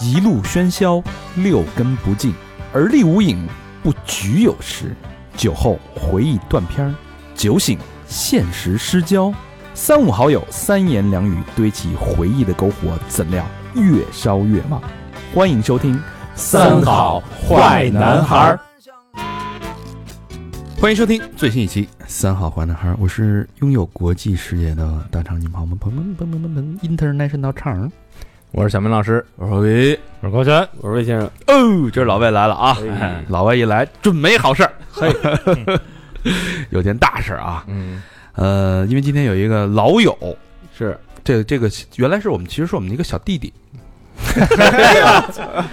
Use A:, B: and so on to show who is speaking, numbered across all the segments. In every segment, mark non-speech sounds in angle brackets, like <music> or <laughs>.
A: 一路喧嚣，六根不净，而立无影，不局有时。酒后回忆断片儿，酒醒现实失焦。三五好友，三言两语堆起回忆的篝火，怎料越烧越旺。欢迎收听《
B: 儿》，欢迎收听最新一期《三好坏男孩》，我是拥有国际视野的大肠女朋友们，朋友们，朋友们，朋友们，international 肠儿。
C: 我是小明老师，
B: 我说喂，
C: 我是高泉，
D: 我说魏先生，
B: 哦，这是老魏来了啊！
D: 哎
B: <laughs> 老魏一来，准没好事儿， <laughs> 有件大事儿啊！
C: 嗯，
B: 呃，因为今天有一个老友，
D: 是
B: 这个这个原来是我们其实是我们的一个小弟弟，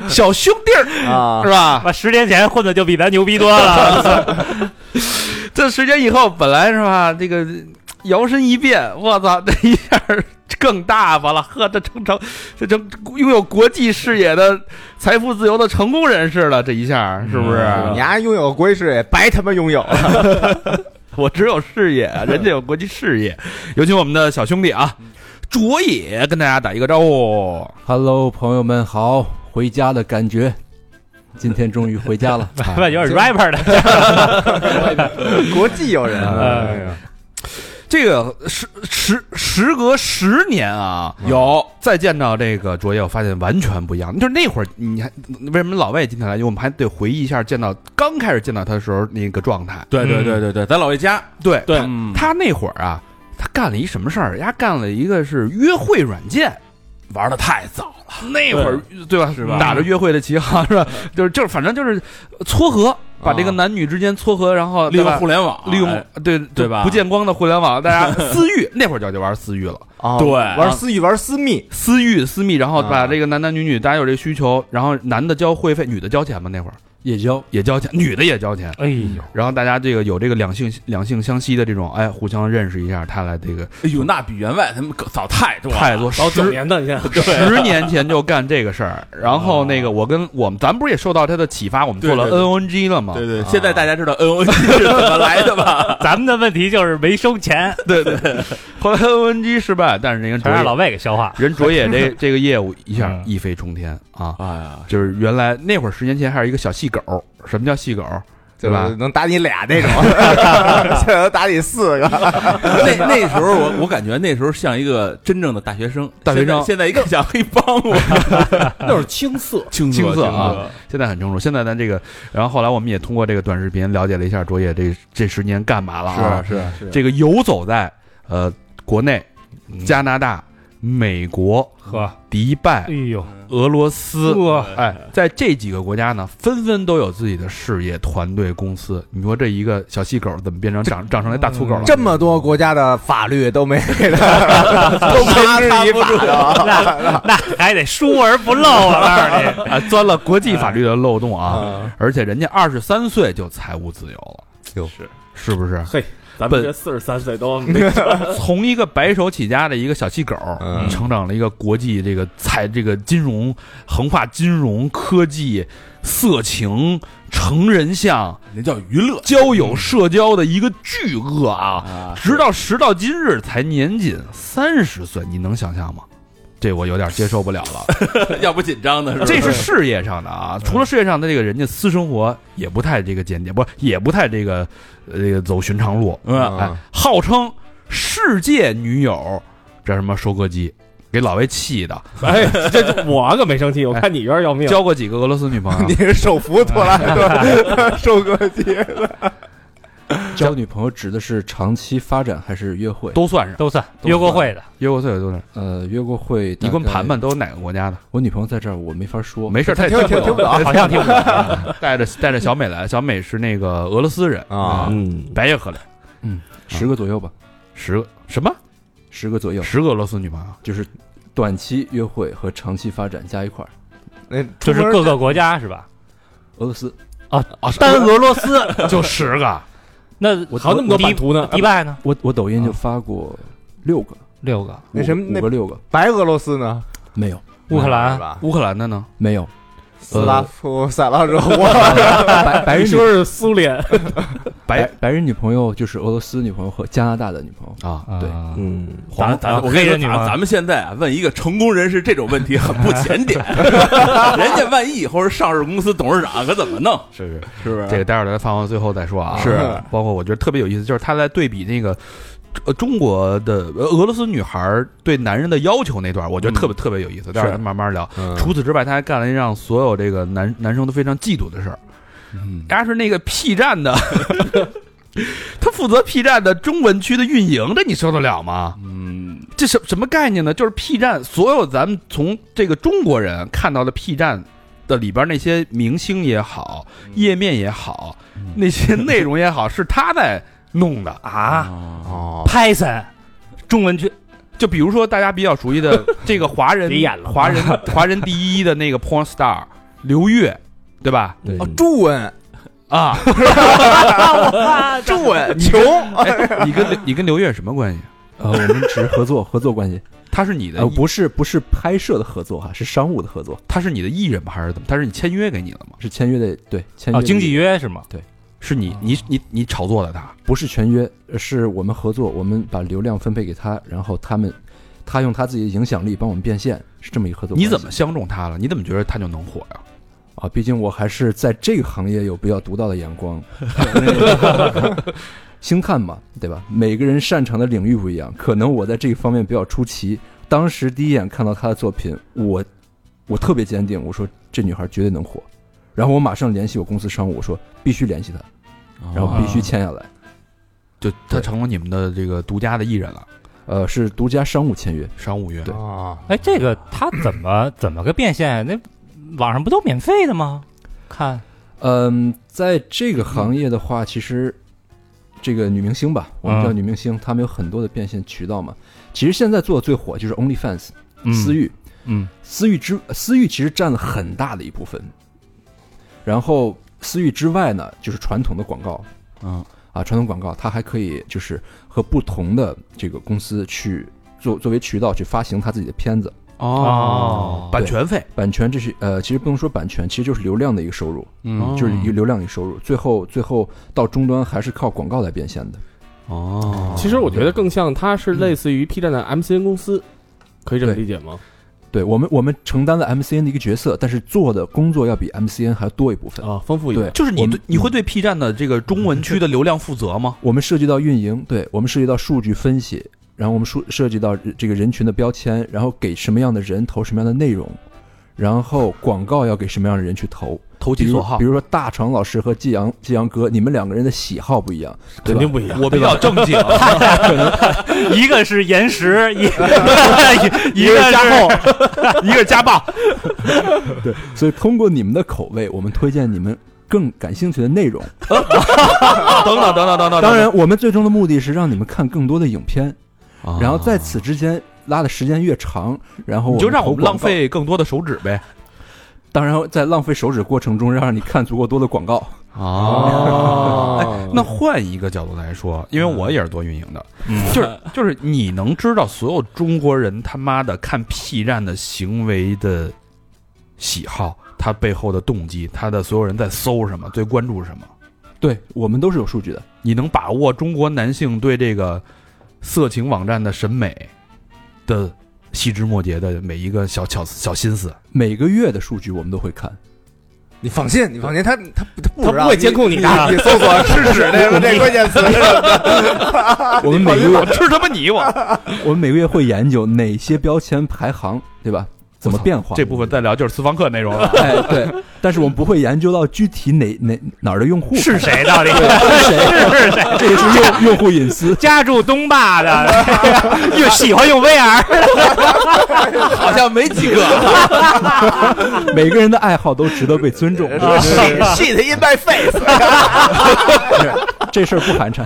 B: 小兄弟儿
D: 啊
B: 是，
C: <laughs>
B: 吧？
C: 把十年前混的就比咱牛逼多了。
B: 这十年以后，本来是吧，这个摇身一变，我操， <laughs> 这一下儿更大发了，呵，这成成这成拥有国际视野的财富自由的成功人士了，这一下儿是不是？
E: 啊
C: 嗯
D: 你丫拥有国际视野， <laughs> 白他妈拥有了，
B: <laughs> 我只有视野，人家有国际视野。有请我们的小兄弟啊，卓野跟大家打一个招呼。
F: Hello，朋友们好，回家的感觉，今天终于回家了。
C: 外面有点 rapper 的，
D: 国际友人，
C: 哎
B: 这个时时时隔十年啊，
D: 嗯
B: 有再见到这个卓越，我发现完全不一样。就是那会儿，你还为什么老魏今天来？因为我们还得回忆一下见到刚开始见到他的时候那个状态。
C: 对对对
D: 对对，咱老魏家，
B: 对，
C: 嗯对
F: 嗯，
B: 他那会儿啊，他干了一什么事儿？他干了一个是约会软件。玩的太早了，那会儿 <laughs> 对吧？
D: 是吧
B: 打着约会的旗号
F: 啊
B: 是吧？就是就是，反正就是撮合，把这个男女之间撮合，然后
C: 嗯利
B: 对
C: 用
B: 吧
C: 互联网，
B: 利用
C: 哎
B: 对
C: 对吧
B: 不见光的互联网，大
F: <laughs>
B: 家私域那会儿就就玩私域了，
D: 啊
C: 对
D: 玩私域，玩私密，
B: 私域私密，然后把
D: 啊
B: 这个男男女女大家有这个需求，然后男的交会费，女的交钱吧，那会儿
F: 夜宵，
B: 也交钱，女的也交钱，
C: 哎呦，
B: 然后大家这个有这个两性两性相吸的这种，哎，互相认识一下，他来这个
E: 哎呦，那比员外他们可早太多了
B: 太多
E: 早九
B: 十
E: 年的，你看，
B: <laughs> 十年前就干这个
E: <laughs>
B: 事儿，然后那个我跟我们咱不是也受到他的启发，我们做了
E: 哦对对对
B: NNG 了吗？啊
E: 对对，现在大家知道 N O G 是怎么来的吧？
C: 咱们的问题就是没收钱，
B: <laughs> 对对对，后来 NNG 失败，但是那个
C: 全
B: 卓
C: 让
B: 野
C: 老魏给消化。
B: 人卓
C: <laughs>
B: 野这这个业务一下
C: 嗯
B: 一飞冲天啊！
E: 哎呀，
B: 就是原来那会儿十年前还是一个小细狗，什么叫细狗？对吧
D: 就是能打你俩那种，现在能打你四个，
E: 那
B: <laughs>
E: 那时候我我感觉那时候像一个真正的大学生，
B: 大学生
E: 现在现在一个像黑帮，
C: <laughs>
E: 我那会儿青涩， <laughs> 青
B: 青涩啊，现在很清楚。现在咱这个，然后后来我们也通过这个短视频了解了一下卓野这这十年干嘛了啊？
E: 是是嗯是，
B: 这个游走在呃国内、加拿大、美国、
C: 呵，
B: 迪拜
C: 哎、呦，
B: 俄罗斯，
C: 哇
B: 哎，在这几个国家呢，纷纷都有自己的事业、团队、公司。你说这一个小细狗怎么变成长长成那大粗狗了？
D: <laughs> 这么多国家的法律都没给他，都没之以法的，
C: 那那还得疏而不漏
G: <laughs>
C: 啊！我告诉你，
B: 啊， <laughs> 钻了国际法律的漏洞
E: 哎
B: 啊！而且人家二十三岁就财务自由了，
E: 是
B: 是不是？
E: 咱
B: 本
E: 们这四十三岁都
B: <laughs> 从一个白手起家的一个小细狗，
D: 嗯
B: 成长了一个国际这个财这个金融横跨金融科技、色情、成人向、
E: 那叫娱乐
B: 交友社交的一个巨鳄啊！
E: 啊
B: 直到时到今日才年仅三十岁，你能想象吗？这我有点接受不了了。
E: <laughs> 要不紧张的是吧？嗯
B: 这是事业上的啊，除了事业上的这个人家私生活也不太这个简洁，不也不太这个呃这个走寻常路，
E: 嗯
B: 哎，号称世界女友，这什么收割机，给老魏气的，
G: 哎，这我可没生气，我看你有点要命。
B: 交过几个俄罗斯女朋
E: <laughs>
D: 你
B: 友，啊
D: 是手扶拖拉机，收割机，
F: 交女朋友指的是长期发展还是约会？
B: 都算上，
C: 都算
B: 都算
C: 约过会的，
B: 约过最有多
E: <laughs>
B: 少？
F: 呃，约过会。
B: 你给我们盘
F: 吧。
B: 盘都是哪个国家的？
F: 我女朋友在这儿，我没法说。
B: 没事，他也
D: 听听
B: 不
D: 听
B: 懂
D: 不懂
C: 好像听不懂。
B: 带着带着小美来，小美是那个俄罗斯人
D: 啊，
G: 嗯，
B: 白夜可来
F: 十个左右吧，
B: 十个什么
F: 十个左右，
B: 十个俄罗斯女朋友，
F: 就是短期约会和长期发展加一块儿。
D: 那
C: 就是各个国家是吧？
F: 俄罗斯，
C: 单俄罗斯
B: 就十个，
C: 那
F: 我
G: 好那么多版
C: 迪
G: 图呢，
C: 迪拜呢？
F: 我我抖音就发过六个，
C: 六个，
D: 那什么
F: 五
D: 那
F: 个六个
D: 白俄罗斯呢？
F: 没有
C: 乌克
D: 是
C: 兰、
D: 吧？
B: 乌克兰的呢？
F: 没有，
D: 斯拉夫萨拉热窝，
F: <laughs> 白白
G: 你
F: 人女
G: 说是苏联，
F: 白白人女朋友就是俄罗斯女朋友和加拿大的女朋友，
A: 啊，
F: 对
D: 嗯，
E: 咱咱
B: 哦啊
E: 我跟你
G: 黑
E: 说，
G: 人女
E: 咱
G: 孩
E: 咱们现在啊，问一个成功人士这种问题很不检
C: <laughs>
E: 点，人家万一以后是上市公司董事长，可怎么弄？
B: 是是，
E: 是不是？
B: 这个待会儿咱放到最后再说啊。
E: 是
B: 包括我觉得特别有意思，就是他在对比那个。呃，中国的呃俄罗斯女孩对男人的要求那段，我觉得特别、特别有意思。待会儿咱慢慢聊。
E: 嗯
B: 除此之外，他还干了一让所有这个男男生都非常嫉妒的事儿。
E: 嗯
B: 他是那个 P
E: <laughs>
B: 站的，他负责 P 站的中文区的运营，这你受得了吗？
E: 嗯，
B: 这什什么概念呢？就是 P 站所有咱们从这个中国人看到的 P 站的里边那些明星也好，
E: 嗯
B: 页面也好，那些内容也
E: <laughs>
B: 好，是他在弄的啊。
A: 哦，
C: Python，中文区
B: 就比如说大家比较熟悉的这个华人
C: 别演了
B: 华人华人第一的那个 porn star 刘越，对吧？
D: 哦，中文，
B: 啊，
D: 中 <laughs> 文，穷，
B: 哎你跟你跟刘越什么关系？
F: 呃，我们只是合作合作关系，
B: 他是
E: 啊
B: 你的
F: 呃，，不是不是拍摄的合作哈，是商务的合作，
B: 他是你的艺人吗？还是怎么？他是你签约给你了吗？
F: 是签约的，对，
E: 哎
F: 签约
C: 哦，
F: 的
C: 经纪约是吗？
B: 是你你你你炒作的他？
F: 不是全约，呃是我们合作，我们把流量分配给他，然后他们他用他自己的影响力帮我们变现，是这么一个合作关系。
B: 你怎么相中他了？你怎么觉得他就能火呀？
F: 啊？毕竟我还是在这个行业有比较独到的
B: <laughs>
F: 眼光，星探嘛，对吧？每个人擅长的领域不一样，可能我在这个方面比较出奇。当时第一眼看到他的作品，我我特别坚定，我说这女孩绝对能火。然后我马上联系我公司商务，我说必须联系她，然
E: 啊
F: 后必须签下来。
B: 就他成了你们的这个独家的艺人了，
F: 呃，是独家商务签约，
B: 商务约。
F: 对
G: 啊，
C: 哎，这个他怎么怎么个变现？啊那网上不都免费的吗？看，
F: 嗯，在这个行业的话，其实这个女明星吧，我们叫
C: 嗯
F: 女明星，她们有很多的变现渠道嘛。其实现在做的最火就是 OnlyFans、
C: 嗯
F: 私域，
C: 嗯，
F: 私域之私域其实占了很大的一部分。然后私域之外呢，就是传统的广告，
E: 嗯
F: 啊，传统广告它还可以就是和不同的这个公司去做作为渠道去发行它自己的片子，
C: 哦
B: 版权费，
F: 版权这是呃，其实不能说版权，其实就是流量的一个收入。
E: 嗯
F: 就是
B: 哦
F: 一个流量与收入，最后最后到终端还是靠广告来变现的。
E: 哦
G: 其实我觉得更像它是类似于 P 站的 MCN 公司，可以这么
F: 对
G: 理解吗？
F: 对我们，我们承担了 MCN 的一个角色，但是做的工作要比 MCN 还要多一部
B: 哦
F: 分。
G: 啊，丰富一点
F: 对，，
B: 就是
F: 我
B: 你
F: 们
B: 对你会对 P 站的这个中文区的流量负责吗？
F: 我们涉及到运营，对我们涉及到数据分析，然后我们涉涉及到这个人群的标签，然后给什么样的人投什么样的内容，然后广告要给什么样的人去投。
B: 投
F: 比
B: 其
F: 如
B: 所，好
F: 比。如说大长老师和季阳季阳哥，你们两个人的喜好不一样，
G: 肯
F: 对吧
G: 定？不一样。
B: 我比较正 <laughs> 经，
C: 一个是延
B: <laughs>
C: 时，一一
B: 一个是
C: 个
B: 加
C: 是
B: 一个是家暴，
F: 对，所以通过你们的口味，我们推荐你们更感兴趣的内容。
B: <laughs> 等等等等等等。
F: 啊当然，我们最终的目的是让你们看更多的影片，
B: 啊，
F: 然后在此之间拉的时间越长，然后
B: 你就让我们
F: 投广
B: 浪
F: 告。
B: 费更多的手指呗。
F: 当然，在浪费手指过程中，让你看足够多的广告。
B: 哦，哎，那换一个角度来说，因为我也是做运营的，就是就是你能知道所有中国人他妈的看 P 站的行为的喜好，他背后的动机，他的所有人在搜什么，最关注什么，
F: 对我们都是有数据的，
B: 你能把握中国男性对这个色情网站的审美的细枝末节的每一个小小小心思。
F: 每个月的数据我们都会看。
B: <laughs>
D: 你放心，你放心，他他他不
G: 他
D: 知
G: 不
D: 道
G: 会监控
D: 你
G: 你的
D: 你搜索吃屎那个那关键词 <laughs> 是什么，
F: 我们每个月，
B: 吃他妈你我！
F: 我们每个月会研究哪些标签排行，对吧？怎么变化？
B: 这部分再聊就是私房课内容了。
F: 哎，对，但是我们不会研究到具体哪哪哪儿的用户
C: 是谁
B: <laughs>
C: 到底？
F: 是谁，
C: 是谁？
F: 这也是用用户隐私。
C: 家住东坝
B: <laughs>
C: 的，又喜欢用 VR，
E: 好像没几个，
F: 每个人的爱好都值得被尊重，
D: shit shit in my face，
F: 这事儿不寒碜。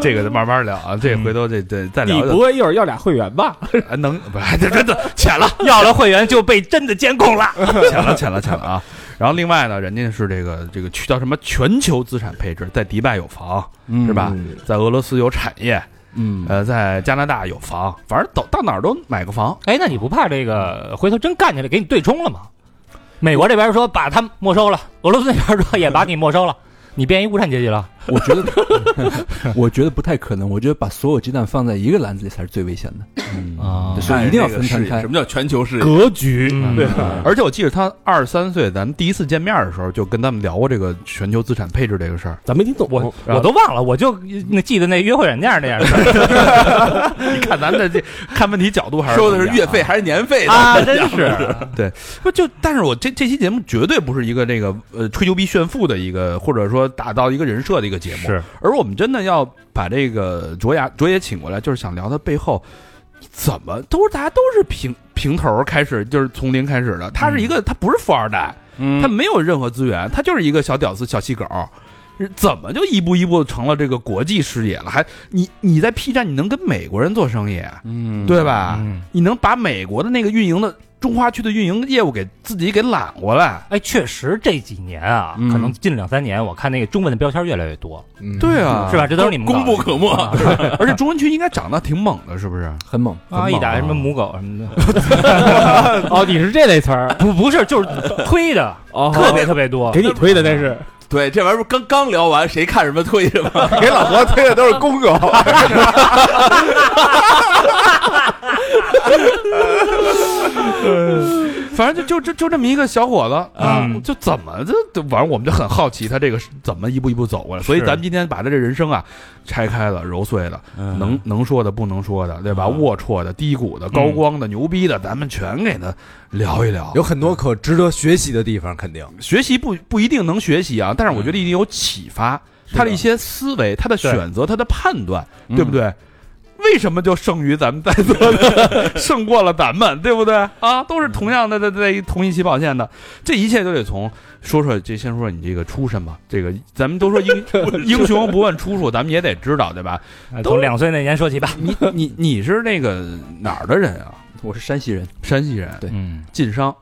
B: 这个慢慢聊啊，这回头这这再
G: 你
B: 聊
G: 不会一会儿要俩会员吧？
B: 啊能 <laughs> 不这这这浅了
C: <laughs> 要了会员就被真的监
B: <laughs>
C: 控了。
B: 浅了浅了浅了啊！ <laughs> 然后另外呢，人家是这个这个去叫什么全球资产配置，在迪拜有房是吧？在俄罗斯有产业，
F: 嗯，
B: 呃，在加拿大有房，反正到到哪儿都买个房。
C: 哎，那你不怕这个回头真干起来给你对冲了吗？美国这边说把他们没收了，俄罗斯那边说也把你没收了，你变一无产阶级了。
F: 我觉得，我觉得 <laughs> 不太可能。我觉得把所有鸡蛋放在一个篮子里才是最危险的，
C: 啊
F: 所以一定要
E: 哎这
F: 分
E: 个视
F: 摊
E: 野
F: 开
E: 什。么叫全球视野？
B: 格局
C: 嗯
B: 对
F: 嗯，
B: 而且我记得他二十三岁，咱们第一次见面的时候就跟他们聊过这个全球资产配置这个事儿。 <laughs>
G: 咱没听懂。
C: 我我都忘了，我就呃那记得那约会软件那样
G: <laughs>
C: 的事儿
B: 你看咱们的这看问题角度还是
E: 收的是
B: 不一
E: 月
B: 样啊
E: 费还是年费的？
C: 啊，真
G: <laughs>
C: 是。
B: 不就？但是我这这期节目绝对不是一个这个呃吹牛逼炫富的一个，或者说打造一个人设的一个节目。
C: 是，
B: 而我们真的要把这个卓雅卓也请过来，就是想聊他背后怎么都是大家都是平平头儿开始，就是从零开始的。他是一个，
C: 嗯
B: 他不是富二代，他没有任何资源，他就是一个小屌丝、小细狗。是怎么就一步一步成了这个国际视野了？还你你在 P 站你能跟美国人做生意，啊
E: 嗯
B: 对吧？
C: 嗯
B: 你能把美国的那个运营的中华区的运营业务给自己给揽过来？
C: 哎，确实这几年啊，
E: 嗯
C: 可能近两三年，我看那个中文的标签越来越多，
D: 嗯
B: 对啊，
C: 是吧？这都是你们
E: 功不
C: 搞的
E: 可没。
B: <laughs> 而且中文区应该长得挺猛的，是不是？
F: 很猛，
C: 啊！
B: 很
C: 一
B: 猛
C: 打
B: 啊
C: 什么母狗什么的，
G: <laughs> 哦，你是这类词儿，
C: <laughs> 不不是，就是推的
G: 哦，
C: 特别特别多。
G: 给你推的那是。
E: 对，这玩意儿刚刚聊完，谁看什么推什么？
D: 给老婆推的都是公狗，
B: 反正就就就就这么一个小伙子啊
C: 嗯，
B: 就怎么就就反正我们就很好奇他这个是怎么一步一步走过来，所以
C: 是
B: 咱们今天把他这人生啊拆开了、揉碎了，
C: 嗯
B: 能能说的、不能说的，对吧？
E: 嗯
B: 龌龊的、低谷的、
C: 嗯
B: 高光的、牛逼的，咱们全给他聊一聊。
D: 有很多可值得学习的地方，肯定。
B: 学习不不一定能学习啊，但是我觉得一定有启发，他的一嗯些思维、他的选择、他的判断，对不对？为什么就胜于咱们在座的， <laughs> 胜过了咱们，对不对啊？都是同样的在在同一起跑线的，这一切都得从说说这先说你这个出身吧。这个咱们都说英 <laughs> 英雄不问出处，咱们也得知道对吧？
C: 哎
B: 都
C: 从两岁那年说起吧。
B: 你你你是那个哪儿的人啊？
F: 我是山西人，
B: 山西人，
F: 对
C: 嗯，
B: 晋商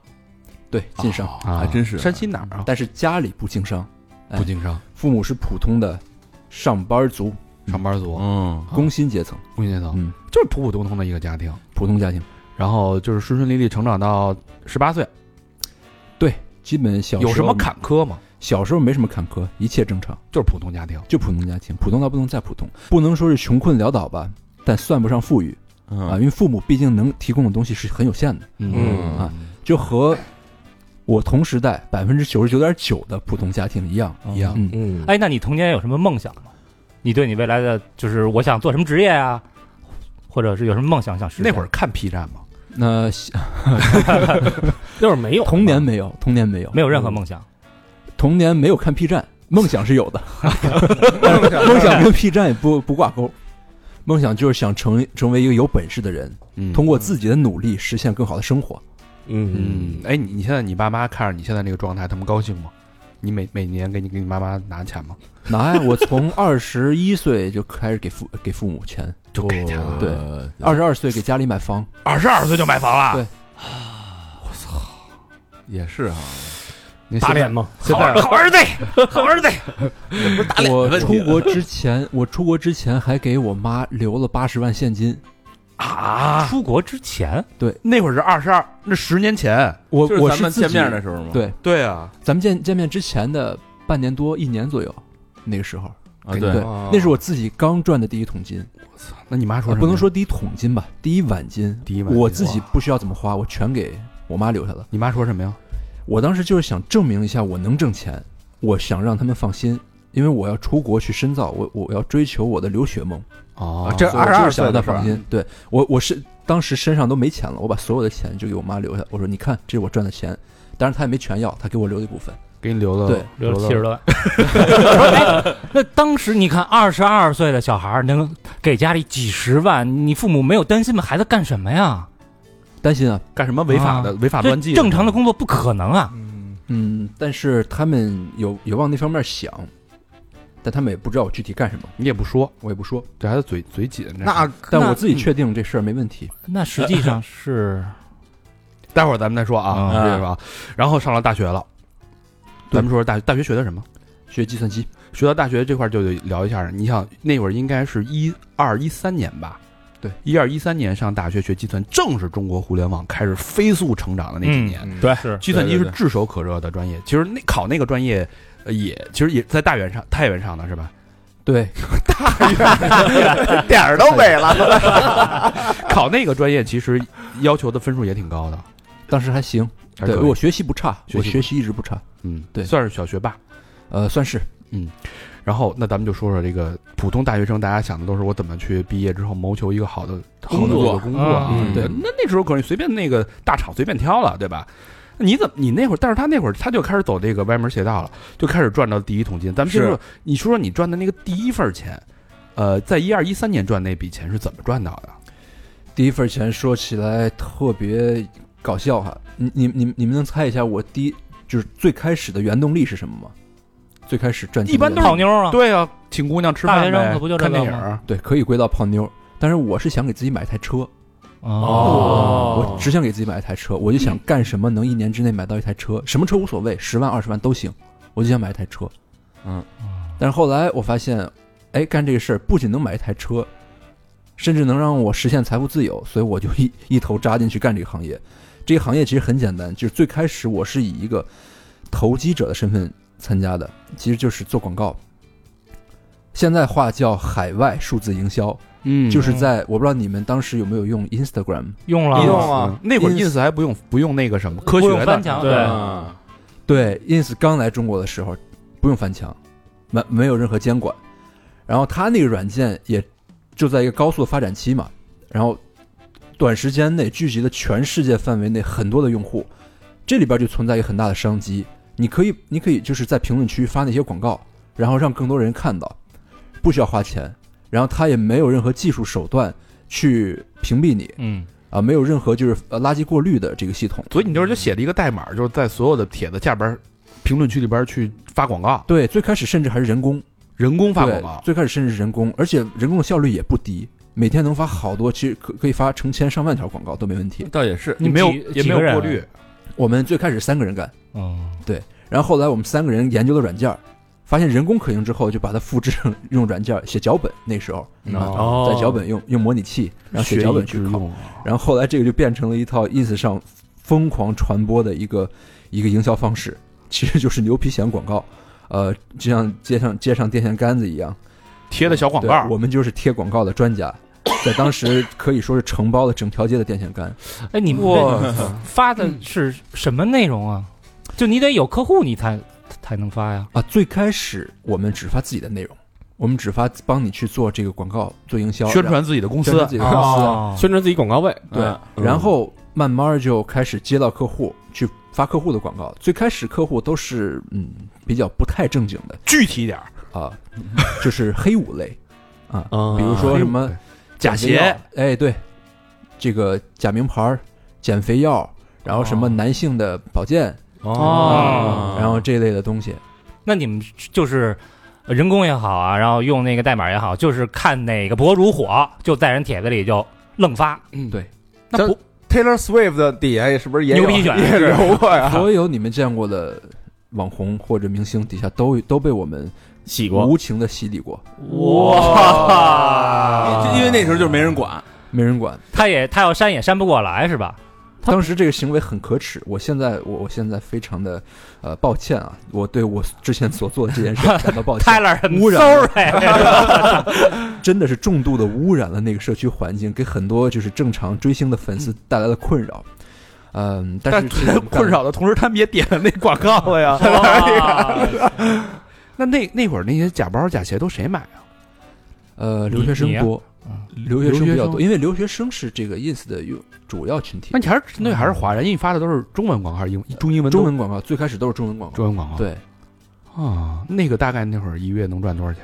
F: 对，晋商，
B: 啊
E: 还真是
B: 山西哪儿啊？
F: 但是家里不经商，
B: 不经商，
F: 父母是普通的上班族，
B: 上班族，
E: 嗯，
B: 啊
F: 工薪阶层，
B: 工薪阶层，
F: 嗯
B: 就是普普通通的一个家庭。
F: 普通家庭。
B: 然后就是顺顺利利成长到十八岁，
F: 基本小时
B: 有
F: 候
B: 什么？坎坷吗？
F: 小时候没什么坎坷，一切正常，
B: 就是普通家庭，
F: 就普通家庭，普通到不能再普通，不能说是穷困潦倒吧，但算不上富裕啊，因为父母毕竟能提供的东西是很有限的，
D: 嗯
F: 啊就和我同时代百分之九十九点九的普通家庭一样
B: 一样
F: 嗯
G: 嗯，
C: 哎，那你童年有什么梦想吗？你对你未来的就是我想做什么职业啊，或者是有什么梦想想实现？
B: 那会儿看 P 站吗？
F: 那
G: 那会儿没有
F: 童年没有， <laughs> 童年没有，
C: 没有任何梦想，
F: 童年没有看 P 站，梦想是有的，
D: 梦想
F: 梦想跟 P 站也不不挂钩，梦想就是想成成为一个有本事的人，
B: 嗯
F: 通过自己的努力实现更好的生活。
G: 嗯
B: 嗯，哎，你你现在你爸妈看着你现在那个状态，他们高兴吗？你每每年给你给你妈妈拿钱吗？
E: <laughs>
F: 哪呀？我从二十一岁就开始给父给父母钱，
B: 就给钱了，
F: 对，二十二岁给家里买房，
B: 二十二岁就买房了，
F: 对
E: 也是哈，
B: 对
G: 打脸吗？
B: 现在
C: 好儿子，好儿子，
E: 打脸的
F: 我
E: 问
F: 出
E: 题
F: 国之前，我出国之前还给我妈留了八十万现金。
B: 啊，
C: 出国之前
B: 那会儿是二十二，那十年前，
F: 我
E: 就是
F: 我
E: 咱们
F: 自己
E: 见面的时候吗？
F: 对，
B: 对啊，
F: 咱们见见面之前的半年多一年左右，那个时候，
E: 啊，
F: 对，
E: 对，
F: 那是我自己刚赚的第一桶金，
B: 那你妈说
F: 呃
B: 什么呀
F: 不能说第一桶金吧，第一碗金，
B: 第一晚，
F: 我自己
B: 哇，
F: 不需要怎么花，我全给我妈留下了。
B: 你妈说什么呀？
F: 我当时就是想证明一下我能挣钱，我想让他们放心，因为我要出国去深造，我我要追求我的留学梦。
B: 哦
D: 这
F: 所以我
D: 22
F: 就是想
D: 岁
F: 让她
D: 的时候
B: 啊
F: 放心，对我我是当时身上都没钱了，我把所有的钱就给我妈留下，我说你看这是我赚的钱，当然她也没全要，她给我留了一部分。
B: 给你留了，
F: 对
C: 留了
B: 了
C: 七十多万。 <laughs> 哎那当时你看，二十二岁的小孩儿能给家里几十万，你父母没有担心吗？孩子干什么呀？
F: 担心啊，
B: 干什么违法的、违法
C: 这
B: 乱纪？
C: 正常的工作不可能啊！
D: 嗯，
F: 嗯，但是他们有有往那方面想，但他们也不知道我具体干什么，
B: 你也不说，
F: 我也不说。
B: 这孩子嘴嘴紧着呢。
D: 那
F: 但
C: 那嗯
F: 我
B: 嗯
F: 自己确定这事儿没问题。
C: 那实际上是
B: 待会儿咱们再说啊，
E: 嗯
B: 这个吧。然后上了大学了，
F: 对
B: 咱们说说大学大学学的什么？
F: 学计算机，
B: 学到大学这块儿就得聊一下。你想那会儿应该是一二一三年吧，
F: 对，
B: 一二一三年上大学学计算，正是中国互联网开始飞速成长的那几年。
F: 嗯
H: 对，是
B: 计算机
F: 对
B: 是
F: 对
B: 炙手可热的专业，其实那考那个专业，呃也其实也在大原上，太原上的是吧？
F: 对， <laughs>
D: 点儿都没了。
B: 考那个专业其实要求的分数也挺高的，
F: 当时还行，
B: 还
F: 对
B: 可以
F: 我学习不差，
B: 学习
F: 我
B: 不
F: 学习一直不差，
B: 嗯，
F: 对
B: 算是小学霸。
F: 呃，算是
B: 然后，那咱们就说说这个普通大学生，大家想的都是我怎么去毕业之后谋求一个好的好的
E: 工作
B: 工工作啊？
F: 嗯
B: 对，
F: 对
B: 那那时候可能随便那个大厂随便挑了，对吧？那你怎么你那会儿？但是他那会儿他就开始走这个歪门邪道了，就开始赚到第一桶金。咱们先
E: 是
B: 说，你说说你赚的那个第一份钱，呃，在一二一三年赚那笔钱是怎么赚到的？
F: 第一份钱说起来特别搞笑哈，你你你你们能猜一下我第一就是最开始的原动力是什么吗？最开始赚钱
B: 一般
F: 的
B: 都是
C: 泡妞啊，
B: 对啊，请姑娘吃饭呗
C: 大学生可不就这
B: 看
C: 个吗
B: 电影儿？
F: 对，可以归到泡妞，但是我是想给自己买台车，
C: 哦
F: 我只想给自己买一台车，我就想干什么能一年之内买到一台车，什么车无所谓，十万二十万都行，我就想买一台车。嗯，但是后来我发现，哎，干这个事儿不仅能买一台车，甚至能让我实现财务自由，所以我就一一头扎进去干这个行业。这个行业其实很简单，就是最开始我是以一个投机者的身份参加的，其实就是做广告。现在话叫海外数字营销，
B: 嗯
F: 就是在我不知道你们当时有没有用 Instagram，
C: 用了
D: 用啊，
B: 那会儿
F: ins
B: ins 还不用不用那个什么科
C: 不
B: 学
C: 用
B: 的，
C: 翻墙
H: 对
E: 啊，
F: 对，ins 刚来中国的时候，不用翻墙，没没有任何监管，然后它那个软件也就在一个高速的发展期嘛，然后短时间内聚集了全世界范围内很多的用户，这里边就存在一个很大的商机。你可以，你可以就是在评论区发那些广告，然后让更多人看到，不需要花钱，然后它也没有任何技术手段去屏蔽你
C: 嗯，
F: 啊、没有任何就是呃垃圾过滤的这个系统。
B: 所以你那时候就写了一个代码，就是在所有的帖子下边儿评论区里边儿去发广告，
F: 对，最开始甚至还是人工。
B: 人工发
F: 对，
B: 广告。
F: 最开始甚至是人工，而且人工的效率也不低，每天能发好多，其实可可以发成千上万条广告都没问题。
E: 倒也是
B: 你没有
C: 几
B: 也没有过，
C: 几个人
B: 滤
C: 啊，
F: 我们最开始三个人干，
C: 嗯，
F: 然后后来我们三个人研究了软件儿，发现人工可行之后，就把它复制成用软件儿写脚本。那时候
C: 嗯
F: 啊
B: 哦
G: 哦
F: 在脚本用用模拟器，然后写脚本去
C: 哦
F: 考。
B: 用。
F: 然后后来这个就变成了一套 ins 上疯狂传播的一个一个营销方式，其实就是牛皮癣广告，呃，就像街上街上电线杆子一样。
B: 贴的小广
F: 对，
B: 告，
F: 我们就是贴广告的专家，在当时可以说是承包了整条街的电线杆。
C: 哎，你们这发的是什么内容啊？就你得有客户，你才才能发呀。
F: 啊，最开始我们只发自己的内容，我们只发帮你去做这个广告、做营销、
B: 宣传自己的公
F: 公
B: 司，嗯
F: 自己的公司。
B: 啊
C: 哦
G: 宣传自己广告位，
F: 对，然后慢慢就开始接到客户去发客户的广告。最开始客户都是嗯比较不太正经的
B: 具体点儿，
F: 啊，就是黑五类啊，
B: 哦
G: 啊
F: 比如说什么
B: 假
F: 减肥
B: 鞋
F: 药，哎，对，这个假名牌儿、减肥药，然后什么男性的保健。
B: 啊
F: 啊
C: 哦
F: 然后这类的东西，
C: 那你们就是呃人工也好啊，然后用那个代码也好，就是看哪个博主火，就在人帖子里就愣发。
B: 嗯
F: 对，
C: 那不
D: Taylor Swift 的底下是不是也有
C: 牛皮癣
D: 也留过
B: 啊
D: 呀？
F: <laughs> 所有你们见过的网红或者明星底下都都被我们
H: 洗过，
F: 无情的洗礼过，
E: 因因为那时候就没人管，
F: 没人管。
C: 他也他要删也删不过来是吧？
F: 当时这个行为很可耻，我现在我我现在非常的呃抱歉啊，我对我之前所做的这件事感到抱
B: 呃 <laughs>
F: 歉，
C: Tyler
F: 污染
C: sorry，
F: 真的是重度的污染了那个社区环境，给很多就是正常追星的粉丝带来了困扰。嗯，但
B: 但
F: 是这个干
B: <laughs> 困扰的同时，他们也点了那广告了 <laughs> 呀。那那那会儿那些假包假鞋都谁买啊？
F: 呃留学生
C: 你
F: 多
C: 啊，
F: 留学生比
B: 留学
F: 较多，
B: 生
F: 因为留学生是这个 ins 的用主要群体
B: 那。你还是那还是华人，因为你发的都是中文广告，还是英中英文都
F: 中文广告最开始都是中文广告，
B: 中文广告？
F: 对，
B: 啊，那个大概那会儿一月能赚多少钱？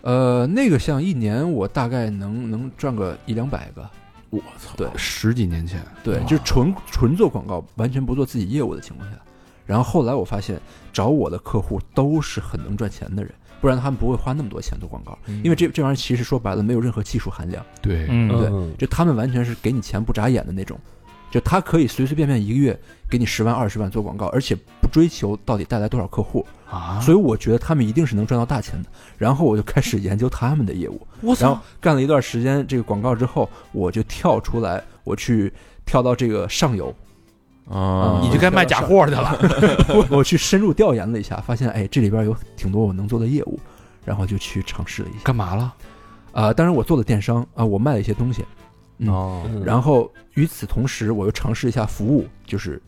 F: 呃，那个像一年我大概能能赚个一两百个，
E: 我操，
F: 对
B: 十几年前，
F: 对，就是纯纯做广告，完全不做自己业务的情况下。然后后来我发现，找我的客户都是很能赚钱的人，不然他们不会花那么多钱做广告，
B: 嗯
F: 因为这这玩意儿其实说白了没有任何技术含量，
B: 对
C: 嗯，
F: 对，就他们完全是给你钱不眨眼的那种。就他可以随随便便一个月给你十万二十万做广告，而且不追求到底带来多少客户，
C: 啊，
F: 所以我觉得他们一定是能赚到大钱的。然后我就开始研究他们的业务，
C: 我
F: 然后，干了一段时间这个广告之后，我就跳出来，我去跳到这个上游，嗯
E: 啊
B: 你就该卖假货去了。
F: 我我去深入调研了一下，发现哎这里边有挺多我能做的业务，然后就去尝试了一下。
C: 干嘛了？
F: 啊、当然我做了电商啊、我卖了一些东西，嗯
D: 哦，
F: 然后与此同时，我又尝试一下服务，就是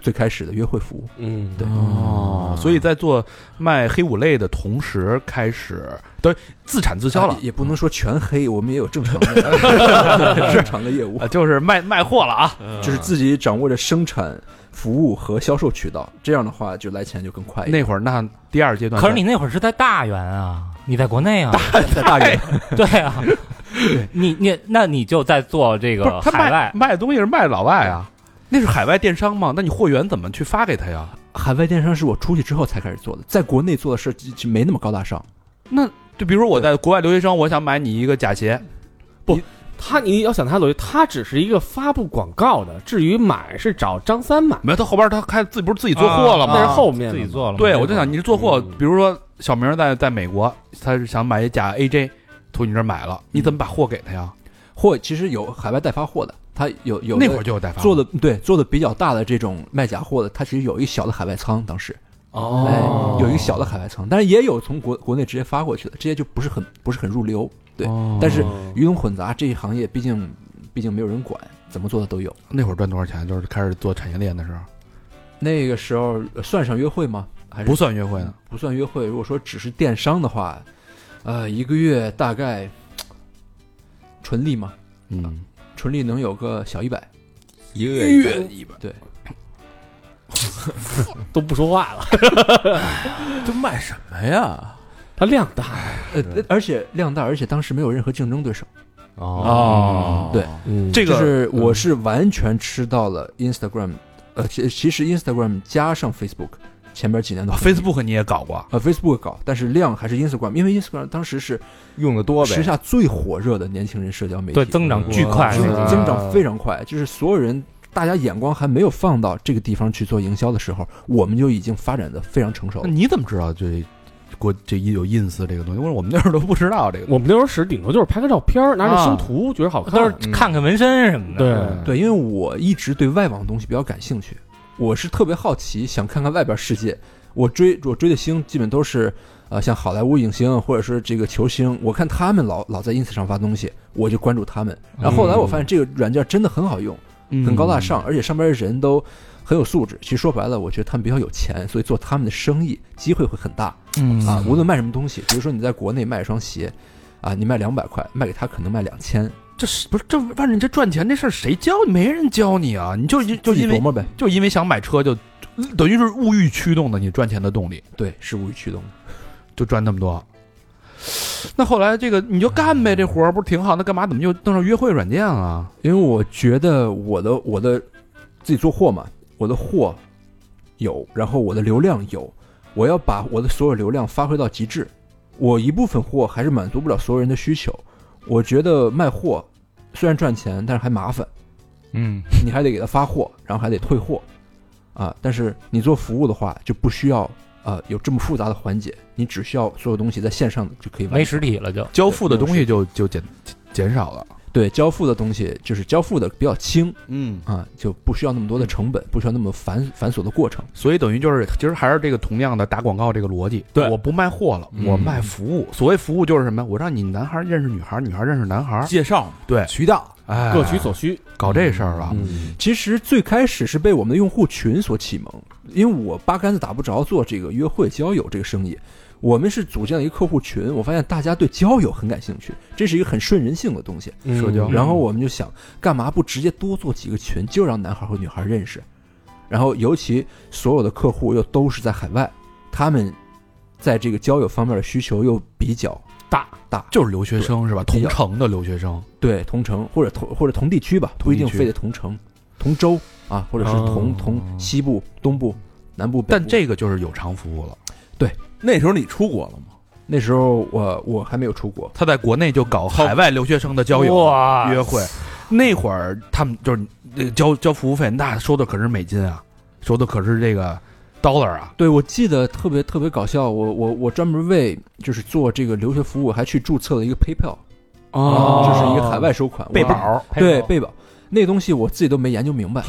F: 最开始的约会服务。
G: 嗯，
F: 对，
B: 哦，所以在做卖黑五类的同时，开始对自产自销了
F: 啊也也不能说全黑，我们也有正常 <laughs> 的正常的业务
B: 啊，， <laughs> 就是卖卖货了啊。
F: 就是自己掌握着生产、服务和销售渠道，这样的话就来钱就更快一点。
B: 那会儿那第二阶段，
C: 可是你那会儿是在大原啊，你在国内啊，
F: 在大原，
C: 对啊，你你那你就在做这
B: 不是
C: 个
B: 他
C: 海
B: 卖
C: 外，
B: 卖的东西是卖老外啊，那是海外电商嘛？那你货源怎么去发给他呀？
F: 海外电商是我出去之后才开始做的，在国内做的事就就没那么高大上。
B: 就比如说我在国外留学生，我想买你一个假鞋，
G: 他你要想他逻辑，他只是一个发布广告的，至于买是找张三买，
B: 没有他后边他开自己不是自己做货了吗？
G: 那是后面
C: 啊自
G: 的
C: 己做了吗。
B: 对，我就想你是做货，
G: 嗯
B: 比如说小明在在美国，他是想买一假 AJ，从你这儿买了，你怎么把货给他呀？
F: 货其实有海外代发货的，它有有的
B: 那会儿就有代发
F: 做
B: 了
F: 的对做的比较大的这种卖假货的，它其实有一小的海外仓，当时
G: 哦
F: 哎，有一个小的海外仓，但是也有从国国内直接发过去的，这些就不是很不是很入流。对，
B: 哦
F: 但是鱼龙混杂这一行业，毕竟毕竟没有人管，怎么做的都有。
B: 那会儿赚多少钱？就是开始做产业链的时候，
F: 那个时候呃算上约会吗？还是
B: 不算约会呢。
F: 不算约会？如果说只是电商的话，呃，一个月大概纯利嘛，
B: 嗯，
F: 纯利能有个小一百。
D: 一个月
E: 一百，
G: 都不说话了，
E: <laughs> 这卖什么呀？
G: 他量大，
F: 呃，而且量大，而且当时没有任何竞争对手。
B: 哦
F: 对，
G: 嗯
B: 这个
F: 就是我是完全吃到了 Instagram，呃，其其实 Instagram 加上 Facebook 前边几年的
B: 啊 Facebook 你也搞过，
F: 呃 Facebook 搞，但是量还是 Instagram，因为 Instagram 当时是
D: 用的多呗
F: 时，下最火热的年轻人社交媒体，
C: 对增长巨快，
F: 就是
G: 吧
F: 增长非常快，就是所有人大家眼光还没有放到这个地方去做营销的时候，我们就已经发展的非常成熟
B: 那
F: 了。
B: 你怎么知道这国这有 ins 这个东西？我说我们那会儿都不知道这个东
G: 我们那时候使顶多就是拍个照片，拿着修图，觉得好看，
C: 啊都是看看纹身什么的。
G: 对
B: 西。
F: 对，因为我一直对外网的东西比较感兴趣，我是特别好奇，想看看外边世界。我追我追的星基本都是，呃，像好莱坞影星或者是这个球星，我看他们老老在 ins 上发东西，我就关注他们。然后后来我
B: 嗯
F: 发现这个软件真的很好用，
B: 对
F: 很高大上，而且上边人都很有素质。其实说白了，我觉得他们比较有钱，所以做他们的生意机会会很大
C: 嗯
F: 啊。无论卖什么东西，比如说你在国内卖一双鞋，啊，你卖两百块，卖给他可能卖两千，
B: 这是不是这万人这赚钱这事儿谁教你？没人教你啊！你就就
F: 自己
B: 因
F: 琢
B: 为
F: 磨呗。
B: 就因为想买车就等于是物欲驱动的你赚钱的动力，
F: 对，是无欲驱动的。
B: 就赚那么多。那后来这个你就干呗，这活儿不是挺好？那干嘛怎么又弄上约会软件啊了？
F: 因为我觉得我的我的自己做货嘛，我的货有，然后我的流量有，我要把我的所有流量发挥到极致。我一部分货还是满足不了所有人的需求。我觉得卖货虽然赚钱，但是还麻烦，
B: 嗯，
F: 你还得给他发货，然后还得退货啊。但是你做服务的话，就不需要呃有这么复杂的环节，你只需要所有东西在线上就可以完成
C: 没实体了就
B: 交付的东西就就减减少了。
F: 对交付的东西，就是交付的比较轻，
B: 嗯，
F: 啊，就不需要那么多的成本，不需要那么繁繁琐的过程。
B: 所以等于就是其实还是这个同样的打广告这个逻辑。
G: 对
B: 我不卖货了，我卖服务。所谓服务就是什么？我让你男孩儿认识女孩儿，女孩儿认识男孩儿，
E: 介绍
B: 对
E: 渠道，
B: 哎，
G: 各取所需，
B: 搞这事儿了。
G: 嗯，
F: 啊其实最开始是被我们的用户群所启蒙，因为我八竿子打不着做这个约会交友这个生意，我们是组建了一个客户群，我发现大家对交友很感兴趣，这是一个很顺人性的东西。
B: 社交
F: 然后我们就想，干嘛不直接多做几个群，就让男孩和女孩认识？然后尤其所有的客户又都是在海外，他们在这个交友方面的需求又比较
G: 大
F: 大，
B: 就是留学生是吧？
F: 比
B: 同
F: 较
B: 城的留学生，
F: 对，同城或者同或者同地区吧，不一定
B: 同地区
F: 非得同城、同州啊，或者是同、
G: 哦
F: 同西部、东部、南部。北
B: 但
F: 部
B: 这个就是有偿服务了。
E: 那时候你出国了吗？
F: 那时候我我还没有出国，
B: 他在国内就搞海外留学生的交友、
C: 哇
B: 约会，那会儿他们就是呃交交服务费，那收的可是美金啊，收的可是这个 dollar 啊，
F: 对，我记得特别特别搞笑，我我我专门为就是做这个留学服务，还去注册了一个 PayPal，
C: 哦
F: 这是一个海外收款
B: 贝
F: 我
B: 宝
F: 对贝宝那东西我自己都没研究 <laughs> 明白，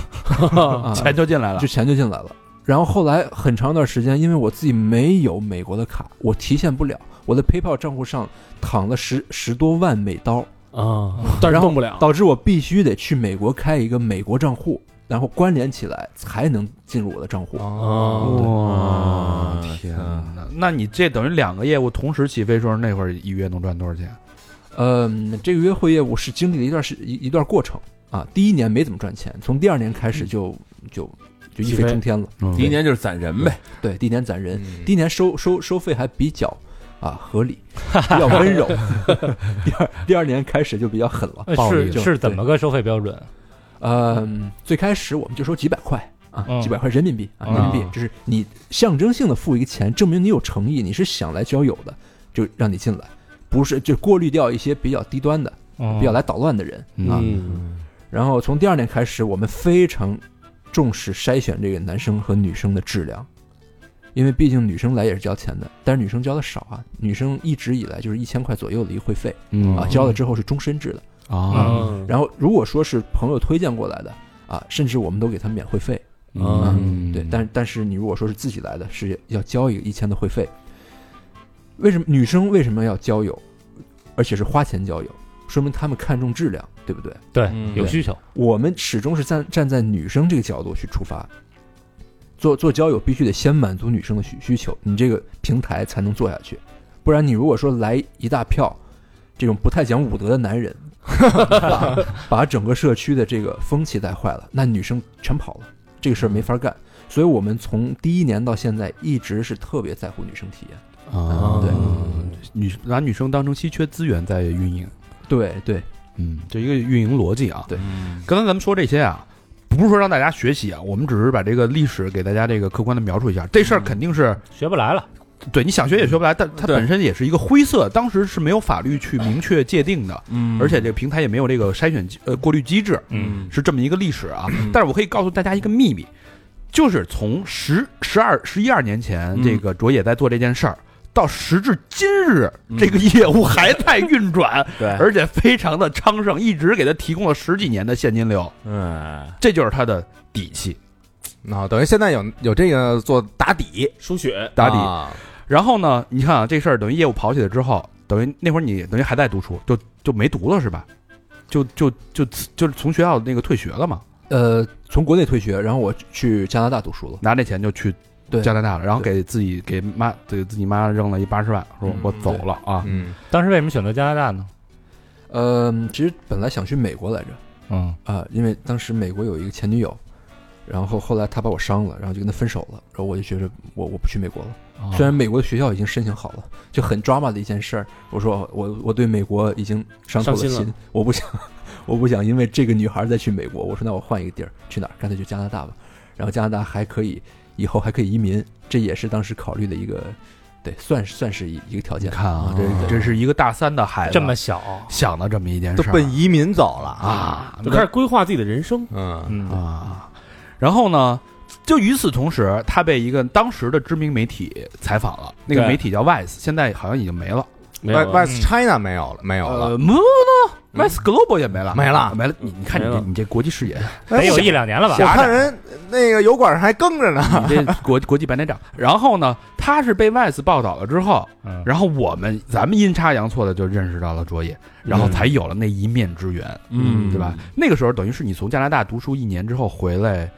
F: 啊
B: 钱就进来了
F: 就。钱就进来了。然后后来很长一段时间，因为我自己没有美国的卡，我提现不了，我的 PayPal 账户上躺了十十多万美刀，
G: 啊，但是
F: 然后
G: 动不了。
F: 导致我必须得去美国开一个美国账户，然后关联起来才能进入我的账户。
G: 哦，
B: 哇
F: 对
B: 天哪！那你这等于两个业务同时起飞时候，那会儿一月能赚多少钱？
F: 嗯，这个约会业务是经历了一段时一一段过程啊，第一年没怎么赚钱，从第二年开始就就就一飞冲天了。
E: 第一年就是攒人呗，
F: 对，第一年攒人，
D: 嗯
F: 第一年收收收费还比较啊
C: <laughs>
F: 合理，比较温柔。 <laughs> 第二第二年开始就比较狠了，
C: 呃
F: 暴力
C: 是
F: 就是
C: 怎么？个收费标准？
F: 对嗯，最开始我们就收几百块。啊
C: 嗯，
F: 几百块人民币啊，
C: 嗯
F: 人民币就是你象征性的付一个钱，证明你有诚意，你是想来交友的，就让你进来，不是就过滤掉一些比较低端的、
C: 嗯
F: 比较来捣乱的人啊。
G: 嗯，
F: 然后从第二年开始，我们非常重视筛选这个男生和女生的质量，因为毕竟女生来也是交钱的，但是女生交的少啊，女生一直以来就是一千块左右的一个会费
B: 嗯
E: 哦
F: 啊，交了之后是终身制的。
B: 啊，
G: 嗯
F: 然后如果说是朋友推荐过来的啊，甚至我们都给他免会费，
B: 嗯
F: 对，但但是你如果说是自己来的，是要交一个一千的会费。为什么女生为什么要交友，而且是花钱交友？说明她们看重质量，对不对？
C: 对
D: 嗯
C: 有需求，
F: 我们始终是站站在女生这个角度去出发，做做交友必须得先满足女生的需需求，你这个平台才能做下去。不然你如果说来一大票这种不太讲武德的男人， <laughs> 把把整个社区的这个风气带坏了，那女生全跑了，这个事儿没法干。所以我们从第一年到现在一直是特别在乎女生体验。
B: 啊，
F: 对
B: 女拿女生当成稀缺资源在运营，
F: 对对，
B: 嗯，这一个运营逻辑啊。
F: 对，
B: 刚才咱们说这些啊，不是说让大家学习啊，我们只是把这个历史给大家这个客观的描述一下。这事儿肯定是
C: 学不来了。
B: 对你想学也学不来，但它
E: 对
B: 本身也是一个灰色，当时是没有法律去明确界定的，
E: 嗯
B: 而且这个平台也没有这个筛选机呃过滤机制，
E: 嗯
B: 是这么一个历史啊。但是我可以告诉大家一个秘密，就是从十十二十一二年前，
E: 嗯
B: 这个卓野在做这件事儿。到时至今日，这个业务还在运转，
E: 嗯 <laughs> 对
B: 而且非常的昌盛，一直给他提供了十几年的现金流，
E: 嗯，
B: 这就是他的底气。
D: 啊，等于现在有有这个做打底，
G: 输血啊
D: 打底，
B: 然后呢，你看啊，这事儿等于业务跑起来之后，等于那会儿你等于还在读书，就就没读了是吧？就就就就是从学校那个退学了嘛，
F: 呃，从国内退学，然后我去加拿大读书了。
B: 拿这钱就去
F: 对
B: 加拿大了，然后给自己给妈给自己妈扔了一八十万，说
E: 嗯
B: 我走了啊。
D: 嗯，
C: 当时为什么选择加拿大呢？
F: 呃，其实本来想去美国来着。
C: 嗯，
F: 啊，因为当时美国有一个前女友，然后后来她把我伤了，然后就跟她分手了，然后我就觉着我我不去美国了。
G: 哦
F: 虽然美国的学校已经申请好了，就很 drama 的一件事儿。我说我我对美国已经伤透
G: 伤心了
F: 心，我不想 <laughs> 我不想因为这个女孩再去美国。我说那我换一个地儿，去哪儿？干脆去加拿大吧。然后加拿大还可以，以后还可以移民，这也是当时考虑的一个，对，算是算是一一个条
B: 你
F: 件。
B: 看啊，
F: 对
B: 这这是一个大三的孩子
C: 这么小，
B: 想的这么一件
D: 都
B: 事儿
D: 奔移民走了啊，
B: 啊，
G: 就开始规划自己的人生。
D: 嗯
C: 嗯，
B: 啊。然后呢，就与此同时，他被一个当时的知名媒体采访了，那个
G: 对
B: 媒体叫 Vice，现在好像已经没了。
G: 没
D: 外
G: 有
D: 外
G: 了，
C: 嗯
D: China 没有了，没有了
B: 呃，，Mono 嗯 Vice Global 也没了，
D: 没了
B: 没了。你你看你
G: 没
B: 这
G: 了
B: 你这国际视野，
C: 得有
D: 哎
C: 一两年了啊吧
D: 我？看人那个油管上还更着呢，
B: 你这国国际白内障。然后呢，他是被 Vice 报道了之后，
C: 嗯，
B: 然后我们咱们阴差阳错的就认识到了卓野，然后才有了那一面之缘，
E: 嗯
B: 对吧？那个时候等于是你从加拿大读书一年之后回来，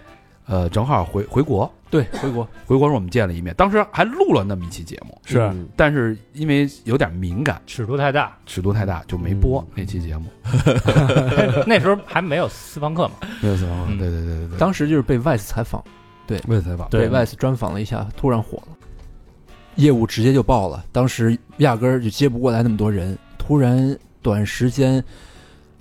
B: 呃，正好回回国，
F: 对，回国
B: 回国时候我们见了一面，当时还录了那么一期节目，
C: 是
G: 嗯
B: 但是因为有点敏感，
C: 尺度太大，
B: 尺度太大就没播那期节目。
C: 那时候还没有私房课嘛。
B: 没有采访，嗯对对对对对，
F: 当时就是被 Vice 采访。
B: 没有采访，
F: 被 Vice 专访了一下，突然火了，业务直接就爆了。当时压根儿就接不过来那么多人，突然短时间，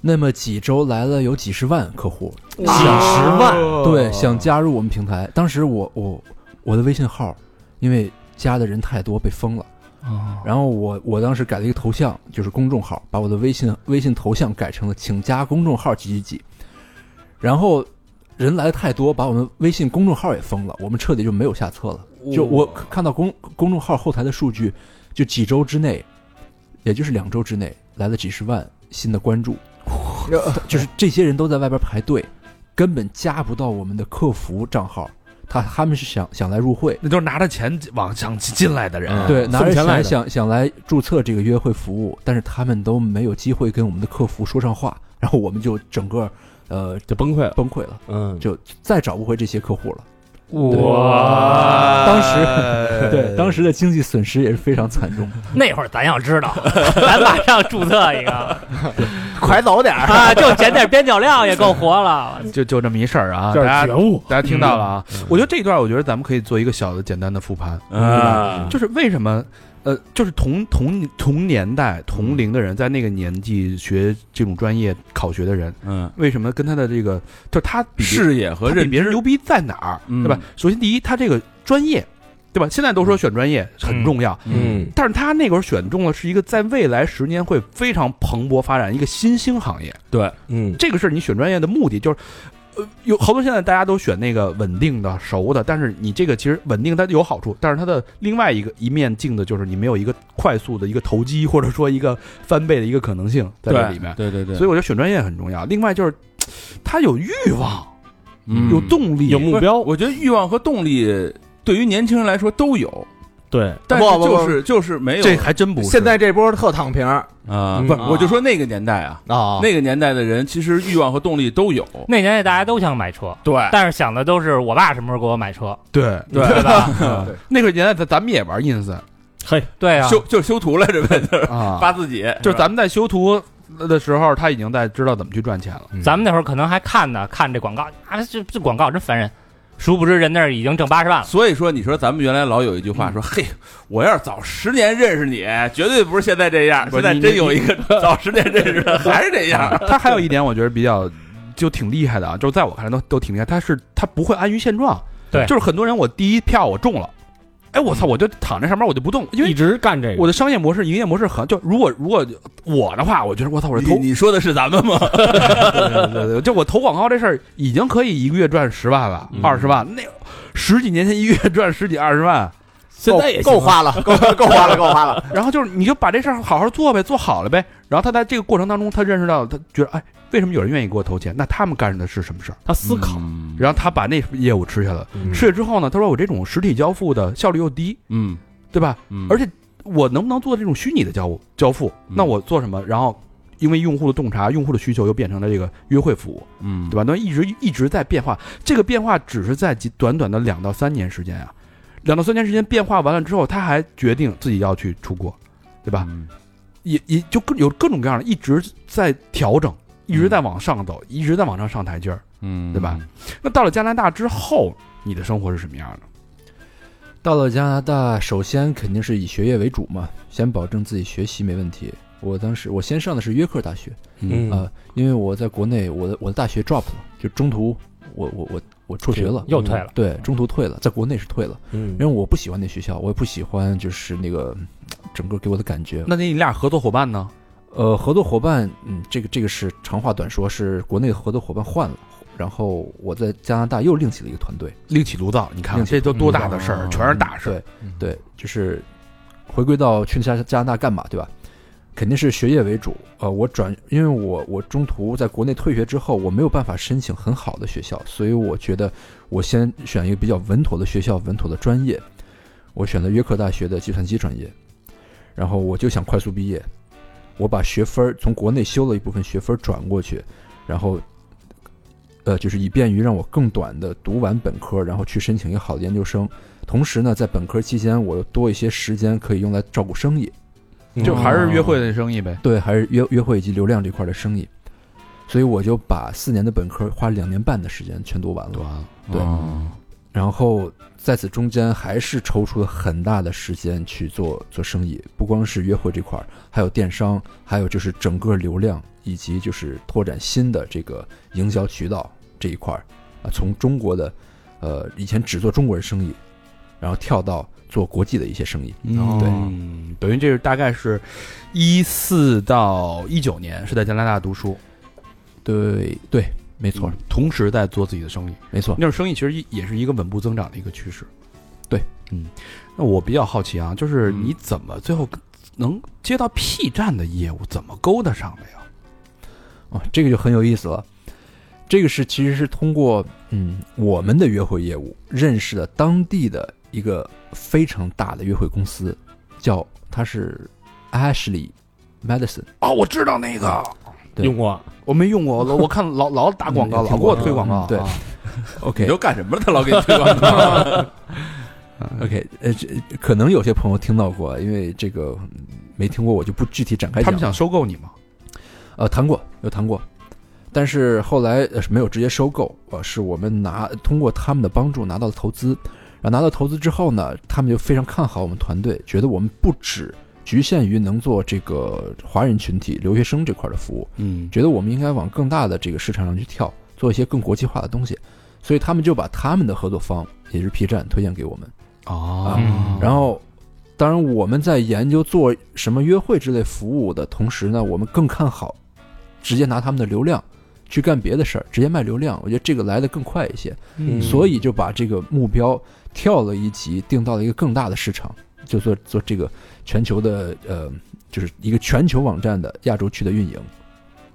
F: 那么几周来了有几十万客户，
C: 几十万，
E: 哦
F: 对，想加入我们平台。当时我我我的微信号，因为加的人太多被封了，
C: 哦
F: 然后我我当时改了一个头像，就是公众号，把我的微信微信头像改成了“请加公众号几几几”，然后人来的太多，把我们微信公众号也封了，我们彻底就没有下册了。就我看到公公众号后台的数据，就几周之内，也就是两周之内来了几十万新的关注， <laughs> 就是这些人都在外边排队，根本加不到我们的客服账号，他他们是想想来入会，
B: 那就是拿着钱往上进来的人。啊
F: 对，拿着
G: 钱来的
F: 啊钱想想来注册这个约会服务，但是他们都没有机会跟我们的客服说上话，然后我们就整个呃
G: 就崩溃了。
F: 崩溃了，
G: 嗯，
F: 就再找不回这些客户了。
B: 哇！
F: 当时 <laughs> 对当时的经济损失也是非常惨重。
C: 那会儿咱要知道，咱马上注册一个
D: 快
C: <laughs>
D: 走点儿。
C: 啊，就捡点边角料也够活了。
B: 就就这么一事儿啊，
G: 这
B: 大
G: 是
B: 家
G: 觉悟。
B: 大家听到了啊。我觉得这一段，我觉得咱们可以做一个小的简单的复盘，嗯
E: 啊，
B: 就是为什么。呃，就是同同同年代同龄的人，在那个年纪学这种专业考学的人，
E: 嗯，
B: 为什么跟他的这个，就是他比别
E: 视野和
B: 他比
E: 认
B: 别人
E: 知
B: 牛逼在哪儿，
E: 嗯
B: 对吧？首先第一，他这个专业，对吧？现在都说选专业很重要，
G: 嗯，
B: 但是他那会儿选中了是一个在未来十年会非常蓬勃发展一个新兴行业。
E: 对，
G: 嗯，
B: 这个是你选专业的目的，就是。呃，有好多现在大家都选那个稳定的、熟的，但是你这个其实稳定它有好处，但是它的另外一个一面镜子就是你没有一个快速的一个投机，或者说一个翻倍的一个可能性在这里面。
E: 对对对，
B: 所以我觉得选专业很重要。另外就是，他有欲望，
E: 嗯
B: 有动力，
G: 有目标，
E: 我觉得欲望和动力对于年轻人来说都有，
G: 对，
E: 但是
D: 不不不
E: 就是就是没有
B: 啊这还真不是。
D: 现在这波特躺平儿
E: 啊，
G: 嗯
E: 不是，
D: 啊
E: 我就说那个年代啊，
D: 啊
E: 那个年代的人其实欲望和动力都有，
C: 那年代大家都想买车，
E: 对
C: 但是想的都是我爸什么时候给我买车，
B: 哎对
E: 对
C: 对吧？
B: 那个年代，咱咱们也玩 ins
C: 对啊，
E: 修就是修图来着呗，就是
B: 啊，
E: 发自己，
B: 就是咱们在修图的时候，他已经在知道怎么去赚钱了。
D: 嗯
C: 咱们那会儿可能还看呢，看这广告啊，这这广告真烦人。殊不知人那儿已经挣八十万了，
E: 所以说，你说咱们原来老有一句
B: 嗯
E: 话说：“嘿，我要是早十年认识你，绝对不是现在这样。”
B: 不
E: 现
B: 是
E: 在
B: 你
E: 真有一个 <laughs> 早十年认
B: <laughs>
E: 识的，还是这样。
B: 他还有一点，我觉得比较就挺厉害的啊，就是在我看来都都挺厉害。他是他不会安于现状，
C: 对
B: 就是很多人我第一票我中了，哎，我操，我就躺在上面我就不动，因
G: 一
B: 为
G: 直干这个。
B: 我的商业模式、营业模式很就如果如果我的话，我觉得我操，我这投
E: 你说的是咱们吗？
B: <laughs> 对对对，就我投广告这事儿已经可以一个月赚十万了，
G: 嗯
B: 二十万，那十几年前一个月赚十几二十万，哦
G: 现在也
D: 够
G: 行
D: 够花了，够够花了，够花了。
B: 然后就是你就把这事儿好好做呗，做好了呗。然后他在这个过程当中，他认识到，他觉得哎，为什么有人愿意给我投钱？那他们干的是什么事儿？
G: 他思考，
B: 然后他把那业务吃下了，
G: 嗯
B: 吃了之后呢，他说我这种实体交付的效率又低，
E: 嗯，
B: 对吧？
E: 嗯
B: 而且我能不能做这种虚拟的交付交付？那我做什么？然后。因为用户的洞察，用户的需求又变成了这个约会服务，
E: 嗯
B: 对吧？那一直一直在变化，这个变化只是在几短短的两到三年时间啊，两到三年时间变化完了之后，他还决定自己要去出国，对吧？
D: 嗯
B: 也也就各有各种各样的，一直在调整，一直在往上走，一直在往上上台阶儿。
E: 嗯
B: 对吧？那到了加拿大之后，你的生活是什么样的？
F: <laughs> 到了加拿大，首先肯定是以学业为主嘛，先保证自己学习没问题。我当时我先上的是约克大学，
E: 嗯
F: 啊，因为我在国内，我的我的大学 drop 了，就中途我我我我辍学了，
C: 又退
E: 嗯
C: 了。
F: 对，中途退了，在国内是退了，
G: 嗯
F: 因为我不喜欢那学校，我也不喜欢就是那个嗯整个给我的感觉。
B: 那你俩合作伙伴呢？
F: 呃，合作伙伴，嗯，这个这个是长话短说，是国内的合作伙伴换了，然后我在加拿大又另起了一个团队，
B: 另起炉灶，你看看
F: 另起
B: 啊这
F: 炉
B: 都多大的事
E: 嗯
B: 儿，全是大事儿。嗯
F: 对对，就是回归到去加加拿大干嘛，对吧？肯定是学业为主。呃，我转，因为我我中途在国内退学之后，我没有办法申请很好的学校，所以我觉得我先选一个比较稳妥的学校，稳妥的专业。我选了约克大学的计算机专业，然后我就想快速毕业，我把学分儿从国内修了一部分学分儿转过去，然后，呃，就是以便于让我更短的读完本科，然后去申请一个好的研究生。同时呢，在本科期间，我又多一些时间可以用来照顾生意，
E: 嗯
B: 就还是约会的生意呗。
F: 对，还是约约会以及流量这块的生意。所以我就把四年的本科花两年半的时间全读完了，对然后在此中间还是抽出了很大的时间去做做生意，不光是约会这块儿，还有电商，还有就是整个流量，以及就是拓展新的这个营销渠道这一块儿啊，从中国的呃以前只做中国人生意，然后跳到做国际的一些生意。
B: 嗯，等于这是大概是一四到一九年是在加拿大读书，
F: 对对，没错，
B: 同时在做自己的生意。
F: 没错。
B: 嗯那种生意其实也是一个稳步增长的一个趋势。
F: 对，
B: 嗯，那我比较好奇啊，就是你怎么最后能接到 P 站的业务，怎么勾搭上的呀？
F: 哦，这个就很有意思了。这个是其实是通过嗯我们的约会业务认识了当地的一个非常大的约会公司，叫它是 Ashley Madison。
B: 哦，我知道那个，
F: 对
G: 用过，
B: <laughs> 我没用过，我我看老老打广告，
F: 嗯也
B: 老
F: 听
B: 给我
F: 过
B: 推广告。
F: 嗯对
B: 啊
F: OK
E: 你都干什么了？他老给你推广告，
F: OK，呃，这可能有些朋友听到过，因为这个嗯没听过，我就不具体展
B: <laughs>
F: 开
B: 他
F: 讲
B: 们
F: 了。
B: 想收购你吗？
F: 呃，谈过，有谈过，但是后来呃是没有直接收购，呃，是我们拿通过他们的帮助拿到了投资，然后拿到投资之后呢，他们就非常看好我们团队，觉得我们不只局限于能做这个华人群体留学生这块的服务，
B: 嗯
F: 觉得我们应该往更大的这个市场上去跳，做一些更国际化的东西，所以他们就把他们的合作方，也就是 P 站推荐给我们。
B: 哦
C: 嗯
F: 然后，当然我们在研究做什么约会之类服务的同时呢，我们更看好直接拿他们的流量去干别的事儿，直接卖流量。我觉得这个来的更快一些，
G: 嗯
F: 所以就把这个目标跳了一级，定到了一个更大的市场，就做做这个全球的呃，就是一个全球网站的亚洲区的运营。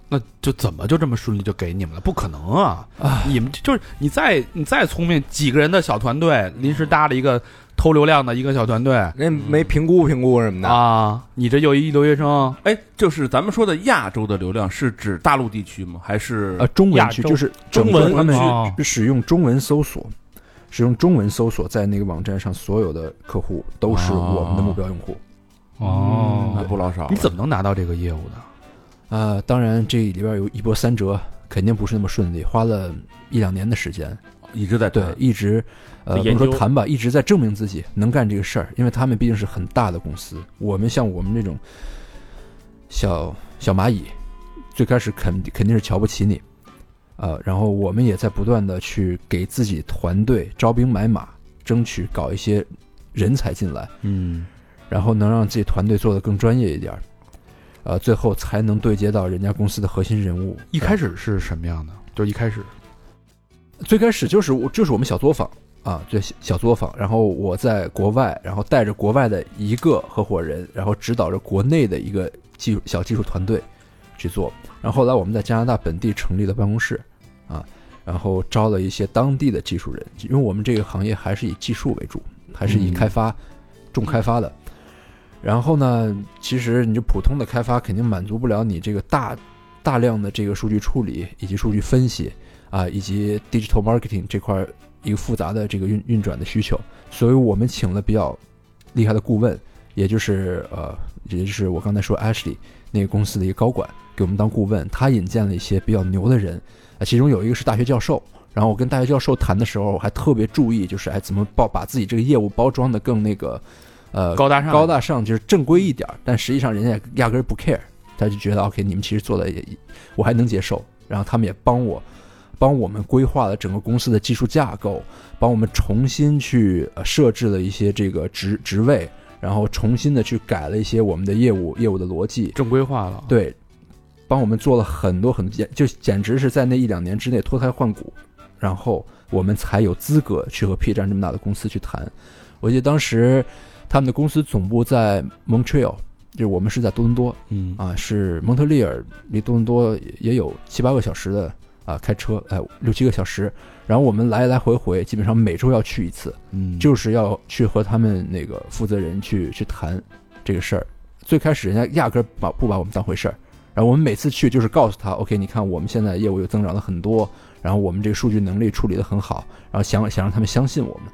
B: 那就怎么就这么顺利就给你们了？不可能啊！
F: 唉
B: 你们就是你再你再聪明，几个人的小团队临时搭了一个偷流量的一个小团队
D: 人家没评估评估什么的，
B: 啊，你这又一留学生，
E: 哎，就是咱们说的亚洲的流量是指大陆地区吗？还是
F: 呃，中文
C: 亚
F: 区
C: 洲
F: 就是
E: 中
F: 整个
E: 文
F: 他们
C: 哦
F: 使用中文搜索，使用中文搜索在那个网站上所有的客户都是我们的目标用户。
C: 哦
E: 那，不老少？
B: 嗯你怎么能拿到这个业务的？
F: 啊，当然这里边有一波三折，肯定不是那么顺利，花了一两年的时间，
E: 一直在
F: 对
E: 谈，
F: 一直呃
G: 在嗯
F: 不
G: 研究
F: 说谈吧，一直在证明自己能干这个事儿，因为他们毕竟是很大的公司，我们像我们这种小小蚂蚁，最开始肯肯定是瞧不起你，呃，然后我们也在不断的去给自己团队招兵买马，争取搞一些人才进来。
B: 嗯，
F: 然后能让自己团队做得更专业一点儿，呃，最后才能对接到人家公司的核心人物。
B: 一开
F: 始、
B: 始是什么样的？就一开始，
F: 呃最开始就是我就是我们小作坊啊，对小小作坊。然后我在国外，然后带着国外的一个合伙人，然后指导着国内的一个技术小技术团队去做。然后后来我们在加拿大本地成立了办公室，啊，然后招了一些当地的技术人，因为我们这个行业还是以技术为主，还是以
B: 嗯
F: 开发、重开发的。然后呢，其实你就普通的开发肯定满足不了你这个大大量的这个数据处理以及数据分析啊，以及 digital marketing 这块儿一个复杂的这个运运转的需求，所以我们请了比较厉害的顾问，也就是呃，也就是我刚才说 Ashley 那个公司的一个高管给我们当顾问，他引荐了一些比较牛的人，啊，其中有一个是大学教授。然后我跟大学教授谈的时候，我还特别注意，就是哎，怎么包把自己这个业务包装的更那个，呃，
B: 高大上，
F: 高，大上，就是正规一点儿，但实际上人家压根儿不 care，他就觉得 OK，你们其实做的也我还能接受，然后他们也帮我帮我们规划了整个公司的技术架构，帮我们重新去呃设置了一些这个职职位，然后重新的去改了一些我们的业务业务的逻辑，
B: 正规化了。，
F: 对，帮我们做了很多很多，简就简直是在那一两年之内脱胎换骨，然后我们才有资格去和 P 站这么大的公司去谈。我记得当时他们的公司总部在 Montreal，就是我们是在多伦多
B: 嗯
F: 啊，是蒙特利尔离多伦多也有七八个小时的啊开车，哎六七个小时。然后我们来来回回，基本上每周要去一次，
B: 嗯，
F: 就是要去和他们那个负责人去去谈这个事儿。最开始人家压根儿把不把我们当回事儿，然后我们每次去就是告诉他，OK，你看我们现在业务又增长了很多，然后我们这个数据能力处理得很好，然后想想让他们相信我们，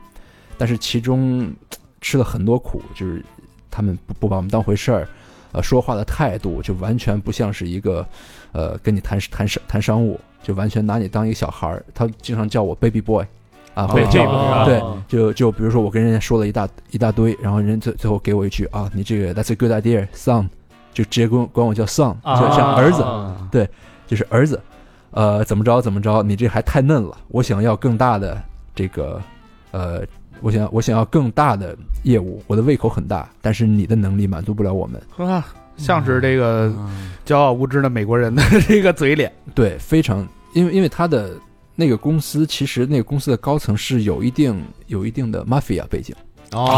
F: 但是其中嘖吃了很多苦，就是他们不不把我们当回事儿，呃，说话的态度就完全不像是一个，呃，跟你谈谈商谈商务，就完全拿你当一个小孩儿，他经常叫我 baby boy，啊，或者
C: 对哦这个
F: 叫
C: 是吧
F: 对，就就比如说我跟人家说了一大一大堆，然后人家最最后给我一句啊，你这个 that's a good idea son，就直接管管我叫 son，
C: 啊
F: 就像儿子，
B: 啊
F: 就是儿子，呃，怎么着怎么着，你这还太嫩了，我想要更大的这个呃我想我想要更大的业务，我的胃口很大，但是你的能力满足不了我们。
B: 是吧？啊像是这个
E: 嗯
B: 骄傲无知的美国人的 <laughs> 这个嘴脸，
F: 对，非常，因为因为他的那个公司，其实那个公司的高层是有一定有一定的 mafia 背景，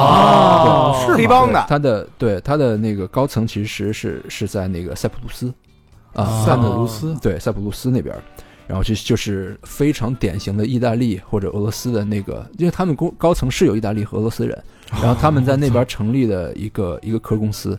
C: 哦
F: 对
D: 黑帮的
F: 他的对他的那个高层其实是是在那个塞浦路斯，啊，
C: 塞
F: 他
C: 浦
F: 们
C: 路
F: 斯对塞浦路斯那边儿，然后这就是非常典型的意大利或者俄罗斯的那个，因为他们公高层是有意大利和俄罗斯人，
C: 啊
F: 然后他们在那边成立的一个一个科公司。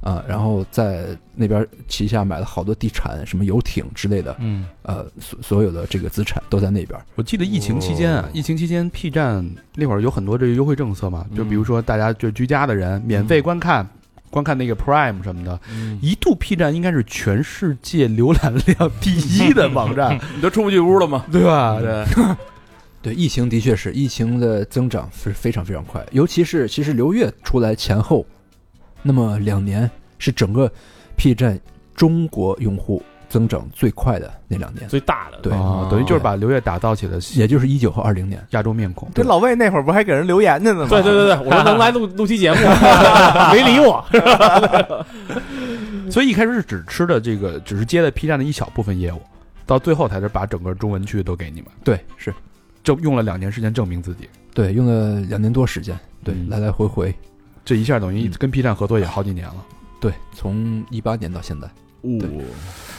F: 啊，然后在那边旗下买了好多地产，什么游艇之类的，
C: 嗯，
F: 呃，所所有的这个资产都在那边儿。
B: 我记得疫情期间
E: 哦
B: 啊，疫情期间 P 站那会儿有很多这个优惠政策嘛，就
E: 嗯
B: 比如说大家就居家的人免费观看。观看那个 Prime 什么的，一度 P 站应该是全世界浏览量 <laughs> 第一的网站，
E: <laughs> 你都出不去屋了吗？
B: 对吧？
E: 对，
F: 对，疫情的确是，疫情的增长是非常非常快，尤其是其实刘月出来前后，那么两年是整个 P 站中国用户增长最快的那两年，
G: 最大的
F: 对
B: 啊，等于就是把刘烨打造起了
F: 也就是一九和二零年。
B: 亚洲面孔。
D: 这老魏那会儿不还给人留言着呢吗？
G: 对对对对，我说能来录录期节目，没理我。
B: 所以一开始是只吃的这个，只是接的 P 站的一小部分业务，到最后才是把整个中文区都给你们，
F: 对，是
B: 就用了两年时间证明自己。
F: 对，用了两年多时间，对，
B: 嗯
F: 来来回回，
B: 这一下等
E: 嗯
B: 于跟 P 站合作也好几年了。
F: 对，从一八年到现在，
E: 哦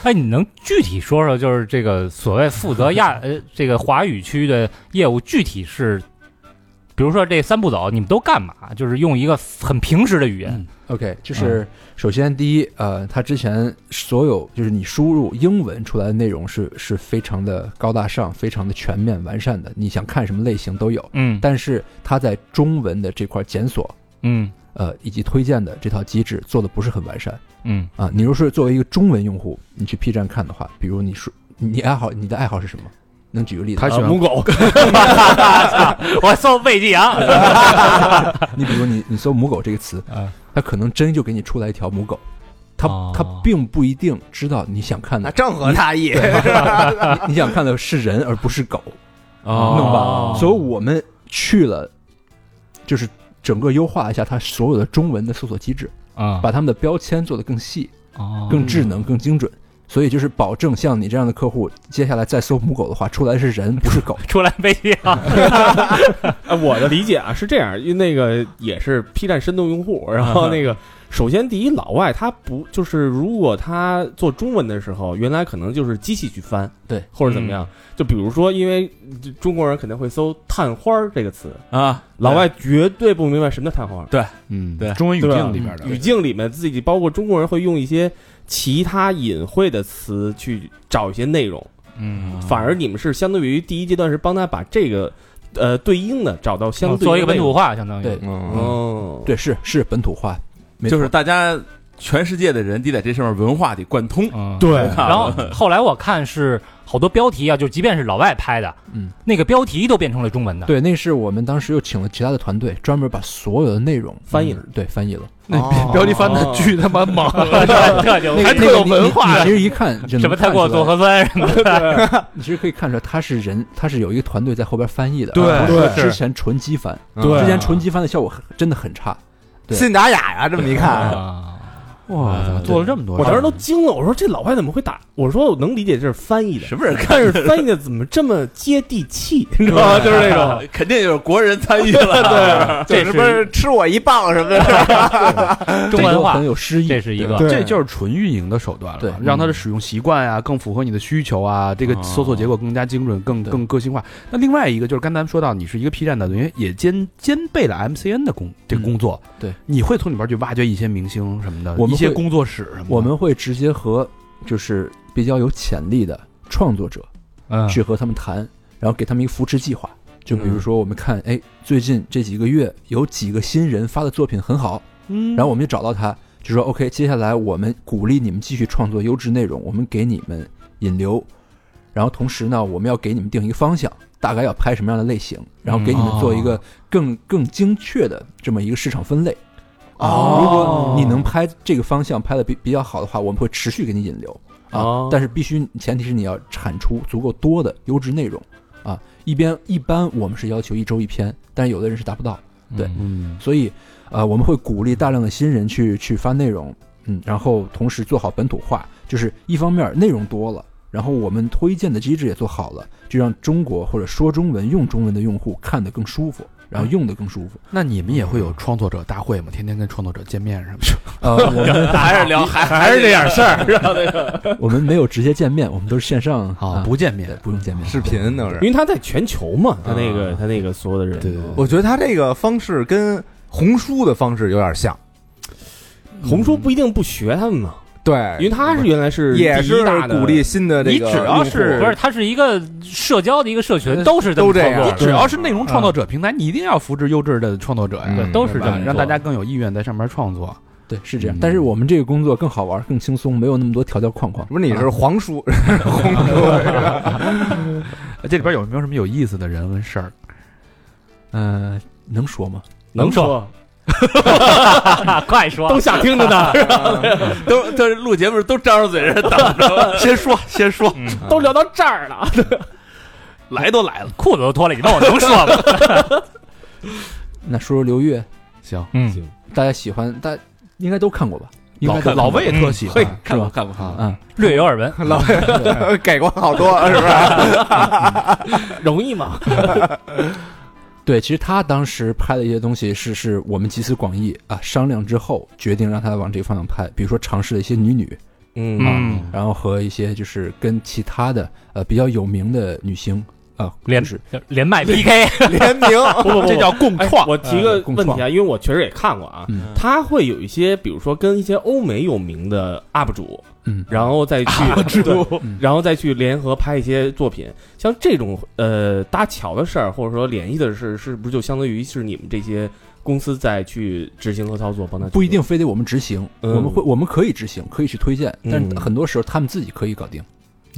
C: 哎，你能具体说说，就是这个所谓负责亚呃这个华语区的业务，具体是，比如说这三步走，你们都干嘛？就是用一个很平时的语言，
F: OK，就是首先第一，呃，它之前所有就是你输入英文出来的内容是是非常的高大上、非常的全面完善的，你想看什么类型都有。
C: 嗯
F: 但是它在中文的这块检索，
C: 嗯
F: 呃，以及推荐的这套机制做的不是很完善
C: 嗯
F: 啊。你如果是作为一个中文用户，你去 P 站看的话，比如你说你爱好你的爱好是什么？能举个例子吗？
E: 啊
B: 他喜欢
C: <laughs>
G: 狗，
C: 我搜魏继阳，
F: 你比如你你搜“母狗”这个词
C: <laughs> 啊，
F: 它可能真就给你出来一条母狗，它
C: 哦
F: 它并不一定知道你想看
D: 那
F: 的
D: 正合他 <laughs> 意。
F: <laughs> 你想看的是人而不是狗，弄
C: 哦
F: 吧？所以我们去了，就是整个优化一下它所有的中文的搜索机制，
C: 啊，
F: 把他们的标签做得更细、
C: 哦
F: 更智能、更精准。所以就是保证像你这样的客户，接下来再搜母狗的话，出来的是人不是狗。
C: 出来魏继阳，
G: 哎，我的理解啊是这样，因为那个也是 P 站深度用户，
C: <laughs>
G: 然
C: 啊
G: 后那个。首先，第一，老外他不就是，如果他做中文的时候，原来可能就是机器去翻，
F: 对，
G: 或者怎么样。
C: 嗯
G: 就比如说，因为呃中国人肯定会搜“探花”这个词，
E: 啊，
G: 老外绝对不明白什么叫探花。
B: 嗯，
E: 对
B: 中文语
G: 对吧
B: 境里边的
G: 语境里面自己，包括中国人会用一些其他隐晦的词去找一些内容，
C: 嗯，
G: 反而你们是相对于第一阶段是帮他把这个呃对应的找到相对
C: 哦做一个
G: 应的
C: 本土化，相嗯当于
F: 对
D: 嗯
G: 内容。哦，
F: 对，是是本土化，没错
E: 就是大家全世界的人得在这上面文化得贯通。
B: 啊
C: 嗯
G: 对
C: 然后后来我看是好多标题啊，就即便是老外拍的，
F: 嗯，
C: 那个标题都变成了中文的，
F: 对，那是我们当时又请了其他的团队，专门把所有的内容嗯
G: 翻译了，
F: 对，翻译了。
B: 那
D: 哦
B: <laughs> 标题翻的巨他妈猛，
C: 这这就
F: 那
B: 还
F: 个
B: 特有文化
F: 你你你其实一看就能
C: 什么泰
F: 看
C: 国
F: 出
C: 做
F: 来
C: 核酸什么的，
F: 你其实可以看出来，他是人，他是有一个团队在后边翻译的。啊
B: 对
F: 而不是
C: 对 <laughs>
F: 之前纯机翻，
D: 嗯
G: 对
F: 之前纯机翻的效果很真的很差。对
D: 信达雅呀，这么一看，
C: 啊
B: 哇，怎么做了这么多？
G: 我当时都惊了，我说这老外怎么会打？我说我能理解这是翻译的，
E: 什么人看？
G: 但是翻译的怎么这么接地气，你知道吗？就是那种。
E: 肯定有国人参与了，
C: 啊这
D: 是不是吃我一棒什么的？
C: 中文化
F: 很，有诗意，
C: 这是一个
B: 这就是纯运营的手段了
F: 对
B: 嘛，让它的使用习惯呀、更符合你的需求嗯啊，这个
E: 哦
B: 搜索结果更加精准、更
F: 对
B: 更个性化。那另外一个就是刚才说到，你是一个 P 站的，等于也兼兼备了 MCN 的工这个工作，
E: 嗯
F: 对，
B: 你会从里边去挖掘一些明星什么的，
F: 我们
B: 一些
F: 会
B: 工作室什么的，
F: 我们会直接和就是比较有潜力的创作者
B: 啊
C: 嗯
F: 去和他们谈，然后给他们一个扶持计划。就比如说，我们看，哎，最近这几个月有几个新人发的作品很好，
B: 嗯，
F: 然后我们就找到他，就说 OK，接下来我们鼓励你们继续创作优质内容，我们给你们引流，然后同时呢，我们要给你们定一个方向，大概要拍什么样的类型，然后给你们做一个更、更精确的这么一个市场分类。
D: 哦
F: 如果你能拍这个方向拍的比比较好的话，我们会持续给你引流啊，
A: 嗯
G: 哦
F: 但是必须前提是你要产出足够多的优质内容。啊。一边一般我们是要求一周一篇，但有的人是达不到，对
A: 嗯，
F: 所以呃，我们会鼓励大量的新人去去发内容，嗯，然后同时做好本土化，就是一方面内容多了，然后我们推荐的机制也做好了，就让中国或者说中文、用中文的用户看得更舒服，然后用得更舒服。
B: 那你们也会有创作者大会吗？天天跟创作者见面什么的？
F: 呃，
C: <laughs>
F: 我们
E: 还是聊还还是这点事儿，
F: 我们没有直接见面，我们都是线上
B: 啊，
F: 啊，
B: 不见
F: 对
B: 面，
F: 不用见面。
D: 视频都是
G: 因。为他在全球嘛，他那个他那个所有的人，
B: 对对对
D: 我觉得他这个方式跟红书的方式有点像，
G: 红书不一定不学他们嘛，
D: 对，
G: 因为他是原来是
D: 也
G: 第
D: 是
G: 一大的
D: 鼓励新的这个
E: 你
D: 用户，
E: 只要是
C: 不是，它是一个社交的一个社群，都是
D: 都
C: 这么
D: 这样
C: 操作的
B: 只要是内容创作者平台，你一定要扶持优质的创作者呀，
D: 嗯
C: 对，都是
B: 是
C: 这
B: 吧
C: 么？
B: 让
C: 做
B: 大家更有意愿在上面创作。
F: 对，是这样
B: 嗯。
F: 但是我们这个工作更好玩、更轻松，没有那么多条条框框。
D: 不是你是黄书红书，
B: 呃这里边有没有什么有意思的人跟事儿？
F: 呃，能说吗？
G: 能说
C: 啊， <laughs> 快说，
G: 都想听着呢，
E: 都都是录节目都张着嘴人等
G: <laughs>
E: 着，先说先说，
G: 都聊到这儿了，
E: 来都来了，
C: 裤子都脱了，你问我能说
F: <laughs>
C: 吗？
F: 那说说刘越，
B: 行，
C: 嗯，
F: 大家喜欢，大家应该都看过吧？应
B: 老
F: 该都
B: 老
F: 看过
B: 魏也特喜欢
F: 嘿，
E: 看
F: 是
E: 过
F: 吧？
E: 看过看过，
F: 嗯，
C: 略有耳闻，
D: 老 <laughs> 给过好多是不是？
G: 容易吗？
F: 对，其实他当时拍的一些东西是是我们集思广益啊，商量之后决定让他往这个方向拍，比如说尝试了一些女女，
G: 嗯，
C: 嗯，
F: 然后和一些就是跟其他的呃比较有名的女星啊，
C: 连
F: 就是
C: 连麦 PK，
D: 联名，
G: <laughs>
C: <laughs>
G: 不不不，
B: 这叫共
G: 哎
B: 创。
G: 我提个
F: 呃共
G: 问题啊，
F: 创
G: 因为我确实也看过啊，
F: 嗯
G: 他会有一些，比如说跟一些欧美有名的 UP 主，
F: 嗯
G: 然后再去 <laughs>
E: 知道
G: 对
F: 嗯
G: 然后再去联合拍一些作品，像这种呃搭桥的事儿，或者说联系的事，是不是就相当于是你们这些公司在去执行和操作，帮他去
F: 不一定非得我们执行，呃
G: 嗯
F: 我们会我们可以执行，可以去推荐，
G: 嗯
F: 但是很多时候他们自己可以搞定，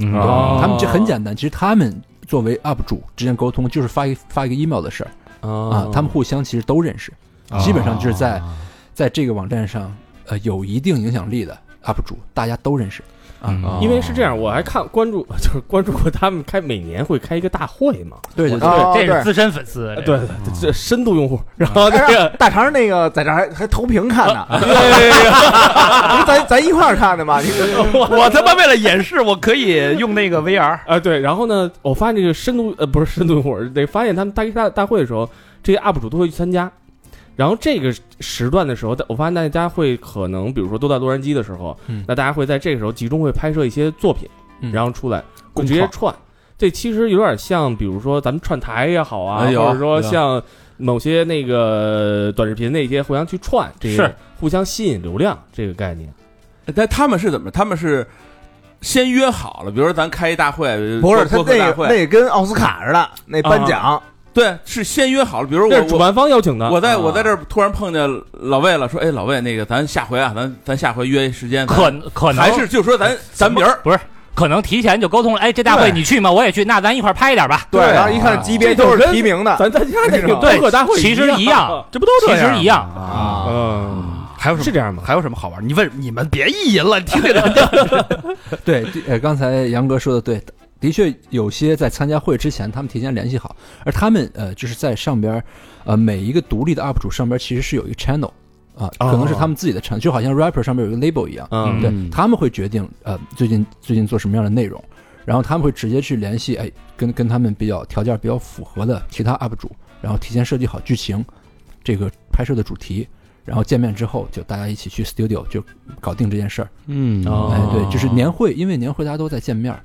C: 嗯
D: 啊
G: 哦
F: 他们这很简单，其实他们作为 UP 主之间沟通就是发一发一个 email 的事儿啊
G: 啊，，
F: 他们互相其实都认识，基本上就是在
G: 哦
F: 在这个网站上呃有一定影响力的 UP 主，大家都认识。啊
C: 嗯
G: 因为是这样，我还看关注， <laughs> 就是关注过他们开每年会开一个大会嘛，嗯
F: 对对
D: 啊
C: 这
D: 对
C: 是资深粉丝，
G: 对，对，对这深度用户，然后那
D: 哎呀
G: 个
D: 大肠那个在这儿还还投屏看呢，不是 <laughs> 咱咱一块儿看的吗？你
B: <laughs> 我他妈为了演示，我可以用那
E: <laughs>
B: 个 VR。
G: 啊对，然后呢，我发现这个深度呃不是深度用户，得发现他们大大大会的时候，这些 UP 主都会去参加。然后这个时段的时候，我发现大家会可能，比如说都在洛杉矶的时候，
F: 嗯
G: 那大家会在这个时候集中会拍摄一些作品，
F: 嗯
G: 然后出来会直接串。这其实有点像，比如说咱们串台也好啊，
E: 哎有
G: 或者说像某些那个短视频那些互相去串，这
C: 是
G: 个互相吸引流量这个概念。
E: 但他们是怎么？他们是先约好了，比如说咱开一大会，
D: 不是他
E: 播客大
D: 那个
E: 会，
D: 那跟奥斯卡似的那
F: 啊
D: 颁奖，
E: 对，是先约好了，比如
G: 这
E: 我
G: 是主
E: 我。
G: 办方邀请的，
E: 我在
G: 啊
E: 我在这儿突然碰见老魏了，说：“哎，老魏，那个咱下回啊，咱咱下回约一时间，咱
C: 可可能
E: 还是就说咱咱明儿
C: 不是，可能提前就沟通了。哎，这大会
E: 对
C: 你去吗？我也去，那咱一块儿拍一点吧。
D: 对，然后一看级别都是提名的，
G: 咱咱家那个
D: 对
G: 播客大会
C: 其实一
G: <laughs>
C: 样，
B: 这不都
C: 其实一样
B: 啊？
G: 嗯，
B: 还有什
G: 是
B: 么？
G: 这样吗？
B: 还有什么好玩？你问你们别意淫了，你听这个
F: 对，对呃，刚才杨哥说的对，的确有些在参加会之前，他们提前联系好，而他们呃，就是在上边儿，呃，每一个独立的 UP 主上边儿其实是有一个 channel 啊、
G: 哦
F: 可能是他们自己的 channel，就好像 rapper 上面有一个 label 一样，
G: 嗯
F: 对他们会决定呃最近最近做什么样的内容，然后他们会直接去联系哎跟跟他们比较条件比较符合的其他 UP 主，然后提前设计好剧情，这个拍摄的主题。然后见面之后，就大家一起去 studio 就搞定这件事儿。
B: 嗯
G: 哦
F: 哎，对，就是年会，因为年会大家都在见面儿，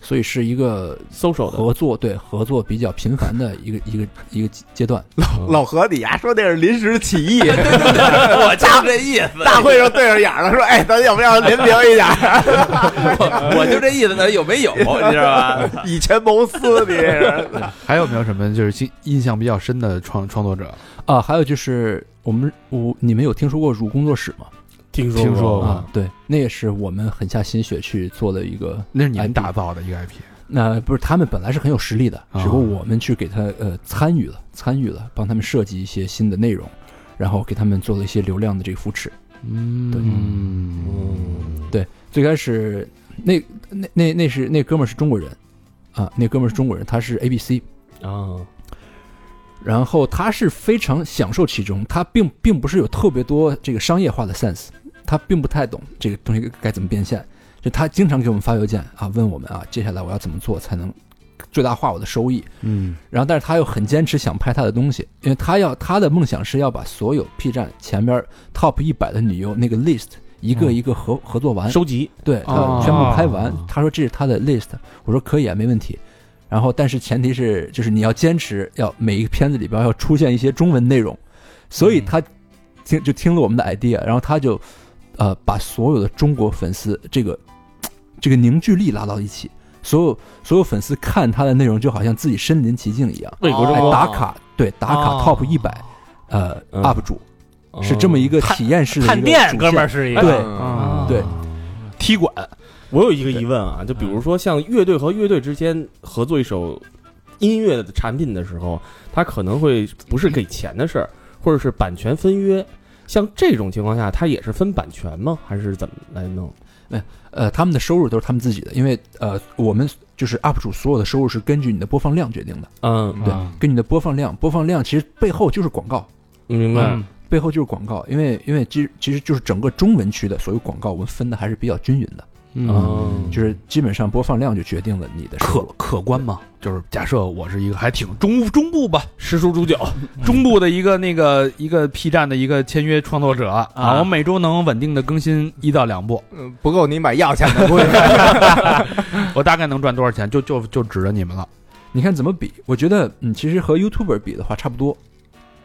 F: 所以是一个
G: social 的，
F: 合作，对合作比较频繁的一个一个一个阶段。
B: 嗯
D: 老何底下说那是临时起义，
E: 我就这意思，
D: 大会上对上眼儿了，说哎，咱要不要联名一下？
E: 我我就这意思，咱有没有？你知道吧？
D: 以权谋私，啊你这是
B: 还有没有什么就是印印象比较深的创创作者？
F: 啊，还有就是我们我你们有听说过乳工作室吗？
G: 听
B: 说过
G: 说
B: 哦
F: 啊，对，那也是我们很下心血去做的一个。
B: 那是
E: 哎
B: 你们
F: IP
B: 打造的一个 IP，
F: 那不是他们本来是很有实力的，
B: 啊
F: 只不过我们去给他呃参与了，参与了，帮他们设计一些新的内容，然后给他们做了一些流量的这个扶持。
B: 嗯，
F: 最开始那那那那是那哥们儿是中国人，啊，那哥们儿是中国人，他是 A B C，
G: 啊，
F: 然后他是非常享受其中，他并并不是有特别多这个商业化的 sense，他并不太懂这个东西该怎么变现。就他经常给我们发邮件啊，问我们啊，接下来我要怎么做才能最大化我的收益？
B: 嗯，
F: 然后，但是他又很坚持想拍他的东西，因为他要他的梦想是要把所有 P 站前边 top 一百的女优那个 list 一个一个合、合作完，
G: 收集
F: 对，他
G: 哦
F: 全部拍完。他说这是他的 list，我说可以啊，没问题。然后，但是前提是，就是你要坚持，要每一个片子里边要出现一些中文内容。所
C: 嗯
F: 以他听就听了我们的 idea，然后他就呃把所有的中国粉丝这个这个凝聚力拉到一起，所有所有粉丝看他的内容就好像自己身临其境一样，
G: 为国
C: 哦
G: 争
F: 哎
G: 光
F: 打卡对打哦卡 top 一百呃
G: 嗯
F: UP 主是这么一个体验式的一个
C: 哦探店
F: 主线嗯
C: 哥们儿是一
D: 哎
C: 个
F: 对
D: 嗯
C: 啊
F: 对
B: 踢馆
G: 我有一个疑问啊，就比如说像乐队和乐队之间合作一首音乐的产品的时候，他可能会不是给钱的事儿，或者是版权分约。像这种情况下，他也是分版权吗？还是怎么来弄？
F: 呃，他们的收入都是他们自己的，因为呃，我们就是 UP 主所有的收入是根据你的播放量决定的，
G: 嗯，
F: 对
C: 嗯，
F: 根据你的播放量，播放量其实背后就是广告，
G: 明白。
C: 嗯
F: 背后就是广告，因为因为其实其实就是整个中文区的所有广告，我们分的还是比较均匀的，
G: 嗯，
F: 就是基本上播放量就决定了你的收
B: 客
F: 入
B: 客观嘛，就是假设我是一个还挺中中部吧，
G: 实属猪脚，
B: 中部的一个那个一个 P 站的一个签约创作者啊，我每周能稳定的更新一到两 <laughs> 部，
D: 嗯不够你买药
F: <laughs>
D: 钱的，估计
B: 我大概能赚多少钱，就就就指着你们了。
F: 你看怎么比？我觉得嗯，其实和 YouTuber 比的话差不多，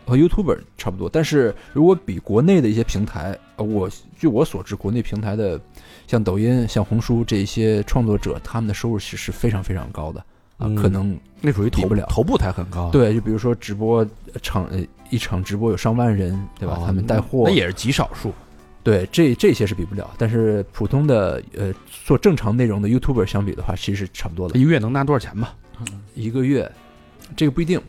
F: 和 YouTuber 差不多。但是如果比国内的一些平台，呃我据我所知，国内平台的像抖音、像红书这些创作者，他们的收入其实是非常非常高的啊，
G: 嗯
F: 可能
B: 那属于
F: 比
B: 头
F: 不了
B: 头部台很高，，
F: 对，就比如说直播呃场呃一场直播有上万人，对吧？
B: 哦
F: 他们带货
B: 那也是极少数。
F: 对，这这些是比不了，但是普通的呃做正常内容的 YouTuber 相比的话，其实是差不多的，
B: 一个月能拿多少钱吧？
F: 一个月，这个不一定。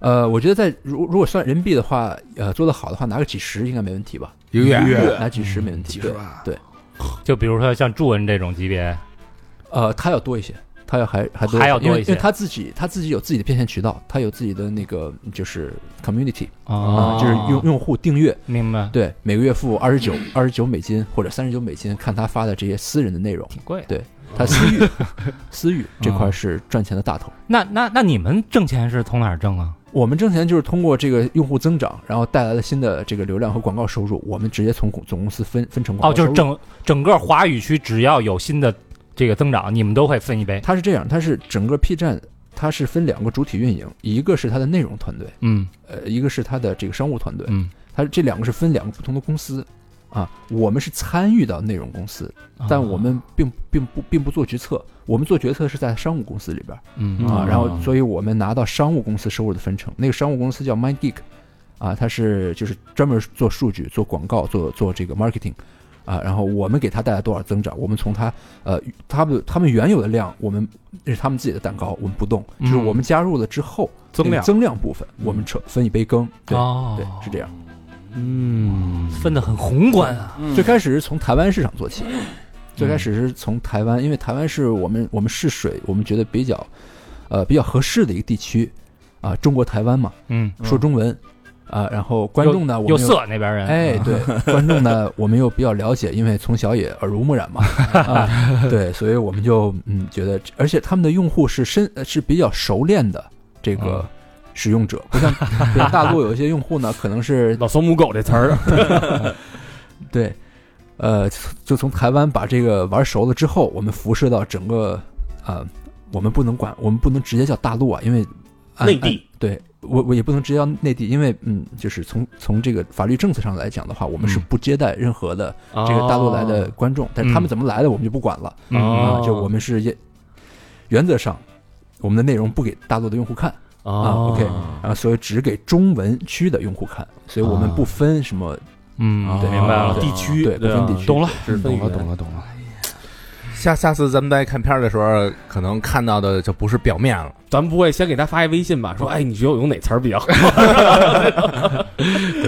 F: 呃，我觉得在如如果算人民币的话，呃，做得好的话，拿个几十应该没问题吧？
B: 一个月
F: 拿几十没问题。
B: 几
F: 对
B: 十万，
F: 对
C: 就比如说像朱文这种级别，
F: 呃，他要多一些，他要还还多，
C: 还要多
F: 因为
C: 一些
F: 因为他自己他自己有自己的变现渠道，他有自己的那个就是 community 啊、
C: 哦
F: 就是用用户订阅，
C: 明白，
F: 对，每个月付二十九二十九美金或者三十九美金，看他发的这些私人的内容。
C: 挺贵的。
F: 对他私
C: <laughs>
F: 域，私域这
C: 啊
F: 块是赚钱的大头。
C: 那那那你们挣钱是从哪儿挣啊？
F: 我们挣钱就是通过这个用户增长，然后带来了新的这个流量和广告收入，我们直接从总公司分分成广
C: 哦，
F: 告收
C: 就
F: 入。
C: 是整整个华语区只要有新的这个增长，你们都会分一杯。
F: 它是这样，它是整个 P 站，它是分两个主体运营，一个是它的内容团队，
C: 嗯
F: 呃，一个是它的这个商务团队，
C: 嗯，
F: 它这两个是分两个不同的公司。啊，我们是参与到内容公司，
C: 啊
F: 但我们并并不并不做决策，我们做决策是在商务公司里边。
C: 嗯
F: 啊，然后所以我们拿到商务公司收入的分成，那个商务公司叫 MindGeek，啊，它是就是专门做数据、做广告、做做这个 marketing，啊，然后我们给它带来多少增长，我们从它呃他们他们原有的量，我们那是他们自己的蛋糕，我们不动，就是
C: 嗯
F: 我们加入了之后
B: 增
F: 那个
B: 量
F: 增量部分，我们成分一杯羹，对
C: 哦
F: 对，是这样。
B: 嗯，
C: 分的很宏观啊。
F: 最开始是从台湾市场做起，最开始是从台湾，因为台湾是我们我们试水，我们觉得比较呃比较合适的一个地区啊，中国台湾嘛。
C: 嗯，
F: 说中文，啊、然后观众呢，我们
C: 又
F: 又
C: 色那边人， <laughs> 啊
F: 哎，对，观众呢，我们又比较了解，因为从小也耳濡目染
C: <laughs>
F: 嘛，啊，对，所以我们就嗯觉得，而且他们的用户是深呃是比较熟练的这个
C: 嗯
F: 使用者，不像不像大陆有一些用户呢，可能是
G: 老怂母狗这词儿，啊
F: 对，呃，就从台湾把这个玩熟了之后，我们辐射到整个啊、呃我们不能管，我们不能直接叫大陆啊，因为按
G: 内地
F: 对我我也不能直接到内地，因为嗯，就是从从这个法律政策上来讲的话，我们是
C: 嗯
F: 不接待任何的这个大陆来的观众，但是他们怎么来的我们就不管了、
C: 嗯
G: 哦
F: 啊，就我们是也原则上我们的内容不给大陆的用户看啊
G: 啊
F: ，OK，啊，所以只给中文区的用户看，所以我们不分什么、
C: 嗯，
F: 啊对
C: 明白了。
G: 地区
F: 对不分地区，
G: 懂
B: 了，
G: 是分
B: 懂
G: 语
B: 了，
G: 言
B: 懂了，懂了。
D: 下下次咱们在看片儿的时候，可能看到的就不是表面了。
G: 咱们不会先给他发一微信吧？
F: 嗯
G: 说，哎，你觉得我用哪词儿比较好？
B: 回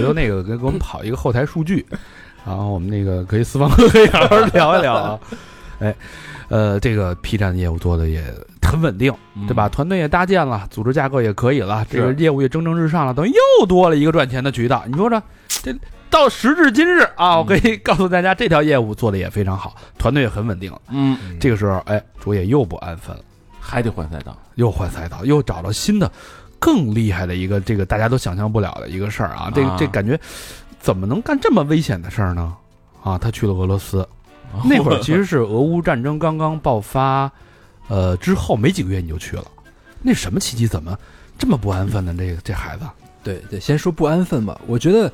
B: 头那个给 <laughs> 给我们跑一个后台数据，然后我们那个可以私房黑聊一聊啊。哎，呃，这个 P 站业务做的也很稳定，对吧？团队也搭建了，组织架构也可以了，这个业务也蒸蒸日上了，等于又多了一个赚钱的渠道。你说这这到时至今日啊，我可以告诉大家，这条业务做的也非常好，团队也很稳定了。
E: 嗯，
B: 这个时候，哎，主也又不安分了，
E: 还得换赛道。
B: 又换赛道，又找到新的、更厉害的一个这个大家都想象不了的一个事儿啊！这
E: 啊
B: 这感觉怎么能干这么危险的事儿呢？啊，他去了俄罗斯，那会儿其实是俄乌战争刚刚爆发，呃，之后没几个月你就去了，那什么契机？怎么这么不安分呢？这这孩子，
F: 对对，先说不安分吧。我觉得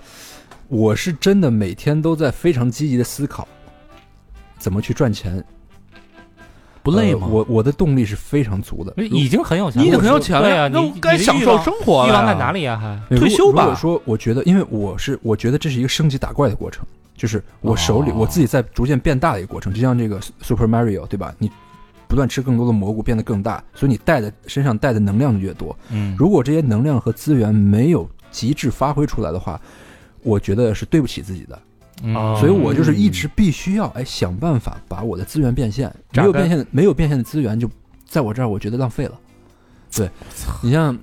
F: 我是真的每天都在非常积极的思考怎么去赚钱，
B: 不累吗？哎
F: 呃我我的动力是非常足的。
C: 哎已经很有钱了，
B: 你已经很有钱了
C: 对呀，啊
B: 呀，那
C: 你
B: 我该享受生活
C: 欲
B: 了呀。
C: 望在哪里呀？还
F: 如果
B: 退休吧
F: 如果说我觉得，因为我是我觉得这是一个升级打怪的过程，就是我手里、
E: 哦
F: 我自己在逐渐变大的一个过程，就像这个 Super Mario 对吧？你不断吃更多的蘑菇，变得更大，所以你带的身上带的能量就越多。
C: 嗯，
F: 如果这些能量和资源没有极致发挥出来的话，我觉得是对不起自己的。
C: 嗯
F: 啊所以我就是一直必须要哎想办法把我的资源变现，
B: 榨
F: 没有
B: 干
F: 变现的没有变现的资源就在我这儿，我觉得浪费了。对你像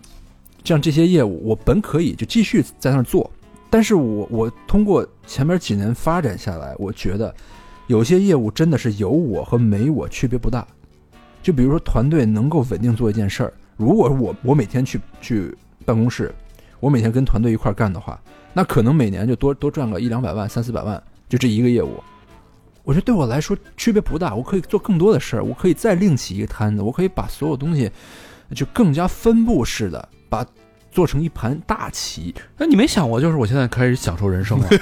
F: 像这些业务，我本可以就继续在那儿做，但是我我通过前面几年发展下来，我觉得有些业务真的是有我和没我区别不大。就比如说团队能够稳定做一件事儿，如果我我每天去去办公室，我每天跟团队一块儿干的话，那可能每年就多多赚个一两百万、三四百万，就这一个业务。我觉得对我来说区别不大，我可以做更多的事儿，我可以再另起一个摊子，我可以把所有东西就更加分布式的把做成一盘大棋。
B: 那你没想过，就是我现在开始享受人
F: <laughs>
B: 生了。
C: <laughs>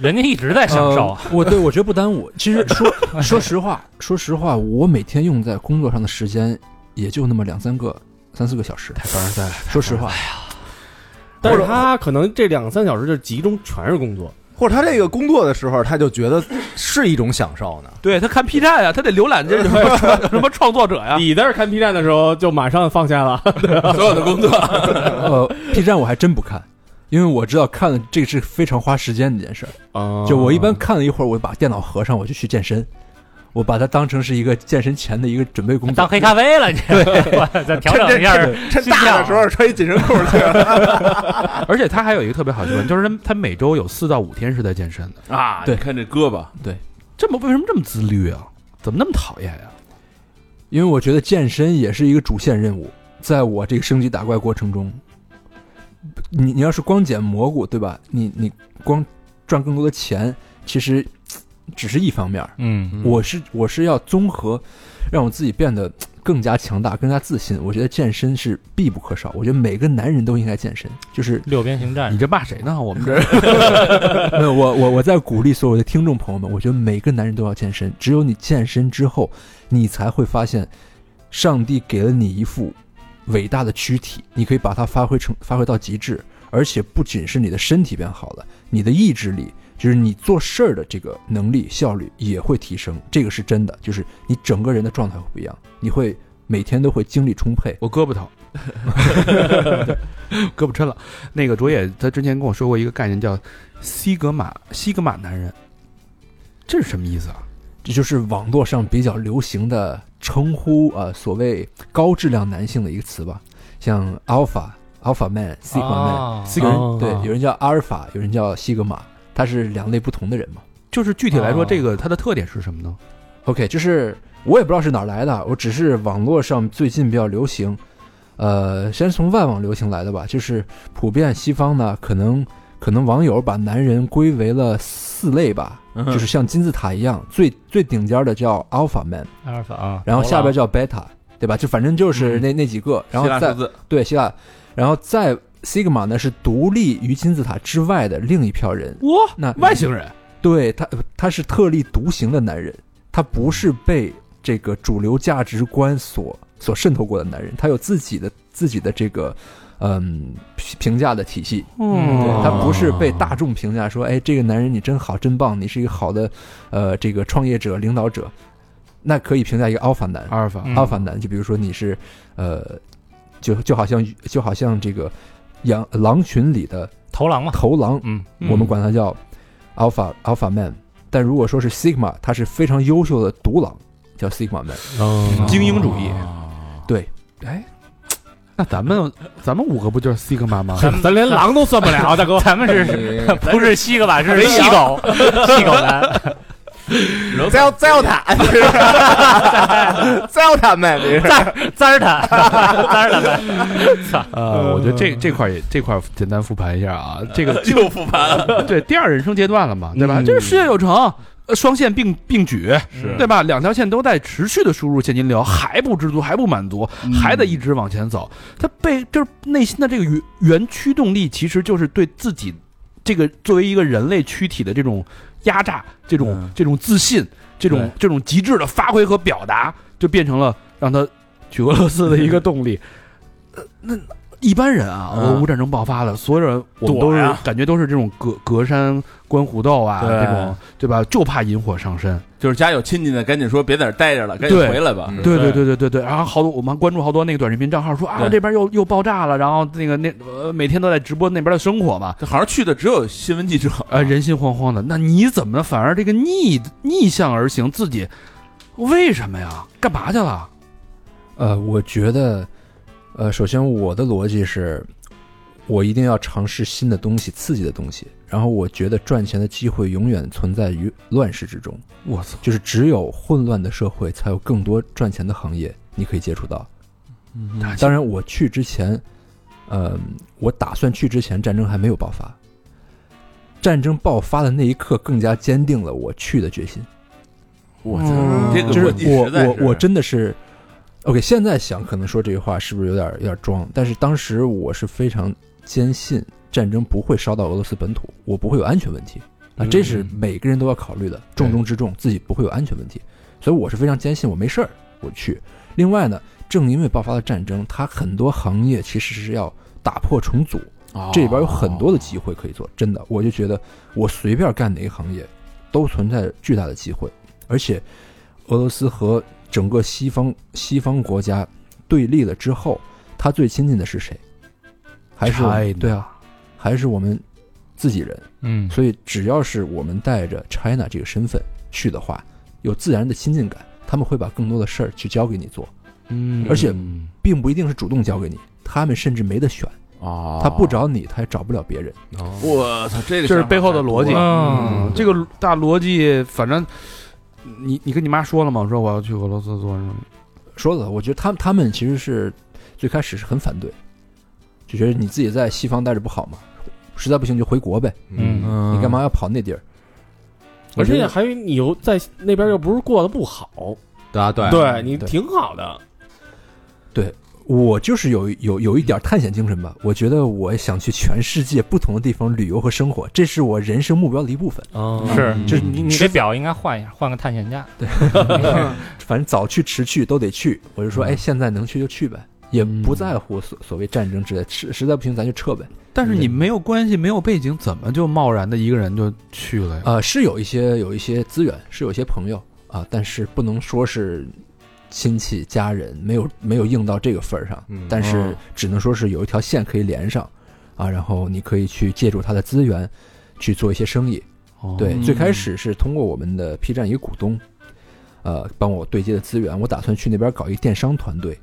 C: 人家一直在享受啊，
F: 呃我对我觉得不耽误。其实说说实话，说实话，我每天用在工作上的时间也就那么两三个、三四个小时。
B: 太凡尔赛了，
F: 说实话，
G: 但是他可能这两三小时就集中全是工作，
D: 或者他这个工作的时候，他就觉得是一种享受呢。
B: 对他看 P 站呀，他得浏览这什 <laughs> 么什么创作者呀。
G: 你在这看 B 站的时候就马上放下了，
E: 啊 <laughs> 所有的工
G: <laughs>
E: 作，
F: 呃，B 站我还真不看，因为我知道看了这个是非常花时间的一件事儿。
G: 啊
C: 哦
F: 就我一般看了一会儿，我把电脑合上，我就去健身，我把它当成是一个健身前的一个准备
C: <laughs>
F: 工
C: 啊当
F: 作。
C: 黑咖啡了，你 <laughs> 我再调整一下儿
D: 趁大的时候穿一紧身裤
B: <laughs>
D: 去
B: 而且他还有一个特别好的习惯，就是他他每周有四到五天是在健身的。
E: 啊！
F: 对
E: 你看这胳膊，
B: 这么为什么这么自律啊？怎么那么讨厌呀、
F: 因为我觉得健身也是一个主线任务，在我这个升级打怪过程中，你你要是光捡蘑菇，对吧？你你光赚更多的钱，其实嘖只是一方面儿。
C: 嗯，
F: 我是我是要综合，让我自己变得嘖更加强大、更加自信。我觉得健身是必不可少，我觉得每个男人都应该健身。就是
C: 六边形战
B: 你
C: 士，
B: 这骂谁呢？我们这
F: <laughs> 没有我我我在鼓励所有的听众朋友们，我觉得每个男人都要健身，只有你健身之后，你才会发现，上帝给了你一副伟大的躯体，你可以把它发挥成发挥到极致，而且不仅是你的身体变好了，你的意志力，就是你做事儿的这个能力效率也会提升，这个是真的，就是你整个人的状态会不一样，你会每天都会精力充沛。
B: 我胳膊疼， <laughs> 胳膊抻了。那个卓野他之前跟我说过一个概念叫西格玛西格玛男人，这是什么意思啊？
F: 这就是网络上比较流行的称呼啊、呃所谓高质量男性的一个词吧，像 alpha、alpha man、sigma man，、
C: 啊
F: 有人、
G: 哦
F: 对，有人叫阿尔法，有人叫西格玛，他是两类不同的人嘛。
B: 就是具
E: 啊
B: 体来说，
C: 哦
B: 这个它的特点是什么呢？
F: OK，就是我也不知道是哪儿来的，我只是网络上最近比较流行，呃，先从外网流行来的吧，就是普遍西方呢，可能可能网友把男人归为了四类吧，
C: 嗯
F: 就是像金字塔一样，最最顶尖儿的叫 alpha man。
C: 阿尔法啊，
F: 然后下边叫 beta，对吧？就反正就是那、那几个，然
E: 嗯
F: 后
E: 希腊数
F: 再
E: 字
F: 对希腊，然后再 sigma 呢是独立于金字塔之外的另一票人，
B: 哇，
F: 那
B: 外星人
F: 对他他是特立独行的男人，他不是被这个主流价值观所所渗透过的男人，他有自己的自己的这个嗯评评价的体系，
C: 嗯
F: 对
C: 哦
F: 他不是被大众评价说，哎，这个男人你真好，真棒，你是一个好的，呃，这个创业者、领导者，那可以评价一个 alpha 男
B: 阿尔法，
C: 嗯
F: 阿尔法男，就比如说你是，呃，就就好像就好像这个羊狼群里的
C: 头狼嘛，
F: 头狼，
C: 嗯，
B: 嗯
F: 我们管它叫 alpha alpha man。但如果说是 sigma，它是非常优秀的独狼，叫 Sigma Man。
G: 嗯
B: 精英主义。
A: 哎，那咱们咱们五个不就是西格玛吗？
C: <laughs> 咱咱连狼都算不了，大哥， <laughs> 咱们是不是西格瓦是细狗， <laughs> 细狗男，
D: Zel Zelda，Zelda <laughs> 妹，这是
C: 扎尔坦，扎尔坦，
B: 呃，我觉得这这块儿也这块儿简单复盘一下啊，这个 <laughs> 又复盘了，对，第二人生阶段了嘛，对吧？
G: 嗯
B: 这是事业有成，呃双线并并举，
C: 是
B: 对吧？两条线都在持续的输入现金流，还不知足，还不满足，
F: 嗯
B: 还得一直往前走。他被就是内心的这个原原驱动力，其实就是对自己这个作为一个人类躯体的这种压榨、这种、
F: 嗯
B: 这种自信、这种这种极致的发挥和表达，就变成了让他去俄罗斯的一个动
F: <laughs>
B: 力。呃那一般人啊，
F: 嗯啊
B: 俄乌战争爆发了，所有人我们都
C: 躲
B: 是
C: 呀
B: 感觉都是这种隔隔山观虎斗啊，
F: 对
B: 这种对吧？就怕引火上身。
E: 就是家有亲戚的，赶紧说别在这儿待着了，赶紧
B: 对
E: 回来吧。
F: 嗯
B: 对对对对对对，然后好多我们还关注好多那个短视频账号说啊
E: 对
B: 这边又又爆炸了，然后那个那呃每天都在直播那边的生活嘛，
E: 这好像去的只有新闻记者，
B: 呃人心惶惶的，那你怎么反而这个逆逆向而行，自己为什么呀？干嘛去了？
F: 呃，我觉得，呃，首先我的逻辑是，我一定要尝试新的东西，刺激的东西。然后我觉得赚钱的机会永远存在于乱世之中，
B: 我操！
F: 就是只有混乱的社会才有更多赚钱的行业你可以接触到。当然，我去之前，呃，我打算去之前，战争还没有爆发。战争爆发的那一刻，更加坚定了我去的决心。
E: 我操
B: 嗯，
E: 这个
F: 就是
E: 逻辑
F: 我
E: 实在是
F: 我我真的是，OK，现在想可能说这句话是不是有点有点装？但是当时我是非常坚信战争不会烧到俄罗斯本土，我不会有安全问题。啊，这
E: 嗯
F: 是每个人都要考虑的，重中之重，自己不会有安全问题。所以我是非常坚信我没事儿，我去。另外呢，正因为爆发了战争，它很多行业其实是要打破重组，这里边有很多的机会可以做。真的，我就觉得我随便干哪个行业，都存在巨大的机会。而且，俄罗斯和整个西方西方国家对立了之后，他最亲近的是谁？还是我们
B: China
F: 对啊，还是我们自己人。
C: 嗯
F: 所以只要是我们带着 China 这个身份去的话，有自然的亲近感，他们会把更多的事儿去交给你做，
B: 嗯
F: 而且并不一定是主动交给你，他们甚至没得选，
B: 哦
E: 啊
F: 他不找你，他也找不了别人。
E: 我操，这个
B: 这是
E: 想法
B: 背后的逻辑
E: 太多了
B: 嗯，这个大逻辑，反正你你跟你妈说了吗？我说我要去俄罗斯做什么？
F: 说了，我觉得他他们其实是最开始是很反对，就觉得你自己在西方待着不好嘛，实在不行就回国呗，
C: 嗯，
F: 你干嘛要跑那地儿？
G: 而且还有你又在那边又不是过得不好，
D: 嗯
E: 啊，
F: 哎
E: 对
G: 对你挺好
F: 啊
G: 的，
F: 我就是有有有一点探险精神吧，我觉得我想去全世界不同的地方旅游和生活，这是我人生目标的一部分。
G: 嗯
C: 是
F: 就是你你
C: 你这表应该换一下，换个探险家，
F: 反正早去迟去都得去。我就说，哎，现在能去就去呗，也不在乎所所谓战争之类，实实在不行咱就撤呗。
B: 但是你
F: 对
B: 没有关系，没有背景，怎么就贸然的一个人就去了呀？
F: 呃，是有一些有一些资源，是有一些朋友啊，但是不能说是亲戚家人，没有没有硬到这个份儿上，
D: 嗯
F: 但是
B: 嗯
F: 只能说是有一条线可以连上啊，然后你可以去借助他的资源去做一些生意。
B: 哦
F: 对，最开始是通过我们的 P 站一个股东，呃，帮我对接的资源，我打算去那边搞一个电商团队，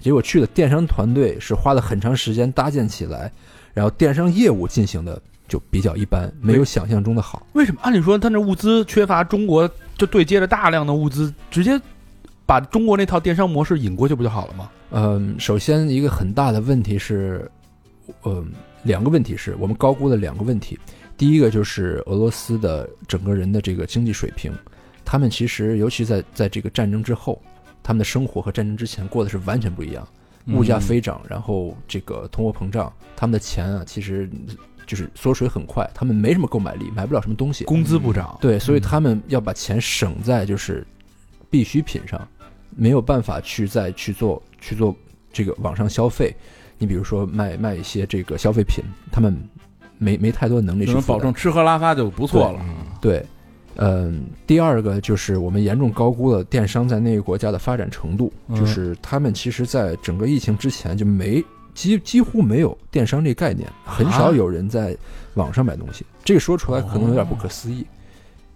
F: 结果去的电商团队是花了很长时间搭建起来，然后电商业务进行的就比较一般，没有想象中的好。
B: 为什么？按理说，他那物资缺乏，中国就对接着大量的物资，直接把中国那套电商模式引过去不就好了吗？
F: 嗯，首先一个很大的问题是，嗯，两个问题是我们高估了两个问题。第一个就是俄罗斯的整个人的这个经济水平，他们其实尤其在在这个战争之后，他们的生活和战争之前过的是完全不一样，
B: 嗯
F: 物价飞涨，然后这个通货膨胀，他们的钱啊其实就是缩水很快，他们没什么购买力，买不了什么东西，
B: 工资不涨，
F: 对，所以他们要把钱省在就是必需品上，没有办法去再去做去做这个网上消费。你比如说卖卖一些这个消费品，他们没没太多能力
E: 就
F: 去
E: 能
F: 负担
E: 保证吃喝拉撒就不错了。
F: 对，嗯，第二个就是我们严重高估了电商在那个国家的发展程度，
C: 嗯
F: 就是他们其实在整个疫情之前就没几几乎没有电商这概念，
C: 啊
F: 很少有人在网上买东西。这个说出
C: 哦
F: 来可能有点不可思议。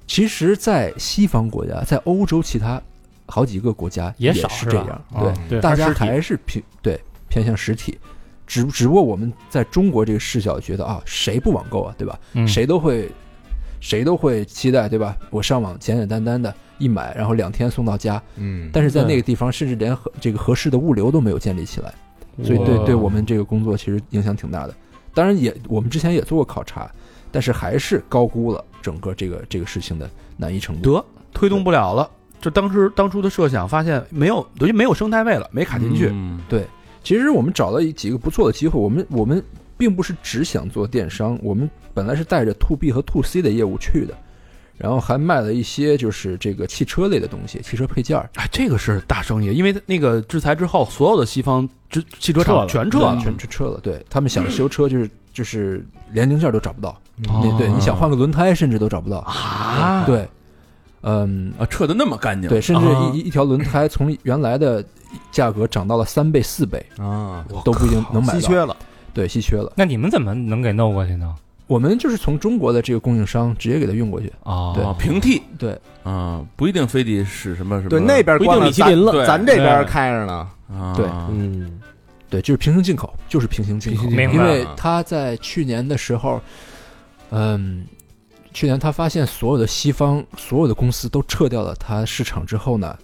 F: 其实，在西方国家，在欧洲其他好几个国家
C: 也少
F: 是
C: 是
F: 这
C: 吧
F: 样，
C: 啊
F: 对，
G: 对
F: 大
G: 还
F: 家
G: 是实体
F: 还是偏对偏向实体，只只不过我们在中国这个视角觉得啊，谁不网购啊，对吧？
C: 嗯
F: 谁都会，谁都会期待，对吧？我上网简简单单的一买，然后两天送到家。
D: 嗯，
F: 但是在
G: 对
F: 那个地方，甚至连合这个合适的物流都没有建立起来，所以对对我们这个工作其实影响挺大的。当然也，我们之前也做过考察，但是还是高估了整个这个这个事情的难易程度。
B: 得推动不了了。就当时当初的设想，发现没有，等于没有生态位了，没卡进去。
E: 嗯
F: 其实我们找了几个不错的机会，我们我们并不是只想做电商，我们本来是带着 to B 和 to C 的业务去的，然后还卖了一些就是这个汽车类的东西，汽车配件儿。
B: 哎，这个是大生意，因为那个制裁之后，所有的西方制汽车
G: 撤
B: 厂
G: 了
B: 全撤
F: 对
B: 了，
F: 全全撤了。对他们想修车，就是就是连零件都找不到。
B: 哦
F: 你对你想换个轮胎，甚至都找不到。
B: 啊，
F: 对，嗯，
E: 啊，撤的那么干净，
F: 对，甚至
B: 啊
F: 一一条轮胎从原来的价格涨到了三倍、四倍，
D: 啊，
F: 都不一定能买
D: 稀
F: 到。
D: 缺了，
F: 对，稀缺了。
C: 那你们怎么能给弄过去呢？
F: 我们就是从中国的这个供应商直接给它运过去。
C: 哦，
F: 对
E: 啊，平替
F: 对，
E: 啊，不一定非得使什么什么，
D: 对，那边
G: 不一
D: 关
G: 定
D: 了，
G: 米其林
D: 咱
G: 了
E: 对
D: 咱这边开着呢，
E: 啊，
F: 对
G: 嗯，
F: 对，就是平行进口，就是平行进口。
C: 平行进口
F: 因
C: 明
F: 为他在去年的时候，嗯，去年他发现所有的西方所有的公司都撤掉了他市场之后呢，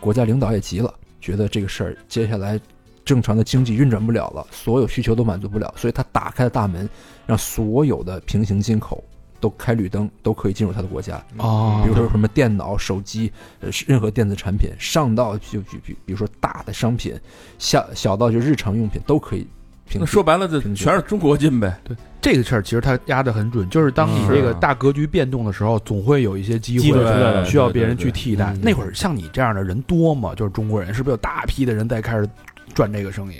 F: 国家领导也急了，觉得这个事儿接下来正常的经济运转不了了，所有需求都满足不了，所以他打开了大门，让所有的平行进口。都开绿灯，都可以进入他的国家。
E: 啊
B: 哦
F: 比如说什么电脑、手机，呃，是任何电子产品，上到就比比比如说大的商品，下小到就日常用品都可以平
E: 那
F: 替。
E: 说白了，这
F: 平替
E: 全是中国进呗，
B: 这个事儿其实它压得很准，就是当你
E: 嗯
B: 这个大格局变动的时候，总会有一些机
G: 机
B: 会
G: 会
E: 出来了
B: 需要别人去
E: 对对对
B: 替代
G: 嗯。
B: 那会儿像你这样的人多吗？就是中国人，是不是有大批的人在开始赚这个生意？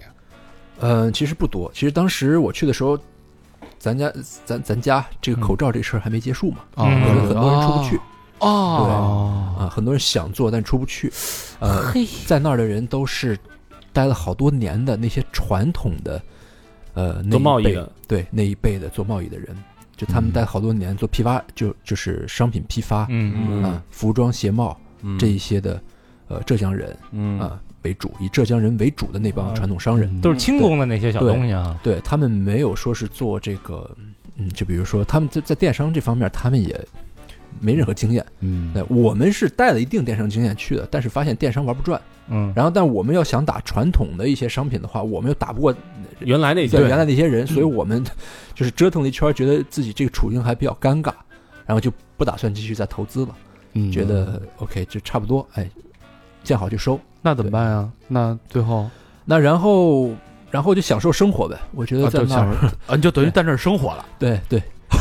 F: 嗯，其实不多。其实当时我去的时候，咱家咱咱家这个口罩这事儿还没结束嘛，
B: 啊
C: 嗯
F: 可能很多人出不去
B: 哦，
F: 啊，很多人想做但出不去。呃，在那儿的人都是待了好多年的那些传统的呃那
G: 做贸
F: 一
G: 易
F: 辈
G: 的，
F: 对那一辈的做贸易的人，就他们待好多年做批发，就就是商品批发啊、
C: 嗯
E: 嗯
F: 服装鞋帽
E: 嗯
F: 这一些的呃浙江人
E: 嗯
F: 啊、为主，以浙江人为主的那帮传统商人。
C: 都是轻工的那些小东西啊。
F: 对他们没有说是做这个，嗯，就比如说他们在在电商这方面，他们也没任何经验。
B: 嗯
F: 那我们是带了一定电商经验去的，但是发现电商玩不转。
C: 嗯，
F: 然后，但我们要想打传统的一些商品的话，我们又打不过
G: 原来那些
F: 对原来那些人，所以我们就是折腾了一圈，觉得自己这个处境还比较尴尬，然后就不打算继续再投资了，
B: 嗯
F: 觉得 OK 就差不多，哎，见好就收。
B: 那怎么
F: 啊
B: 办呀？那最后
F: 那然后，然后就享受生活呗。我觉得
B: 啊
F: 在
B: 就
F: 那儿，
B: 啊，你就等于在那儿生活了。
F: 对对， <laughs>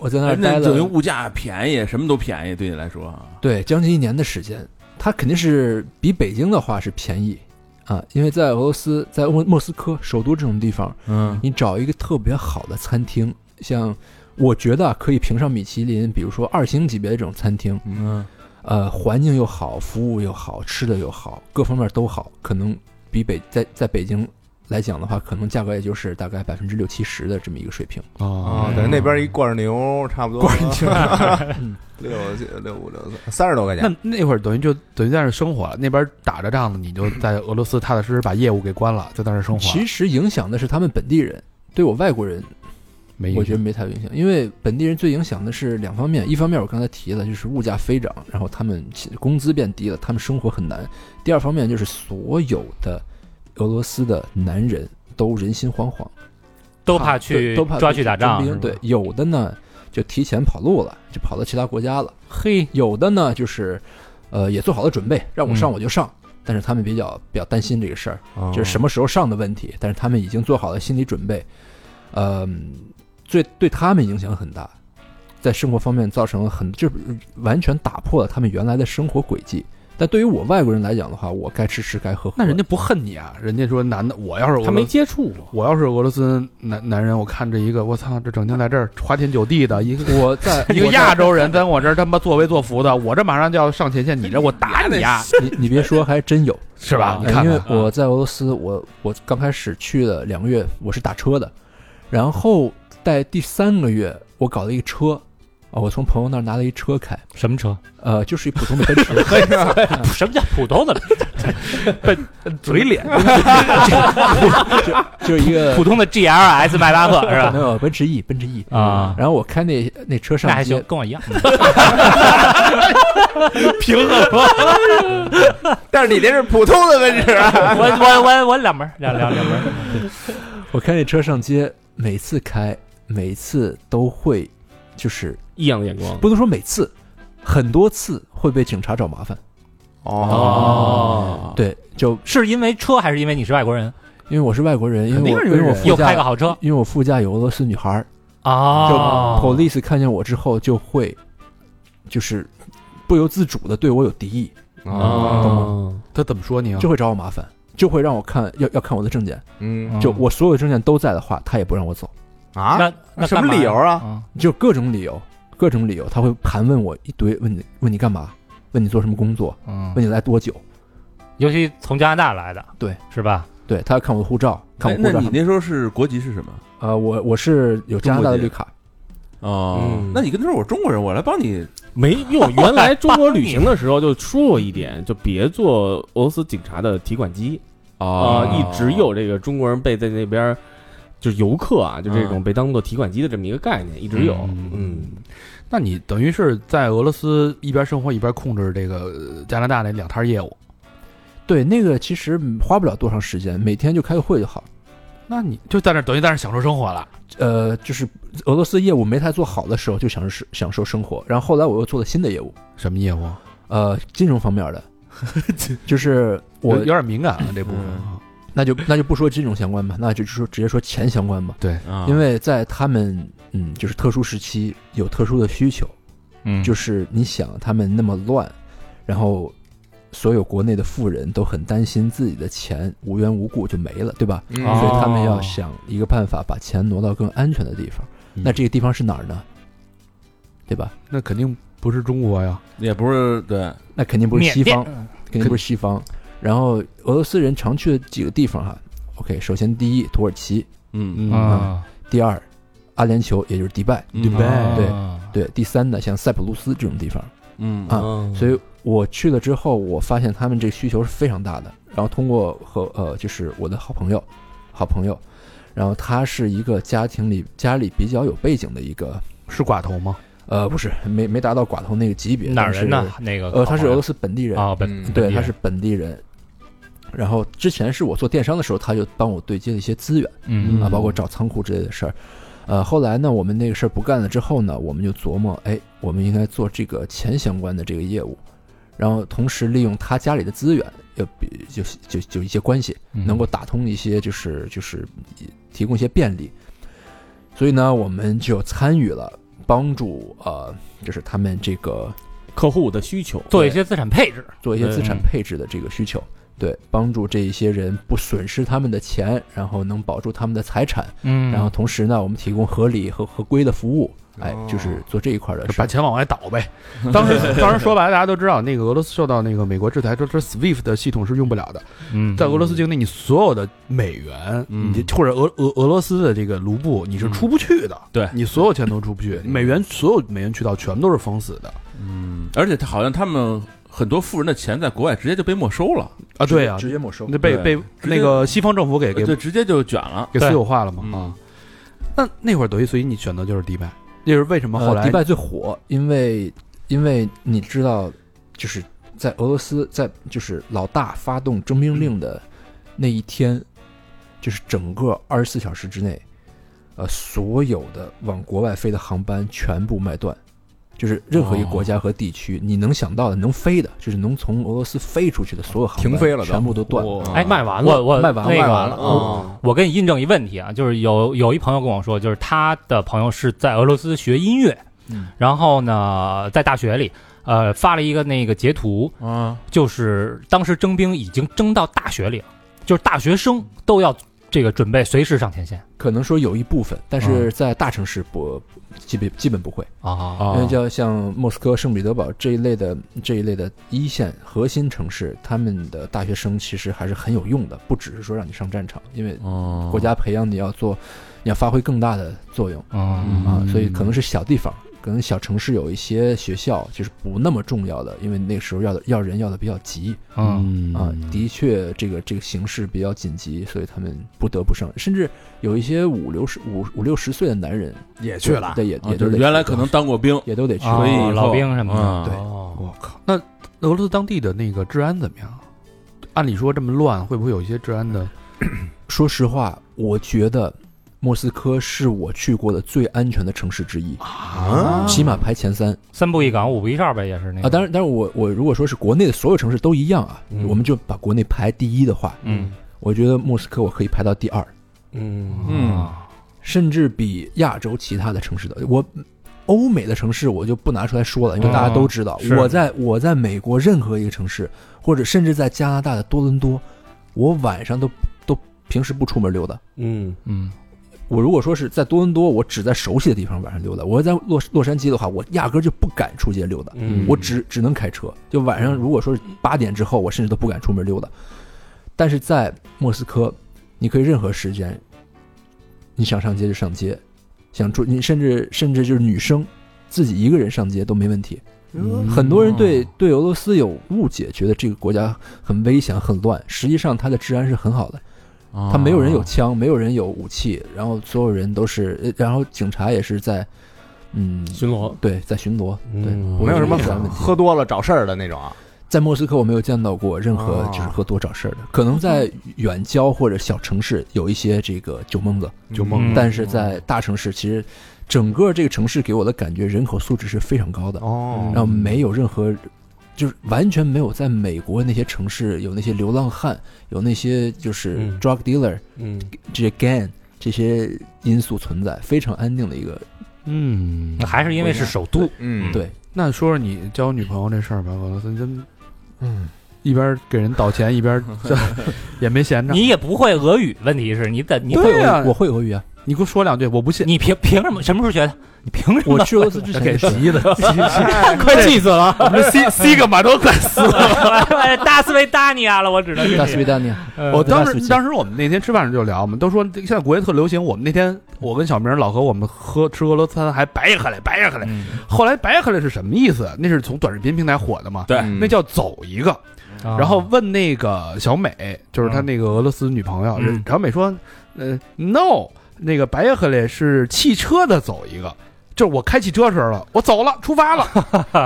F: 我在那儿
E: 那
F: 待了
E: 等于物价便宜，什么都便宜，对你来说啊，
F: 对，将近一年的时间，它肯定是比北京的话是便宜啊，因为在俄罗斯，在莫莫斯科首都这种地方，
E: <laughs> 嗯，
F: 你找一个特别好的餐厅，像我觉得啊可以评上米其林，比如说二星级别的这种餐厅，
E: 嗯，
F: 呃，环境又好，服务又好，吃的又好，各方面都好，可能比北在在北京来讲的话，可能价格也就是大概百分之六七十的这么一个水平。
D: 啊，
B: 哦
D: 等于那边一罐牛差不多，罐牛六 <laughs> 六五六四三十多块钱
B: 那，那会儿等于就等于在那儿生活了，那边打着仗呢，你就在俄罗斯踏踏实实把业务给关了，就在那儿生活。
F: 其实影响的是他们本地人，对我外国人
B: 没影响，
F: 我
C: 哎
F: 觉得没太有影响，因为本地人最影响的是两方面，一方面我刚才提了，就是物价飞涨，然后他们起工资变低了，他们生活很难；第二方面就是所有的俄罗斯的男人都人心惶惶，
C: 都怕
F: 对
C: 去
F: 都怕
C: 抓去打仗
F: 征兵，对，有的呢就提前跑路了，就跑到其他国家了；
C: 嘿，
F: 有的呢就是呃也做好了准备，让我上
C: 嗯
F: 我就上，但是他们比较比较担心这个事儿，
D: 哦
F: 就是什么时候上的问题，但是他们已经做好了心理准备，嗯，最对他们影响很大，在生活方面造成了很就是完全打破了他们原来的生活轨迹。但对于我外国人来讲的话，我该吃吃该喝喝。
B: 那人家不恨你啊，人家说男的，我要是俄罗
G: 他没接触过，
B: 我要是俄罗斯男男人，我看这一个，我操，这整天在这儿花天酒地的，一个
F: 我
B: <laughs>
F: 在
B: 一个亚洲人在我这儿他妈作威作福的，我这马上就要上前线，你这我打你呀，
F: 你你别说，还真有，
B: 是吧？ <laughs> 你
F: 呃
B: 看
F: 因为
B: 看，啊
F: 我在俄罗斯，我我刚开始去了两个月，我是打车的，然后在第三个月我搞了一个车，啊，我从朋友那儿拿了一车开，
C: 什么
F: <laughs>
C: 车？
F: 呃，就是一普通的奔驰，
C: <laughs>
F: <laughs>
C: 什么叫普通的？ <laughs>
B: 嘴脸，
F: 就是一个
C: 普通的 GLS 迈巴赫是
F: 没
C: 吧？
F: 有奔驰 E，奔驰 E
C: 啊
F: 然后我开那那车
C: 那
F: 上
C: 还行
F: 街，，
C: 跟我一样。
D: 但是你这是普通的啊
C: <laughs>
D: 奔驰，
C: 我我我我两门儿两两两门儿。
F: 我开那车上街，每次开每次都会，就是
G: 异样的眼光。
F: 不能说每次，很多次会被警察找麻烦。
G: 哦，
F: 对，就是
C: 因为车还是因为你是外国人？
F: 因为我是外国人，因为
A: 定
F: 我
A: 是
F: 因
A: 有
F: 为我
A: 人
F: 副
C: 又开个
F: 驾，
C: 好车
F: 因为我副驾有俄罗斯女孩儿，就
C: 啊
F: police 看见我之后就会，就是不由自主的对我有敌意，
G: 哦，
A: 他怎么说你啊？
F: 就会找我麻烦，就会让我看要要看我的证件，
D: 嗯
C: 哦
F: 就我所有证件都在的话，他也不让我走，
D: 啊，
C: 那那
D: 什么
C: 干嘛呀
D: 理由啊？
C: 啊？
F: 就各种理由，各种理由，他会盘问我一堆，问你问你干嘛，问你做什么工作，
C: 嗯，
F: 问你来多久，
C: 尤其从加拿大来的，
F: 对，
C: 是吧？
F: 对他要看我的护照，看
E: 哎
F: 我护
E: 那
F: 照
E: 你
F: 上面，
E: 那时候是国籍是什么？
F: 呃，我我是有加拿大的绿卡，
E: 哦
G: 嗯，
E: 那你跟他说我中国人，我来帮你。
G: 没用。原来中国旅行的时候就说过一点，就别坐俄罗斯警察的提款机
C: 哦
G: 啊、一直有这个中国人被在那边儿就是游客啊，就
C: 嗯
G: 这种被当做提款机的这么一个概念，一直有。嗯，
B: 那你等于是在俄罗斯一边生活一边控制这个呃加拿大那两摊业务，
F: 对，那个其实嗯花不了多长时间，每天就开个会就好。
B: 那你就在那儿等于在那儿享受生活了。
F: 呃，就是俄罗斯业务没太做好的时候，就享受享受生活。然后后来我又做了新的业务，
B: 什么业务？
F: 呃，金融方面
E: <laughs>
F: 的，就是
B: 我嗯
F: 我
B: 有点敏感了这部分。啊
F: 那就那就不说金融相关吧，那就说直接说钱相关吧。
E: 啊
F: 因为在他们嗯，就是特殊时期有特殊的需求，
A: 嗯
F: 就是你想他们那么乱，然后所有国内的富人都很担心自己的钱无缘无故就没了，对吧？
D: 嗯
F: 所以他们
C: 哦
F: 要想一个办法把钱挪到更安全的地方。
B: 嗯
F: 那这个地方是哪儿呢？对吧？
B: 那肯定不是中国呀。
E: 也不是对，
F: 那肯定不是
C: 缅
F: 西
C: 甸
F: 方，肯定不是西方。然后俄罗斯人常去的几个地方哈，OK，首先第一土耳其，
E: 嗯，
C: 啊，
F: 第二阿联酋，也就是迪拜，
E: 对
C: 啊
F: 对对，第三呢像塞浦路斯这种地方。
E: 嗯
F: 啊
G: 嗯
F: 所以我去了之后，我发现他们这需求是非常大的。然后通过和呃，就是我的好朋友，好朋友，然后他是一个家庭里家里比较有背景的一个，
B: 是寡头吗？
F: 呃，不是没没达到寡头那个级别，
C: 哪儿
F: 但是
C: 人呢？那个
F: 呃，他是俄罗斯本地人
C: 啊，本
D: 嗯
C: 本
F: 对，
C: 地
F: 他
C: 人
F: 是本地人。然后之前是我做电商的时候，他就帮我对接了一些资源
C: 嗯
F: 啊，包括找仓库之类的事儿。呃，后来呢，我们那个事儿不干了之后呢，我们就琢磨，哎，我们应该做这个钱相关的这个业务，然后同时利用他家里的资源，要比就就就一些关系，
E: 嗯
F: 能够打通一些就是就是提供一些便利。所以呢，我们就参与了，帮助呃，就是他们这个
G: 客户的需求，
C: 做一些资产配置，
F: 做一些资产
C: 嗯
F: 配置的这个需求，对，帮助这一些人不损失他们的钱，然后能保住他们的财产，
C: 嗯
F: 然后同时呢，我们提供合理和合规的服务，
D: 哦
F: 哎，就是做这一块的
B: 就
F: 事
B: 把
F: 儿。
B: 钱往外倒呗。当时， <laughs> 当时说白了，大家都知道，那个俄罗斯受到那个美国制裁，这这 SWIFT 的系统是用不了的。
C: 嗯
B: 在俄罗斯境内，你所有的美元，
E: 嗯
B: 你或者俄俄俄罗斯的这个卢布，你是出不去的。
E: 对
B: 你所有钱都出不去，美元所有美元渠道全都是封死的
E: 嗯，而且他好像他们很多富人的钱在国外直接就被没收了，
B: 啊！对呀，
F: 直接没收。
B: 那被
E: 对
B: 被
E: 直接
B: 那个西方政府给给
E: 就直接就卷了。
B: 给私有化了嘛
E: 嗯
B: 啊。那那会儿，等于所以你选择就是迪拜，那是为什么后来
F: 呃，迪拜最火，因为因为你知道，就是在俄罗斯，在就是老大发动征兵令的那一天，就是整个二十四小时之内，呃，所有的往国外飞的航班全部卖断，就是任何一个国家和地区，你能想到的能飞的，就是能从俄罗斯飞出去的所有航班
D: 停飞了
F: 全部都断。
G: 哎，卖完
C: 我
G: 了，
C: 我
F: 卖完了
C: 那
F: 卖
C: 个
F: 完了
D: 嗯
G: 啊，
C: 我跟你印证一问题啊，就是有有一朋友跟我说，就是他的朋友是在俄罗斯学音乐，
F: 嗯
C: 然后呢，在大学里，呃，发了一个那个截图，
E: 啊，
C: 就是当时征兵已经征到大学里了，就是大学生都要这个准备随时上前线
F: 可能说有一部分，但是在大城市不基本基本不会。
C: 啊
B: 啊
F: 因为叫像莫斯科、圣彼得堡这一类的这一类的一线核心城市，他们的大学生其实还是很有用的，不只是说让你上战场，因为
E: 哦
F: 国家培养你要做，你要发挥更大的作用啊
C: 嗯
F: 啊，所以可能是小地方可能小城市有一些学校就是不那么重要的，因为那时候要的要人要的比较急
C: 嗯，
F: 啊，的确这个这个形势比较紧急，所以他们不得不上，甚至有一些五六十五五六十岁的男人
D: 也去了，
F: 对也
E: 啊
F: 也
E: 就
F: 都
E: 是
F: 得
E: 原来
F: 去
E: 可能当过兵，啊
F: 也都得去，
E: 所以以
C: 哦
E: 后
C: 老兵什么
E: 啊
C: 的，
F: 对
C: 哦
B: 我靠，那俄罗斯当地的那个治安怎么样？按理说这么乱，会不会有一些治安的？
F: 说实话，我觉得莫斯科是我去过的最安全的城市之一，
D: 啊
F: 起码排前三
C: 三步一岗，五步一哨呗，也是那个
E: 哎
F: 啊。当然，当然我我如果说是国内的所有城市都一样啊，
G: 嗯
F: 我们就把国内排第一的话，
G: 嗯
F: 我觉得莫斯科我可以排到第二，
G: 嗯
E: 嗯，
C: 啊
F: 甚至比亚洲其他的城市的我。欧美的城市我就不拿出来说了，因为大家都知道。
G: 是
F: 我在我在美国任何一个城市，或者甚至在加拿大的多伦多，我晚上都都平时不出门溜达，
G: 嗯
B: 嗯，
F: 我如果说是在多伦多，我只在熟悉的地方晚上溜达；我要在洛洛杉矶的话，我压根儿就不敢出街溜达，
G: 嗯
F: 我只只能开车。就晚上，如果说是八点之后，我甚至都不敢出门溜达。但是在莫斯科，你可以任何时间，你想上街就上街，想出你甚至甚至就是女生自己一个人上街都没问题。
G: 嗯
F: 很多人
G: 哦
F: 对对俄罗斯有误解，觉得这个国家很危险、很乱，实际上它的治安是很好的。
G: 哦
F: 他没有人有枪，没有人有武器，然后所有人都是，呃然后警察也是在，嗯，
G: 巡逻，
F: 对，在巡逻，对，
G: 嗯
F: 不
D: 没有什么
F: 治安问题。
D: 喝多了找事儿的那种啊。
F: 在莫斯科我没有见到过任何
D: 哦
F: 就是喝多找事儿的，可能在远郊或者小城市有一些这个酒蒙子，
B: 酒
C: 嗯
B: 蒙
F: 但是在大城市，其实整个这个城市给我的感觉人口素质是非常高的，
D: 哦
F: 然后没有任何。就是完全没有在美国那些城市有那些流浪汉，有那些就是
G: 嗯
F: drug dealer，、
G: 嗯
F: 这些 gan 这些因素存在，非常安定的一个
B: 嗯
C: 那还是因为是首都，
D: 嗯
F: 对。
B: 那说说你交女朋友这事儿吧，俄罗斯你真
D: 嗯，
B: 一边给人倒钱，一边这 <laughs> 也没闲着。
C: 你也不会俄语，问题是你怎你
F: 我
C: 会
F: 会
B: 对呀
F: 俄语，我会俄语啊！
B: 你给我说两句，我不信。
C: 你凭凭什么什么时候学的？你凭什么？
F: 我去俄罗斯之前
B: 给
F: 就
B: <laughs>
F: 学
B: 急的，哎
C: 快气死
B: <laughs>
C: 了！
B: 我们 C C 个马都快死了。
C: <laughs> 大斯维达尼亚啊了，我只
D: 嗯
C: 能
F: 大斯维达尼亚，
B: 我当
F: 那是
B: 时当时我们那天吃饭时就聊，我们都说现在国内特流行。我们那天我跟小明老何我们喝吃俄罗斯餐还白喝来白喝来，后来白喝来是什么意思？那是从短视频平台火的嘛？
E: 对
B: 嗯那叫走一个。
G: 啊
C: 啊
B: 然后问那个小美，就是
G: 嗯
B: 他那个俄罗斯女朋友，
C: 嗯
B: 小美说，呃，no，那个白河嘞是汽车的走一个。就是我开汽车时候了，我走了，出发
G: <laughs>
B: 了。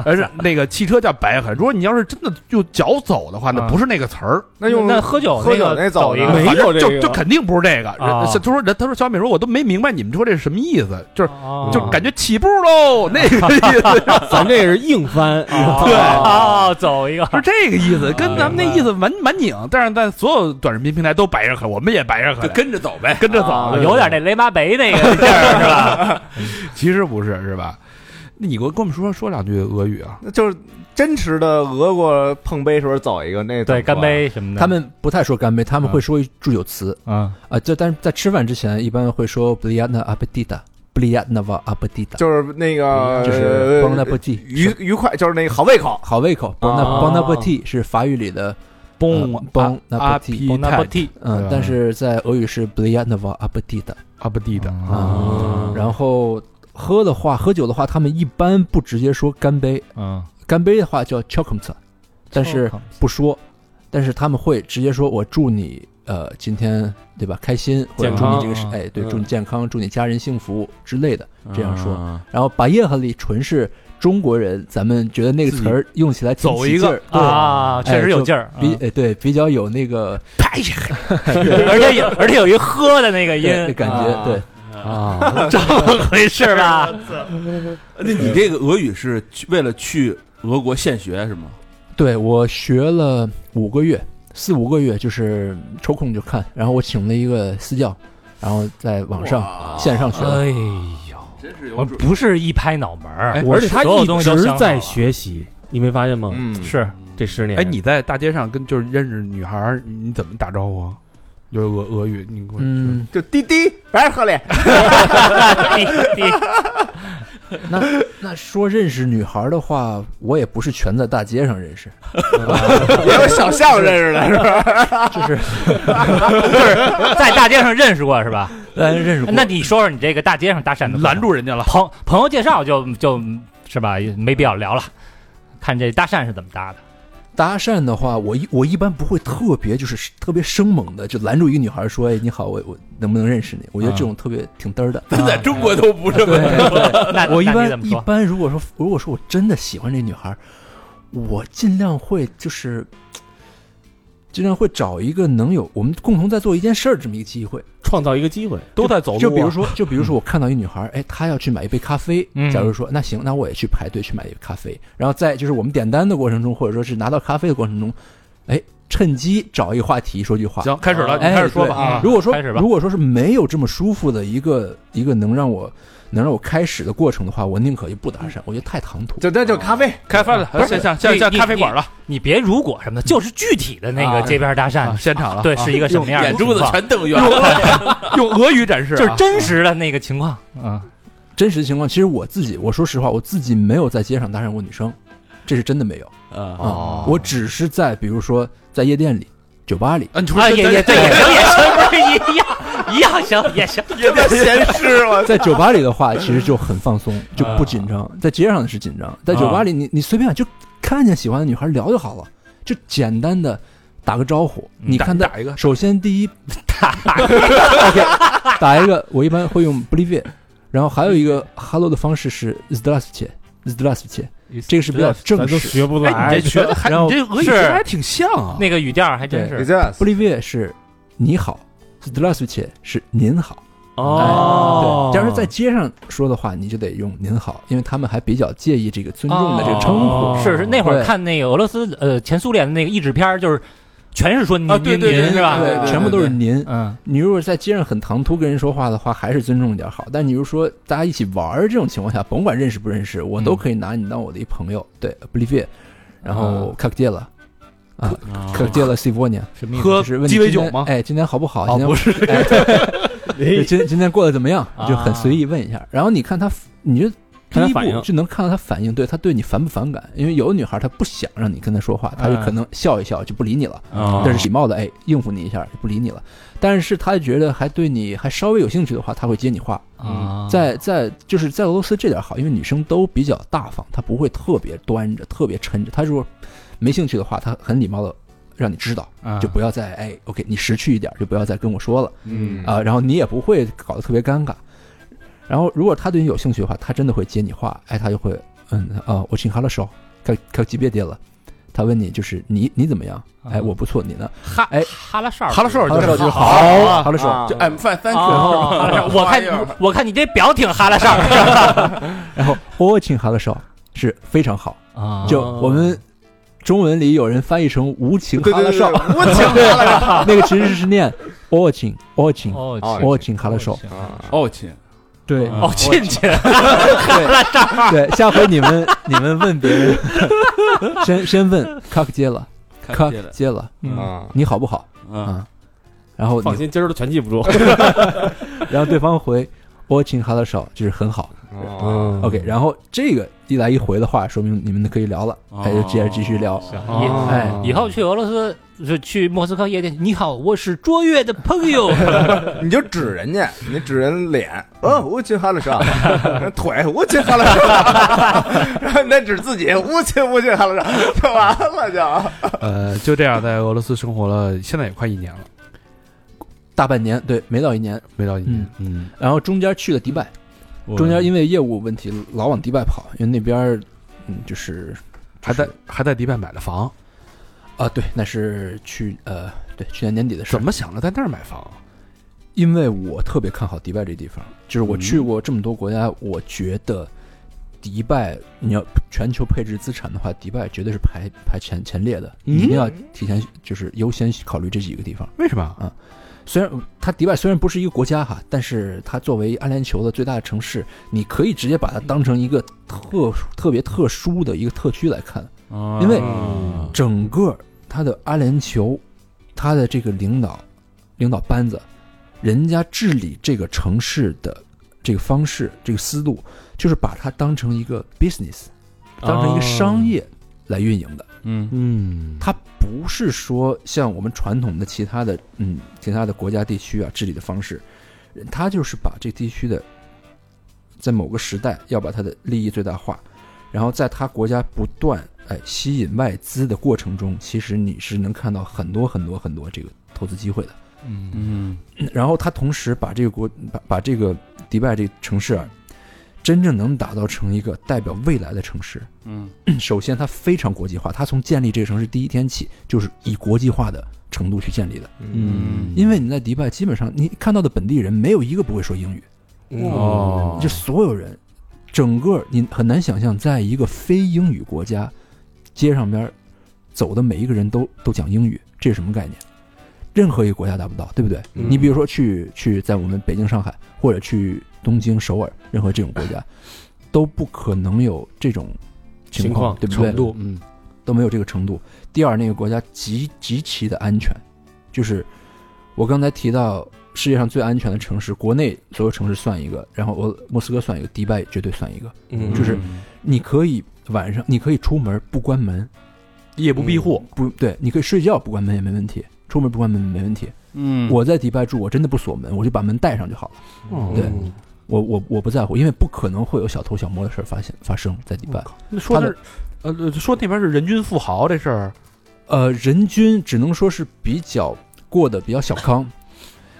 B: 而是那个汽车叫白河。如果你要是真的用脚走的话，那
C: 啊
B: 不是那个词儿，
D: 那用
C: 那喝酒
D: 喝酒
C: 那
D: 那走
C: 一
D: 呢
C: 个
G: 没有这
B: 就
G: 个
B: 就肯定不是这个。
C: 啊
B: 人他说，人他说小美说，我都没明白你们说这是什么意思，就是
G: 啊
C: 哦
B: 就感觉起步喽，那个意思。
G: 咱这是硬
C: <laughs>
G: 翻，
C: 哦
B: 对
C: 哦走一个
B: 是这个意思，跟咱们那意思蛮蛮拧，但是在所有短视频平台都白着黑，我们也白着黑
E: 就，跟着走呗。
B: 跟着走，
C: 啊
B: 对
C: 有点。那雷马北那个劲儿是吧？
B: 其实不是，是吧？那你给我跟我们说说两句俄语啊？
D: 那就是真实的俄国碰杯时候走一个那怎么
C: 对，干
D: 说啊，
C: 杯什么的。
F: 他们不太说干杯，
D: 嗯
F: 他们会说一祝酒词
C: 嗯
F: 啊。这但是在吃饭之前，一般会说 b l i a n a a p e t i t a b l i a n a v a a p e t i t a
D: 啊就是那个
F: 嗯就是
D: 呃
F: bon appetit，
D: 愉愉快，就是那个好胃口。
F: 好胃口。bon
G: 啊
F: bon appetit 是法语里的
B: 蹦
F: 呃蹦那
B: 阿
F: 不提
B: 皮
C: ，Bon a
B: 泰
C: p p
F: 嗯，但是在俄语是 b l i a n a v a a p e t i t a
B: 阿布蒂的，
D: 嗯
F: 啊。然后喝的话，喝酒的话，他们一般不直接说干杯，
C: 嗯，
F: 干杯的话叫 c h o k u m t 但是不说，但是他们会直接说我祝你呃今天对吧开心，或者
G: 健
F: 祝你
G: 康
F: 这个是哎对，
G: 嗯
F: 祝你健康，祝你家人幸福之类的。这样说
E: 啊
F: 然后把耶和里纯是中国人，咱们觉得那个词儿用起来挺
B: 走
F: 起
B: 一个
F: 劲儿对
C: 啊，确实有劲儿，
F: 比哎对比较有那个
C: 嗯而且有而且有一喝的那个音
F: 对呃感觉
G: 啊
F: 对。
B: 啊，
C: 回事吧？
E: 那你这个俄语是去为了去俄国现学是吗？
F: 对我学了五个月，四五个月，就是抽空就看。然后我请了一个私教，然后在网上
E: 哇
F: 线上学的。
C: 哎呦，
E: 真是
C: 我不是一拍脑门儿，
G: 而且他
C: 所有
G: 一
C: 东西都
G: 直
C: 想好
G: 在
C: 了
G: 学习，你没发现吗？
D: 嗯，
C: <laughs> 是
G: 这十年，
B: 哎，你在大街上跟就是认识女孩儿，你怎么打招呼啊？就是俄俄语，你给我
F: 嗯，
D: 就滴滴，白喝嘞。
F: 那那说认识女孩的话，我也不是全在大街上认识，
D: 也有小巷认识的是吧？
F: 就是
C: 在大街上认识过是吧？
A: 呃，认识过。
C: 那你说说你这个大街上搭讪的
B: 拦住人家了。
C: 朋朋友介绍就就是吧，也没必要聊了。看这搭讪是怎么搭的，
F: 搭讪的话，我一我一般不会特别就是特别生猛的就拦住一个女孩说：“哎，你好，我我能不能认识你？”我觉得这种特别挺嘚儿的。
E: 咱
C: 啊
E: 在中国都不这么。
C: 那
F: <laughs> 我一 <laughs>
C: 那你
F: 般
C: 怎么
F: 一
C: 说？
F: 般如果说如果说我真的喜欢这女孩，我尽量会就是尽量会找一个能有我们共同在做一件事儿这么一个机会。
G: 创造一个机会，
B: 都在走路、啊
F: 就比如说，就比如说，我看到一女孩，哎，她要去买一杯咖啡。
C: 嗯
F: 假如说，那行，那我也去排队去买一杯咖啡。然后在就是我们点单的过程中，或者说是拿到咖啡的过程中，哎，趁机找一个话题说句话。
B: <laughs> 行，开始了，你
F: 哎
B: 开始说吧
F: 对
B: 啊。
F: 如果说
C: 开始吧
F: 如果说是没有这么舒服的一个一个能让我能让我开始的过程的话，我宁可就不搭讪，我觉得太唐突。
D: 就那就咖 <laughs> 啡，
B: 开饭了，下下下
C: 你
B: 下
C: 你
B: 咖啡馆了，
C: 你别如果什么的，就是具体的那
B: 啊
C: 个街边搭讪
B: 啊，现场了
C: 对，
B: 啊
C: 是一个什么样的
E: 眼珠
C: 情
E: 子
C: 况？
E: 全瞪圆了，
B: 用俄语展示啊，
C: <laughs> 就是真实的那个情
B: <laughs>
C: 况，嗯，
F: 真实情况，其实我自己，我说实话，我自己没有在街上搭讪过女生，这是真的没有
G: 呃
F: 啊、
E: 啊，
C: 哦
F: 我只是在比如说在夜店里、酒吧里，
B: 啊，你
C: 啊，
B: 说
C: 也也对，也行，也
B: <laughs>
C: 行，不是一样一样行，也行，
E: 也在闲事我
F: <laughs> 在酒吧里的话，其实就很放松，就不紧张。在街上是紧张，在酒吧里你你随便啊就看见喜欢的女孩聊就好了，就简单的打个招呼。你看他
B: 打一个
F: 首先第一打 OK 打一个，我一般会用 believe，it，然后还有一个 hello 的方式是 z d r a s t y z d r a s t y 这个是比较正
G: 咱都
F: 式。
G: 学不
B: 哎，
G: 来
C: <laughs>
B: 你这。学的还，
F: 然
B: 你
F: 后
B: 这俄语
C: 是
B: 学的还挺像啊。
C: 那个语调还真
D: 你
C: 是。
D: 这样
F: believe it 是你好 z d r a s t y 是您好。
G: 哦，
F: 假如在街上说的话，你就得用“您好”，因为他们还比较介意这个尊重的这个称呼。
G: 哦
C: 是是，那会儿
F: 对
C: 看那个俄罗斯呃前苏联的那个译制片儿，就是全是说您
B: 啊对
C: 您
B: 对对
C: 您是吧？
D: 对对
F: 全部都是您。
C: 嗯，
F: 你如果在街上很唐突跟人说话的话，还是尊重一点好。但你如说大家一起玩儿这种情况下，甭管认识不认识，我都可以拿你当我的一朋友。对，believe it，然后 c o c k t a i l 嗯啊 c o c k t a i l s i v o n i a
C: 什么意思？
B: 喝
F: 是问你
B: 鸡尾
F: 今
B: 酒
F: 天
B: 吗？
F: 哎，今天好不好？
B: 啊，
C: 哦
F: 今天
B: 不是，
G: 哎
F: 对今今天过得怎么样？
C: 啊
F: 就很随意问一下，然后你看他，你就第
G: 看他
F: 一
G: 反
F: 步
G: 应
F: 就能看到他反应，对他对你反不反感？因为有的女孩她不想让你跟她说话，她就可能笑一笑就不理你了，
C: 哦
G: 啊
F: 但嗯是礼貌的哎应付你一下就不理你了。但是她觉得还对你还稍微有兴趣的话，她会接你话。
C: 啊，
F: 嗯在在就是在俄罗斯这点好，因为女生都比较大方，她不会特别端着、特别抻着。她如果没兴趣的话，她很礼貌的让你知道，
G: 啊
F: 就不要再哎 OK，你识趣一点，就不要再跟我说了。
D: 嗯
F: 啊、然后你也不会搞得特别尴尬。然后如果他对你有兴趣的话，他真的会接你话，哎，他就会，嗯啊，我请哈了手，可可级别跌了。他问你就是你你怎么样？哎，
C: 啊
F: 我不错，你呢？
C: 哈
F: 哎
C: 哈拉哨儿，
B: 哈拉哨
F: 哈了手就是好，
D: 啊
F: 哈了手。
D: 啊
E: 就 I'm fine, thank
C: 哦哈拉哨儿
E: you。
C: 我看
E: 花样
C: 你我看你这表挺哈拉哨儿
F: 然后我请哈了手是非常好，
C: 啊
F: 就我们中文里有人翻译成无情哈了手，
D: 我请他 <laughs> 了，
F: 那个其实是念我请我请
C: 哦
F: 我请哈了手。
E: 哦，亲，
F: 对
E: 嗯
C: 哦进去
F: 对，下回你们你们问别人， <laughs> 先先问卡克接了，卡
E: 看见了，
F: 接了。
D: 啊，
F: 你好不好？
E: 嗯，
F: 然后你
G: 放心，今儿都全记
C: <laughs>
G: 不住。
F: 然后对方回我请他的手，就是很好。
G: 嗯
F: OK，然后这个一来一回的话，说明你们可以聊了，
E: 哦
F: 哎，就接着继续聊。
C: 以
B: 啊
F: 哎
C: 以后去俄罗斯是去莫斯科夜店，你好，我是卓越的朋友，
F: 哎
D: 嗯你就指人家，你指人脸，哦，我亲哈了上，腿我亲哈了上， <laughs> 然后你再指自己，我亲我亲哈了上，就完了就。
B: 呃，就这样，在俄罗斯生活了，现在也快一年了，
F: 大半年，对，没到一年。
B: 没到一年
F: 嗯。
B: 嗯，
F: 然后中间去了迪拜，中间因为业务问题老往迪拜跑，因为那边儿嗯就是
B: 还在还在迪拜买了房，
F: 啊，对，那是去呃对去年年底的事
B: 怎
F: 儿。
B: 么想着在那儿买房？
F: 因为我特别看好迪拜这地方，就是我去过这么多国家，我觉得迪拜你要全球配置资产的话，迪拜绝对是排排前前列的，你一定要提前就是优先考虑这几个地方。
B: 为什么？
F: 虽然它迪拜虽然不是一个国家哈，但是它作为阿联酋的最大的城市，你可以直接把它当成一个特特别特殊的一个特区来看，因为整个他的阿联酋，他的这个领导，领导班子，人家治理这个城市的这个方式、这个思路，就是把它当成一个 business，当成一个商业来运营的。
E: 嗯
B: 嗯，
F: 它不是说像我们传统的其他的嗯其他的国家地区啊治理的方式，他就是把这地区的在某个时代要把它的利益最大化，然后在他国家不断哎吸引外资的过程中，其实你是能看到很多很多很多这个投资机会的。
C: 嗯
E: 嗯，
F: 然后他同时把这个国把把这个迪拜这个城市啊，真正能打造成一个代表未来的城市。
E: 嗯，
F: 首先它非常国际化，它从建立这个城市第一天起就是以国际化的程度去建立的。
C: 嗯
F: 因为你在迪拜基本上你看到的本地人没有一个不会说英语，
G: 嗯
B: 嗯
C: 哦
F: 就所有人，整个你很难想象，在一个非英语国家，街上边走的每一个人都都讲英语，这是什么概念？任何一个国家达不到，对不对？
G: 嗯
F: 你比如说去去在我们北京、上海，或者去东京、首尔，任何这种国家，都不可能有这种
G: 情
F: 情况，
G: 况
F: 对不对？
C: 程度，嗯
F: 都没有这个程度。第二，那个国家极极其的安全，就是我刚才提到世界上最安全的城市，国内所有城市算一个，然后俄莫斯科算一个，迪拜绝对算一个。
G: 嗯
F: 就是你可以晚上你可以出门不关门，嗯
B: 夜不闭户，
F: 不对，你可以睡觉不关门也没问题，出门不关门没问题。
B: 嗯
F: 我在迪拜住，我真的不锁门，我就把门带上就好了。对
G: 嗯
F: 我我我不在乎，因为不可能会有小偷小摸的事儿发现发生在迪拜。
B: 那说
F: 他
B: 的
F: 的
B: 呃说那边是人均富豪这事儿，
F: 呃，人均只能说是比较过得比较小 <laughs> 康。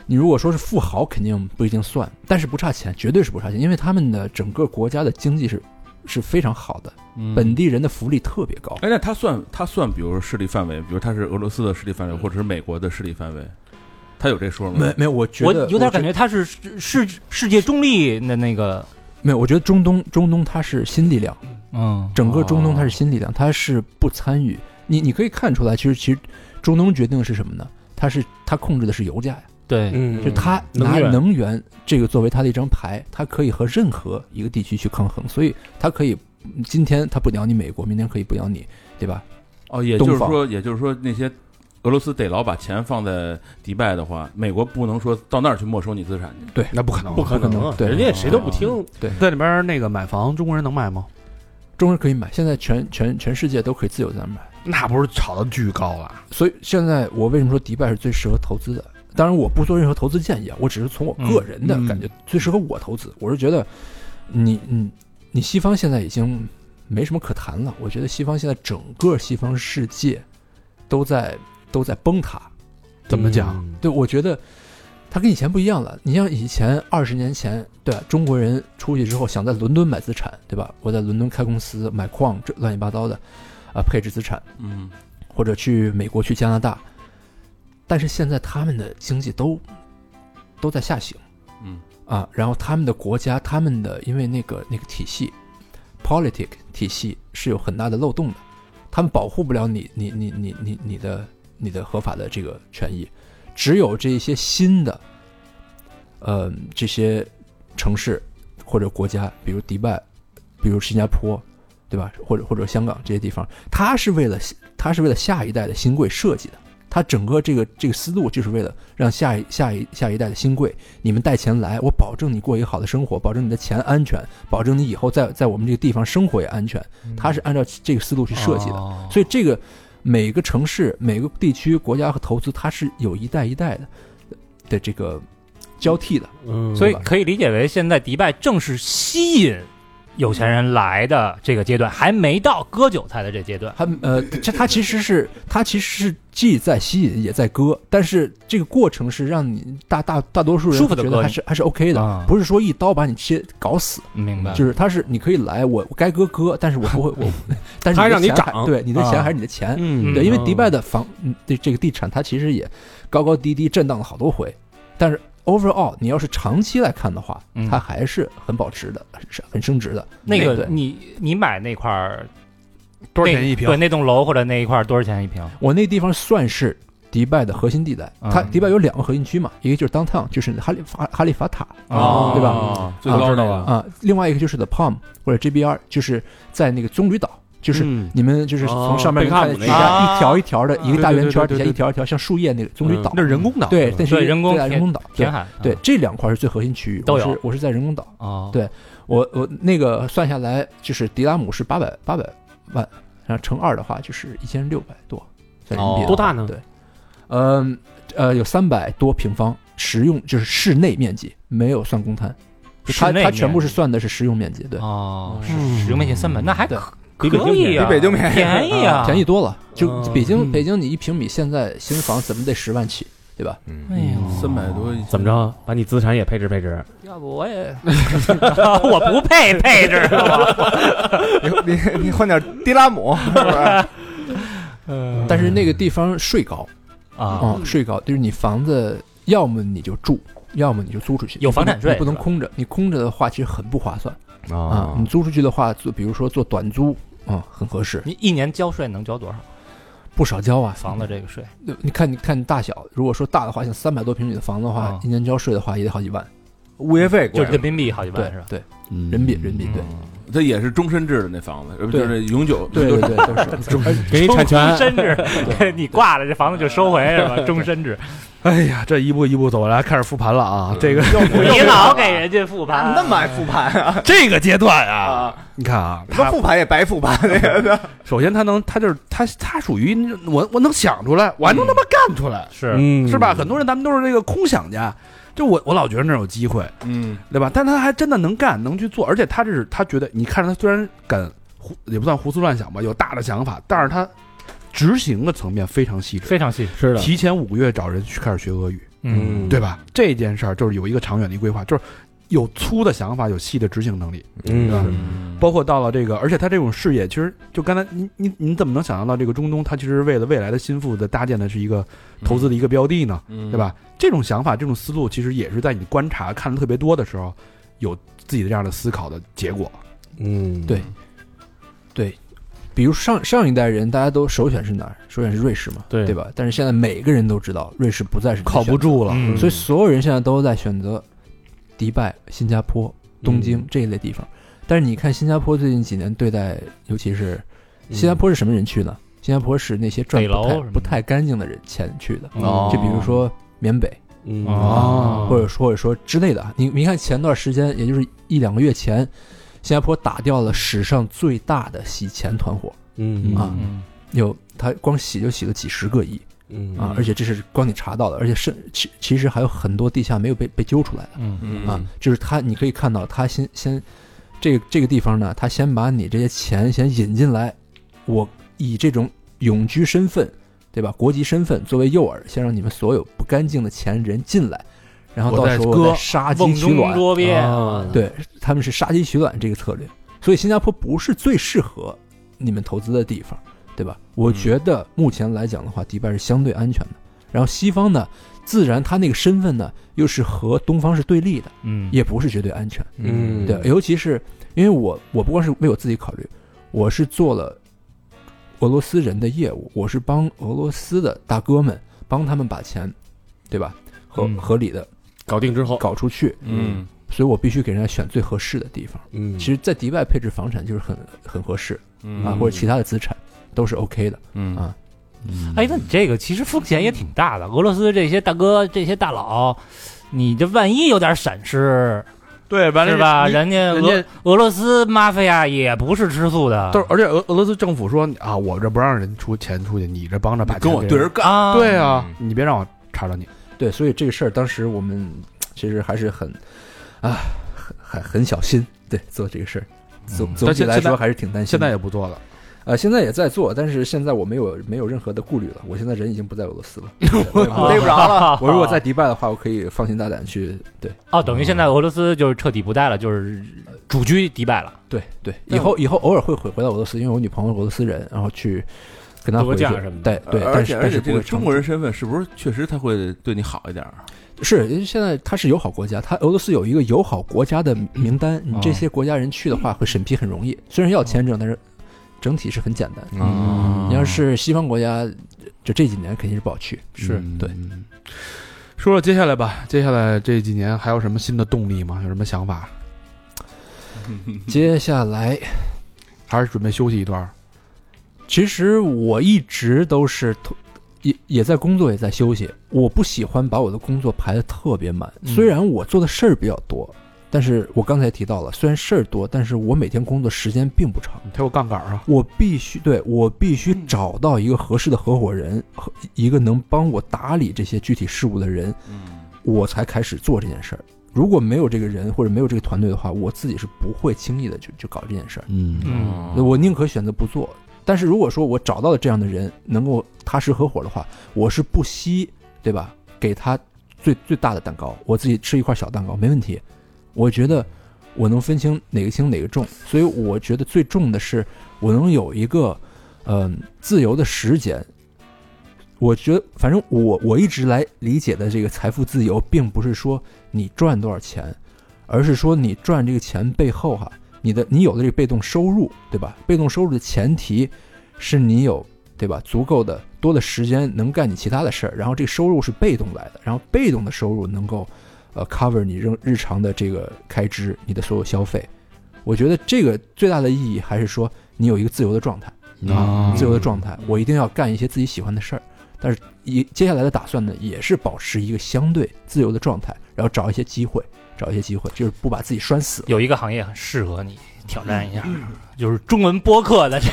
F: 你如果说是富豪，肯定不一定算，但是不差钱，绝对是不差钱，因为他们的整个国家的经济是是非常好的，
G: 嗯
F: 本地人的福利特别高。
E: 嗯哎，那他算他算，比如说势力范围，比如他是俄罗斯的势力范围，或者是美国的势力范围，他有这说吗？
F: 没没有，我觉
C: 我
F: 得
C: 有点感
F: 觉
C: 觉他是世世世界中立的那个，
F: 没有，我觉得中东中东它是新力量，
C: 嗯
F: 整个中东它是新力量，它是不参与。你你可以看出来，其实其实中东决定的是什么呢？它是它控制的是油价呀，
C: 对，
G: 嗯
F: 就它拿
G: 能源
F: 能源这个作为它的一张牌，它可以和任何一个地区去抗衡，所以它可以嗯今天它不鸟你美国，明天可以不鸟你，对吧？
E: 哦，也就是
F: 东
E: 说，也就是说，那些俄罗斯得老把钱放在迪拜的话，美国不能说到那儿去没收你资产去。
F: 对，
D: 那不可能
G: 不可能
F: 不可
G: 啊嗯
F: 能，对
G: 人家谁都不听，
B: 在里边那个买房，中国人能买吗？
F: 中国人可以买，现在全全全世界都可以自由在那买，
D: 那不是炒的巨高了？
F: 所以现在我为什么说迪拜是最适合投资的？当然，我不做任何投资建议啊，我只是从我个
G: 嗯
F: 人的感觉最适合我投资。我是觉得你，你你西方现在已经没什么可谈了。我觉得西方现在整个西方世界都在都在崩塌。
B: 怎么讲？
G: 嗯？
F: 对，我觉得它跟以前不一样了。你像以前二十年前，对吧中国人出去之后想在伦敦买资产，对吧？我在伦敦开公司、买矿，这乱七八糟的啊，配置资产。
E: 嗯，
F: 或者去美国、去加拿大，但是现在他们的经济都都在下行，
E: 嗯
F: 啊，然后他们的国家、他们的因为那个那个体系 politic 体系是有很大的漏洞的，他们保护不了你你你你你你的你的合法的这个权益，只有这些新的，呃，这些城市或者国家，比如迪拜，比如新加坡。对吧？或者或者香港这些地方，它是为了它是为了下一代的新贵设计的。它整个这个这个思路就是为了让下一下一下一代的新贵，你们带钱来，我保证你过一个好的生活，保证你的钱安全，保证你以后在 <laughs> 在我们这个地方生活也安全。它是按照这个思路去设计的，
C: 的
F: 所以这个每个城市、每个地区、国家和投资，它是有一代一代的的这个交替的。
G: 嗯
C: 所以可以理解为，现在迪拜正是吸引有钱人来的这个阶段，还没到割韭菜的这阶段。
F: 它呃，这它其实是它其实是既在吸引也在割，但是这个过程是让你大大大多数人
C: 舒服地
F: 觉得
C: 割
F: 还
C: 你
F: 是还是 OK 的，
C: 啊
F: 不是说一刀把你切搞死，
C: 明白，
F: 就是它是你可以来，我我该割割，但是我不会
C: <laughs>
F: 我，但是
G: 它
F: 的
G: 让你
F: 钱还
G: 涨
F: 对你的
C: 啊
F: 钱还是你的钱，
B: 嗯
F: 对，因为
G: 嗯
F: 迪拜的房嗯这这个地产它其实也高高低低震荡了好多回，但是 overall 你要是长期来看的话
C: 嗯，
F: 它还是很保值的，是很升值的，
C: 那
F: 对
C: 个你你买那块儿
B: 多少钱一平
C: 对，？那栋楼或者那一块儿多少钱一平？
F: 我那地方算是迪拜的核心地带，
B: 啊
F: 它
C: 嗯
F: 迪拜有两个核心区嘛，一个就是 downtown，就是哈利法哈利法塔
G: 啊
C: 哦
F: 对吧？
E: 哦最高的了，
F: 啊，另外一个就是 the Palm 或者 JBR，就是在那个棕榈岛，就是
B: 嗯
F: 你们就是从上面
G: 哦
F: 能看
G: 贝
F: 见
G: 克汉姆
F: 底
G: 那个
F: 下一条一条的
B: 啊
F: 一个大圆圈，
B: 对对对对
F: 底下一条一条像树叶那个棕榈岛，
B: 那是人工岛，
F: 对，但是
C: 对人工
F: 对人工岛，对
C: 填海嗯
F: 对，这两块是最核心区域。
C: 啊都
F: 我
C: 有
F: 是我是在人工岛，
C: 哦，
F: 对我我那个算下来就是迪拉姆是八百八百万，然后乘二的话就是一
C: 哦
F: 千六百多，算人民币的话
G: 多大呢
F: 对，嗯呃有三百多平方，实用就是室内面积，没有算公摊，就它
C: 室内
F: 它全部是
C: 面积
F: 算的是实用面积，对，
C: 哦，是
G: 嗯
C: 十块钱三百，那还
F: 对
C: 可
G: 比北京
C: 可以啊，
D: 比北京便宜
C: 便宜啊，
F: 便宜。多了。就
G: 哦
F: 北京
G: 嗯
F: 北京，你一平米现在新房怎么得十万起，对吧？
C: 哎
D: 嗯
C: 呦，
E: 三百多一
G: 怎么着？把你资产也配置配
F: <laughs>
G: 置？
C: 要不我也， <laughs> 我不配配置。
D: 你你你换点迪拉姆，是吧？
F: 但是那个地方税高
C: 嗯啊，
F: 啊，税高，就是你房子要么你就住，要么你就租出去，
C: 有房产税
F: 你不能
C: 是吧哦
F: 空着，你空着的话其实很不划算啊。你租出去的话，做比如说做短租啊，很合适，
C: 你一年交税能交多少？
F: 不少交啊，
C: 房子这个税
F: 对你看，你看大小，如果说大的话，像三百多平米的房子的话，
C: 啊
F: 一年交税的话也得好几万，
D: 物业费
C: 就
D: 贵
C: 是人民币好几万是吧？
F: 对，
E: 嗯
F: 人民币，人民币，对，
E: 这也是终身制的那房子，呃就是永久，
F: 对
E: 永
F: 对
E: 久
F: 对，都是。而
G: 给你产权
C: 终，身制，你挂了这房子就收回是吧？终身制，
B: 哎呀，这一步一步走来，开始复盘了啊！这个
C: 你老给人家复盘，
D: 那么爱复盘啊？
B: 这个阶段啊，
D: 啊，
B: 你看啊，
D: 他
B: 他
D: 复盘也白复盘那个的，
B: 首先他能，他就是他他属于那种我我能想出来，我还能他妈干出来，
C: 是
B: 是吧？很多人咱们都是这个空想家，就我我老觉得那儿有机会，
D: 嗯，
B: 对吧？但他还真的能干，能去做，而且他这是他觉得，你看着他虽然敢胡也不算胡思乱想吧，有大的想法，但是他执行的层面非常细致。
C: 非常细，
G: 是的，
B: 提前五个月找人去开始学俄语，
C: 嗯，
B: 对吧？这件事儿就是有一个长远的一个规划，就是有粗的想法，有细的执行能力，
G: 嗯，
B: 对吧
G: 嗯
B: 包括到了这个，而且他这种视野，其实就刚才您您您怎么能想象到这个中东，它其实为了未来的新富的搭建的是一个投资的一个标的呢？
E: 对
B: 对？吧？这种想法、这种思路，其实也是在你观察看的特别多的时候，有自己的这样的思考的结果。
G: 嗯，
F: 对比如上上一代人，大家都首选是哪儿？首选是瑞士嘛，
G: 对
F: 吧？但是现在每个人都知道，瑞士不再是你的
B: 靠不
F: 选择，
B: 住了，
C: 嗯
F: 所以所有人现在都在选择迪拜、新加坡、东京
G: 嗯
F: 这一类地方。但是你看新加坡最近几年对待，尤其是
G: 嗯
F: 新加坡是什么人去呢？新加坡是那些赚
C: 嗯北
F: 不
C: 楼
F: 太
C: 什么的嗯
F: 不太干净的人钱去的，
E: 哦
F: 就比如说缅北。
G: 嗯
B: 哦
F: 或者说或者说之类的啊。你你看前段时间，也就是一两个月前，新加坡打掉了史上最大的洗钱团伙
G: 嗯
F: 啊，
C: 嗯
F: 有他光洗就洗了几十个亿
G: 嗯
F: 啊，而且这是光你查到的，而且甚其其实还有很多地下没有被被揪出来的
C: 嗯
E: 嗯
F: 啊，就是他你可以看到他先先这个这个地方呢，他先把你这些钱先引进来，我以这种永居身份。对吧？国籍身份作为诱饵，先让你们所有不干净的钱人进来，然后
B: 我
F: 到
B: 再
F: 时候
B: 割
F: 再杀鸡
C: 瓮
F: 取
C: 中
F: 卵，
C: 捉鳖，
G: 啊
F: 哦对，他们是杀鸡取卵这个策略，所以新加坡不是最适合你们投资的地方，对吧？我觉得目前来讲的话，迪拜是相对安全的。然后西方呢，自然它那个身份呢，又是和东方是对立的，
C: 嗯，
F: 也不是绝对安全。
G: 嗯
F: 对，尤其是因为我我不光是为我自己考虑，我是做了俄罗斯人的业务，我是帮俄罗斯的大哥们帮他们把钱，对吧？合
C: 嗯
F: 合理的
G: 搞定之后，
F: 搞出去，
E: 嗯
F: 所以我必须给人家选最合适的地方。
G: 嗯，
F: 其实，在迪拜配置房产就是很很合适
E: 嗯
F: 啊，或者其他的资产都是 OK 的。
E: 嗯
F: 啊
E: 嗯
C: 哎，那你这个其实风险也挺大的。俄罗斯这些大哥、这些大佬，你这万一有点闪失，
B: 对，完
C: 是吧？人家
B: 人
C: 俄
B: 家
C: 俄罗斯马菲亚也不是吃素的，
B: 都是，而且俄俄罗斯政府说啊，我这不让人出钱出去，你这帮着把
E: 你跟我
B: 钱给
E: 对着干，
D: 嗯
C: 啊，
B: 对啊，你别让我查着你。
F: 对，所以这个事儿当时我们其实还是很啊，很很很小心，对，做这个事儿。总
B: 嗯
F: 总
B: 但
F: 体
B: 现
F: 来
B: 现
F: 说
B: 在
F: 还是挺担心
B: 现
F: 的。
B: 在也不做了，
F: 呃，现在也在做，但是现在我没有没有任何的顾虑了。我现在人已经不在俄罗斯了，对啊我
D: 逮不着
G: 啊
D: 了。
F: 我如果在迪拜的话，我可以放心大胆去。对
C: 哦，等于现在俄罗斯就是彻底不带了，就是主居迪拜了，
F: 对对，以后以后偶尔会回回到俄罗斯，因为我女朋友俄罗斯人，然后去跟她
G: 度个
F: 回去
G: 假什么的。
F: 对对，
E: 而
F: 但
E: 且
F: 是
E: 而
F: 但
E: 且
F: 是
E: 这
F: 不
E: 个
F: 会
E: 中
F: 长
E: 国
F: 久
E: 人身份是不是确实他会对你好一点儿？
F: 是，因为现在它是友好国家，它俄罗斯有一个友好国家的
G: 嗯
F: 名单，你
G: 哦
F: 这些国家人去的话会审批很容易，虽然要签证，但是整体是很简单。
E: 嗯
F: 你要是西方国家，就这几年肯定是不好去。
B: 是
G: 嗯
F: 对。
B: 说说接下来吧，接下来这几年还有什么新的动力吗？有什么想法？
F: 接下来，
B: 还是准备休息一段儿？
F: 其实我一直都是同也也在工作，也在休息。我不喜欢把我的工作排得特别满，
B: 嗯
F: 虽然我做的事儿比较多，但是我刚才提到了，虽然事儿多，但是我每天工作时间并不长。
B: 他有杠杆儿啊，
F: 我必须对我必须找到一个合适的合伙人和一个能帮我打理这些具体事务的人，
E: 嗯
F: 我才开始做这件事儿。如果没有这个人或者没有这个团队的话，我自己是不会轻易的去去搞这件事儿。
A: 嗯
D: 啊
C: 嗯
F: 我宁可选择不做。但是如果说我找到了这样的人，能够踏实合伙的话，我是不惜，对吧？给他最最大的蛋糕，我自己吃一块小蛋糕没问题。我觉得我能分清哪个轻哪个重，所以我觉得最重的是我能有一个嗯、呃自由的时间。我觉得，呃反正我我一直来理解的这个财富自由，并不是说你赚多少钱，而是说你赚这个钱背后哈、你的你有的这个被动收入，对吧？被动收入的前提是你有，对吧？足够的多的时间能干你其他的事儿，然后这个收入是被动来的，然后被动的收入能够呃 cover 你日日常的这个开支，你的所有消费。我觉得这个最大的意义还是说你有一个自由的状态，
A: 啊
F: 自由的状态，我一定要干一些自己喜欢的事儿。但是一接下来的打算呢，也是保持一个相对自由的状态，然后找一些机会，找一些机会，就是不把自己拴死。
C: 有一个行业很适合你挑战一下，
B: 嗯
C: 就是中文播客的这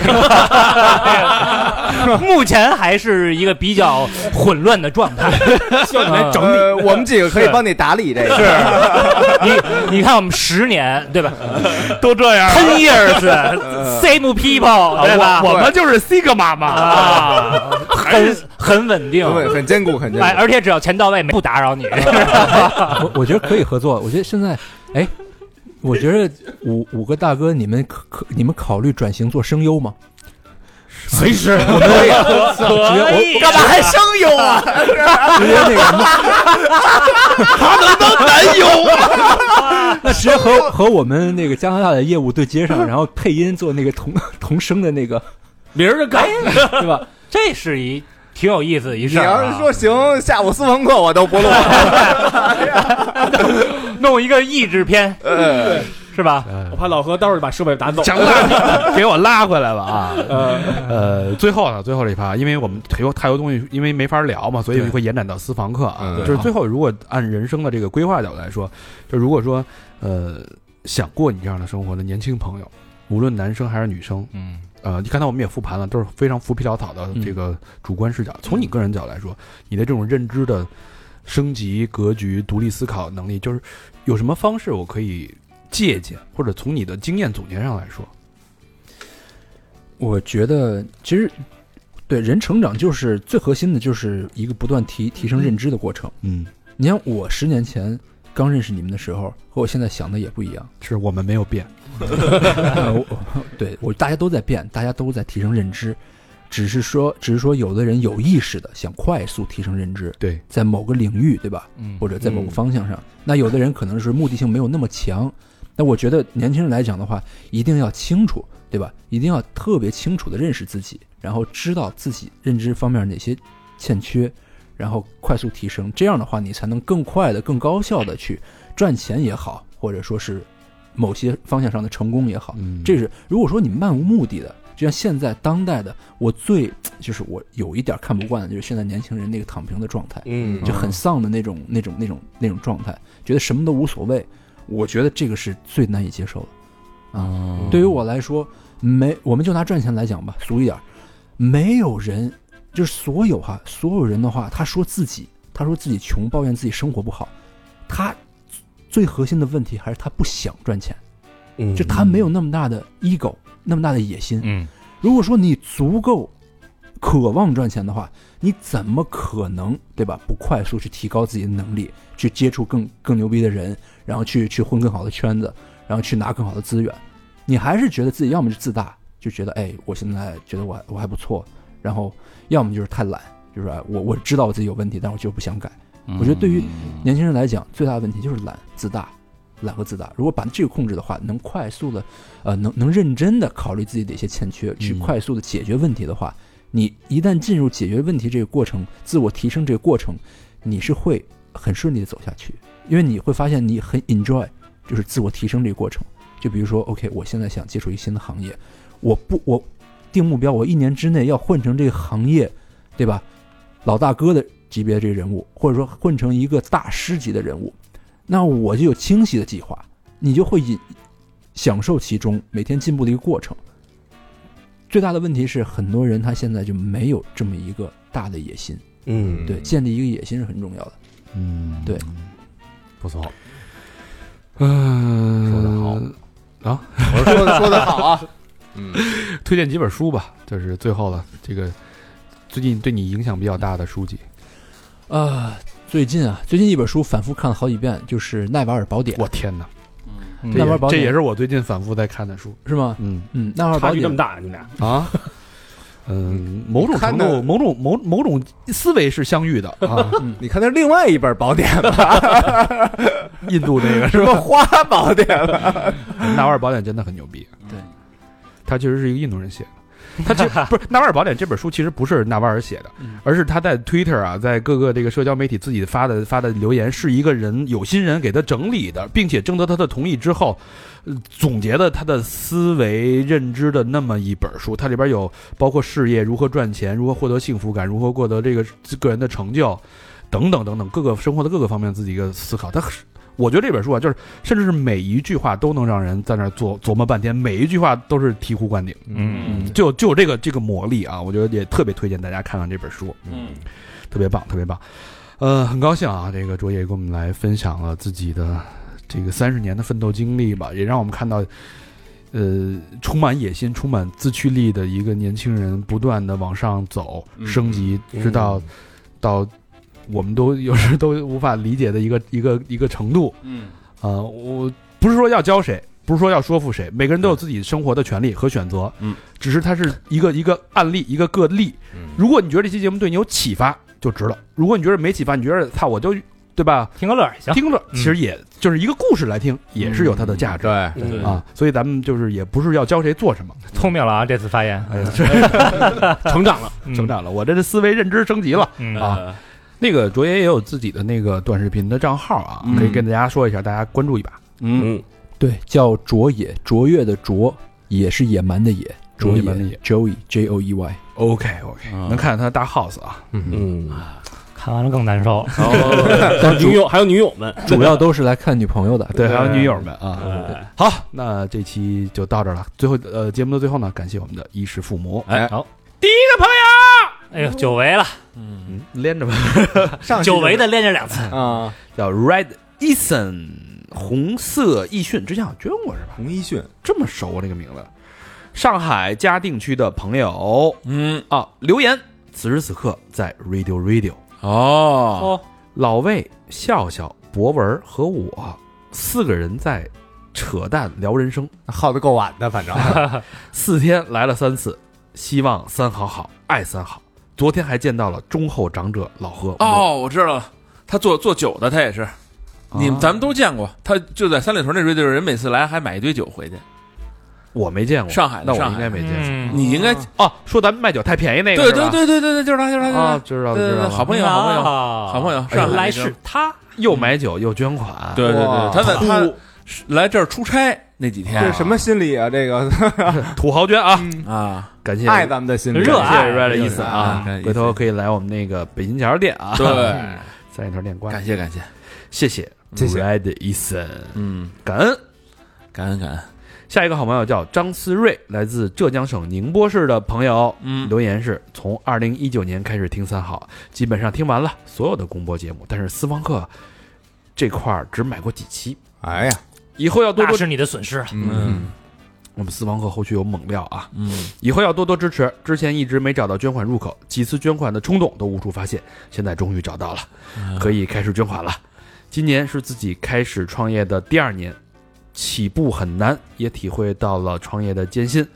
C: 个，目前还是一个比较混乱的状
B: <laughs>
C: 态。
G: 需要你来整理。
D: 呃，我们几个可以帮你打理这个。
C: 你你看，我们十年对吧
B: <laughs> 都这样。呃
C: ？Ten years, same people 对吧？
B: 我我们就是 Sigma 嘛，
C: 啊，很很稳
D: <laughs>
C: 定，
D: 很很坚固，很坚
C: 哎，
D: 固。
C: 而且只要钱到位，不打扰你。
B: 哎
C: <laughs>
F: 我我觉得可以合作。我觉得现在，哎，我觉得五五个大哥，你们可可你们考虑转型做声优吗？
E: <laughs>
G: 随时，
C: 可以，
D: 干嘛还声优啊？
F: 直接那个，
B: 男优
F: 那直接和和我们那个加拿大的业务对接上，然后配音做那个同同声的那个，
G: 明儿就干。
F: 对吧？
C: 这是一挺有意思的一
D: 你
C: 事儿
D: 要
C: 啊
D: 是。说行，下午私房课我都不录。
C: 弄一个益智片
D: 呃，
C: 是吧？
G: 我怕老何待会儿把设备打走。
B: 强大， <laughs> 给我拉回来吧啊！
G: 呃，
B: 呃，最后呢，最后这一趴，因为我们太多太多东西，因为没法聊嘛，所以会延展到私房课啊。
D: 嗯
B: 就是最后，如果按人生的这个规划角度来说，就如果说呃想过你这样的生活的年轻朋友，无论男生还是女生，
C: 嗯，
B: 呃，刚才我们也复盘了，都是非常浮皮潦草的这个主观视角。从你个人角度来说，你的这种认知的升级、格局、独立思考能力，就是有什么方式我可以借鉴，或者从你的经验总结上来说，
F: 我觉得其实对人成长就是最核心的，就是一个不断提提升认知的过程。
B: 嗯，
F: 你看我十年前刚认识你们的时候，和我现在想的也不一样。
B: 是我们没有变，
F: 呃，我我对我大家都在变，大家都在提升认知，只是说，只是说有的人有意识的想快速提升认知，
B: 对，
F: 在某个领域，对吧？
C: 嗯
F: 或者在某个方向上，那有的人可能是目的性没有那么强。那我觉得年轻人来讲的话，一定要清楚，对吧？一定要特别清楚的认识自己，然后知道自己认知方面哪些欠缺，然后快速提升。这样的话，你才能更快的、更高效的去赚钱也好，或者说是某些方向上的成功也好。
B: 嗯
F: 这是如果说你漫无目的的，就像现在当代的，我最就是我有一点看不惯的就是现在年轻人那个躺平的状态，
G: 嗯
F: 就很丧的那种那种那种那种状态，觉得什么都无所谓。我觉得这个是最难以接受的啊。对于我来说，没我们就拿赚钱来讲吧，俗一点儿，没有人就是所有哈，所有人的话，他说自己，他说自己穷，抱怨自己生活不好，他最核心的问题还是他不想赚钱，
G: 嗯
F: 就他没有那么大的 ego，那么大的野心。
C: 嗯，
F: 如果说你足够渴望赚钱的话，你怎么可能对吧？不快速去提高自己的能力，去接触更更牛逼的人，然后去去混更好的圈子，然后去拿更好的资源，你还是觉得自己要么是自大，就觉得哎，我现在觉得我还我还不错，然后要么就是太懒，就是哎我我知道我自己有问题，但我就不想改。我觉得对于年轻人来讲，最大的问题就是懒、自大、懒和自大。如果把这个控制的话，能快速的，呃，能能认真的考虑自己的一些欠缺，去快速的解决问题的话，你一旦进入解决问题这个过程、自我提升这个过程，你是会很顺利的走下去，因为你会发现你很 enjoy，就是自我提升这个过程。就比如说，OK，我现在想接触一个新的行业，我不我定目标，我一年之内要混成这个行业，对吧？老大哥的级别这个人物，或者说混成一个大师级的人物，那我就有清晰的计划，你就会引享受其中每天进步的一个过程。最大的问题是，很多人他现在就没有这么一个大的野心。
G: 嗯
F: 对，建立一个野心是很重要的。
C: 嗯，
F: 对，
C: 不错，
B: 呃
F: 嗯，
C: 说得好。
D: 我说的说的好啊，
B: 推荐几本书吧，就是最后了，这个最近对你影响比较大的书籍，
F: 呃，最近啊，最近一本书反复看了好几遍，就是《奈瓦尔宝典》。
B: 我天哪，
F: 嗯
B: 这
F: 奈瓦
B: 也
F: 尔宝
B: 这
F: 典
B: 也是我最近反复在看的书，
F: 是吗？
B: 嗯
F: 嗯，奈瓦尔
G: 差
F: 宝
G: 距这么
F: 典。
G: 大，你们俩
B: 啊。嗯，某种程
D: 你看
B: 度，
D: 的
B: 某种某某种思维是相遇的啊。
D: 你看那是另外一本宝典吧，
B: 印度那个
D: 什么花宝典了，
B: <laughs> 纳瓦尔宝典真的很牛逼，
F: 对，
B: 他其实是一个印度人写的。他其实不是《纳瓦尔宝典》这本书，其实不是纳瓦尔写的，而是他在 Twitter 啊，在各个这个社交媒体自己发的发的留言，是一个人有心人给他整理的，并且征得他的同意之后，呃总结的他的思维认知的那么一本书。它里边有包括事业如何赚钱、如何获得幸福感、如何获得这个个人的成就等等等等各个生活的各个方面自己一个思考。他我觉得这本书啊，就是甚至是每一句话都能让人在那儿琢琢磨半天，每一句话都是醍醐灌顶，
C: 嗯
B: 就就有这个这个魔力啊，我觉得也特别推荐大家看看这本书，
E: 嗯，
B: 特别棒，特别棒。呃，很高兴啊，这个卓野给我们来分享了自己的这个三十年的奋斗经历吧，也让我们看到，呃，充满野心、充满自驱力的一个年轻人，不断的往上走、
E: 嗯
B: 升级，直到到我们都有时都无法理解的一个一个一个程度。
E: 嗯
B: 啊、我不是说要教谁，不是说要说服谁，每个人都有自己生活的权利和选择。
E: 嗯，
B: 只是它是一个一个案例，一个个例。
E: 嗯
B: 如果你觉得这期节目对你有启发，就值了；如果你觉得没启发，你觉得操，我就对吧？
C: 听个乐儿也行。
B: 听着，其实也就是一个故事来听，也是有它的价值。
E: 对，
G: 对
B: 啊，所以咱们就是也不是要教谁做什么，
C: 聪明了啊，这次发言
B: 哎呀，这
G: 成长了，
C: 嗯
B: <laughs> 成长了，我这思维认知升级了。
C: 嗯
B: 啊那个卓爷也有自己的那个短视频的账号啊，可以跟大家说一下，大家关注一把。
G: 嗯，
F: 对，叫卓野，卓越的卓，也是野蛮的野，卓
B: 野
F: 野
B: 蛮的野
F: Joey J O E Y。
B: OK OK，能看到他的大 house 啊，
G: 嗯，
C: 看完了更难
B: <laughs>
C: 受了。
G: 但女友还有女友们，
F: 主要都是来看女朋友的。
B: 对，还有女友们啊。
G: 哎
B: <laughs> 好，那这期就到这儿了。最后，呃，节目的最后呢，感谢我们的衣食父母，
E: 哎
C: 好，
B: 第一个朋
C: 哎呦，久违了，
B: 友连着吧，
D: 上去
C: 久违的练这两次，
D: 啊，
B: 叫 Red Eason 红色易迅，之前好像捐过是吧？
D: 洪一迅，
B: 这么熟啊这个名字，上海嘉定区的朋友，嗯啊，留言此时此刻在 Radio Radio，
E: 哦，
C: 哦，
B: 老魏、笑笑、博文和我四个人在扯淡聊人生，
D: 耗的够晚的，反正
B: 四天来了三次，希望三好好，爱三好。昨天还见到了忠厚长者老何，啊
E: 哦，我知道了，他做做酒的，他也是，你们咱们都见过，他就在三里屯那瑞地儿，人每次来还买一堆酒回去，
B: 我没见过
E: 上海的
B: 那我
E: 上
B: 应
E: 海
B: 该没见过。
C: 嗯
E: 你应该，
B: 哦，说咱们卖酒太便宜那个，
E: 对
B: 是吧
E: 对对对对对，就是他，就是他，就是
B: 啊，
E: 他。
B: 知道了
E: 对
B: 知
E: 对
B: 道
E: 对，
B: 了，
E: 好朋友，好朋友，
C: 啊
E: 好朋友
C: 哎呦
E: 上海
C: 来
E: 那
C: 是
E: 个
C: 他，
B: 又买酒又捐款，
E: 对对
D: 哇
E: 对，他在他来这儿出差那几
D: 这
E: 天
D: 是什么心理啊？这个
B: 土豪捐啊，
E: 啊？
B: 感谢
D: 爱咱们的心理，
C: 热爱
B: 感谢 Red 的意思啊
E: 热爱，
B: 回头可以来我们那个北京桥店啊， <laughs>
E: 对，，
B: 三里屯店关
E: 感，谢感谢，
B: 谢谢
D: 谢谢
B: Red Eason，
E: 嗯，
B: 感恩。
E: 感恩感恩，
B: 下一个好朋友叫张思睿，来自浙江省宁波市的朋友，
E: 嗯
B: 留言是从二零一九年开始听三好，基本上听完了所有的公播节目，但是私房课这块儿只买过几期，
D: 哎呀，
B: 以后要多
C: 那
B: 多。
C: 是你的损失啊。
E: 嗯
B: 我们私房课后续有猛料啊，
E: 嗯，
B: 以后要多多支持。之前一直没找到捐款入口，几次捐款的冲动都无处发泄，现在终于找到了，
E: 嗯
B: 可以开始捐款了。今年是自己开始创业的第二年，起步很难，也体会到了创业的艰辛。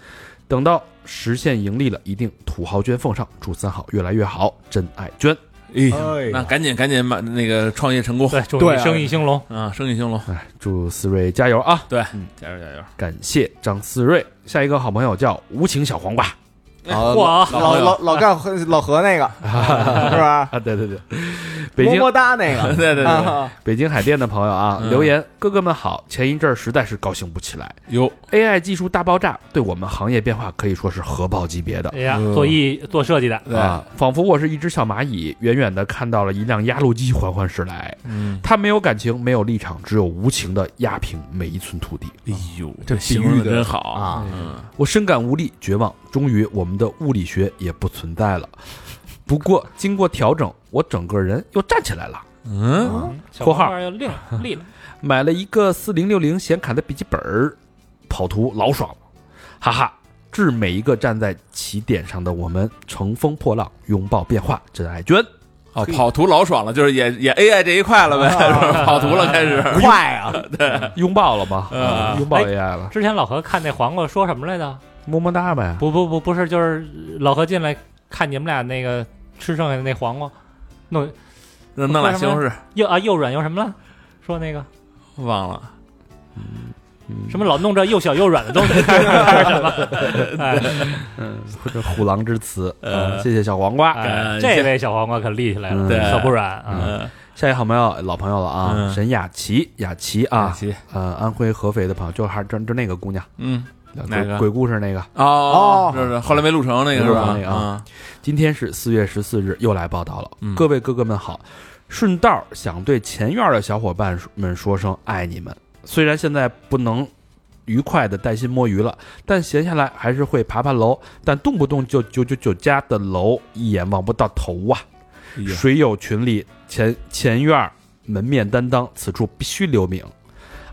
B: 等到实现盈利了，一定土豪捐奉上，祝三好越来越好，真爱捐。
D: 哎
E: 那赶紧赶紧把那个创业成功
C: 对，祝
D: 对
C: 你
D: 啊
C: 生意兴隆。
E: 啊，生意兴隆，
B: 哎，祝思睿加油啊！
E: 加油加油！
B: 感谢张思睿。下一个好朋友叫无情小黄瓜
D: 老
C: 哇
D: 老老老干和老何那个是吧？
B: 啊，对对对，北
D: 么
B: 京
D: 么哒那个，
E: 对对对，
D: 啊
B: 北京海淀的朋友啊，
E: 嗯
B: 留言：哥哥们好，前一阵儿实在是高兴不起来
E: 有
B: ，AI 技术大爆炸对我们行业变化可以说是核爆级别的
C: 哎呀，做艺做设计的，
B: 啊！仿佛我是一只小蚂蚁，远远的看到了一辆压路机缓缓驶来，
E: 嗯，
B: 它没有感情，没有立场，只有无情的压平每一寸土地。
E: 哎呦，
D: 这
E: 形
D: 比
E: 容
D: 喻
E: 的
D: 的
E: 真好
D: 啊，
E: 嗯，
B: 我深感无力、绝望。终于，我们的物理学也不存在了。不过，经过调整，我整个人又站起来了。
G: 嗯，
C: 小
B: 括号
C: 黄瓜又另立了，
B: 买了一个四零六零显卡的笔记本儿，跑图老爽了，哈哈！致每一个站在起点上的我们，乘风破浪，拥抱变化，真爱娟。
G: 哦，跑图老爽了，就是也也 AI 这一块了呗，
D: 啊
G: 是吧跑图了开始。
D: 快
G: <laughs>
D: 啊！
B: 拥抱了吗？
G: 啊
E: 呃
B: 拥抱
C: 哎
B: AI 了，
C: 之前老何看那黄瓜说什么来着？
B: 么么哒呗。
C: 不不不，不是，就是老何进来看你们俩那个吃剩下的那黄瓜，弄
G: 弄弄俩西红柿，
C: 又啊又软又什么了？说那个嗯
G: 忘了。
C: 什么老弄这又小又软的东西， <laughs> 开始开始什么？
G: <laughs>
C: 哎，
B: 这虎狼之词，
G: 呃
B: 嗯谢谢小黄瓜。
C: 哎
G: 感谢
C: 这位小黄瓜可立起来了，
B: 对
C: 可不软啊！
G: 嗯，
B: 下一个好朋友，老朋友了啊，
G: 嗯
B: 沈雅琪，雅琪啊，
G: 行
B: 呃，安徽合肥的朋友，就还就就那个姑娘，呃
G: 嗯，哪个
B: 鬼鬼故事那个。
G: 哦
D: 哦，
G: 是是，后来没录成那个
B: 没
G: 是吧
B: 录成那？个
G: 啊
B: 啊，今天是四月十四日，又来报道了。
G: 嗯
B: 各位哥哥们好，顺道想对前院的小伙伴们说声爱你们。虽然现在不能愉快的带薪摸鱼了，但闲下来还是会爬爬楼，但动不动就九九九家的楼，一眼望不到头啊！
G: 哎呀
B: 水友群里前前院儿门面担当，此处必须留名。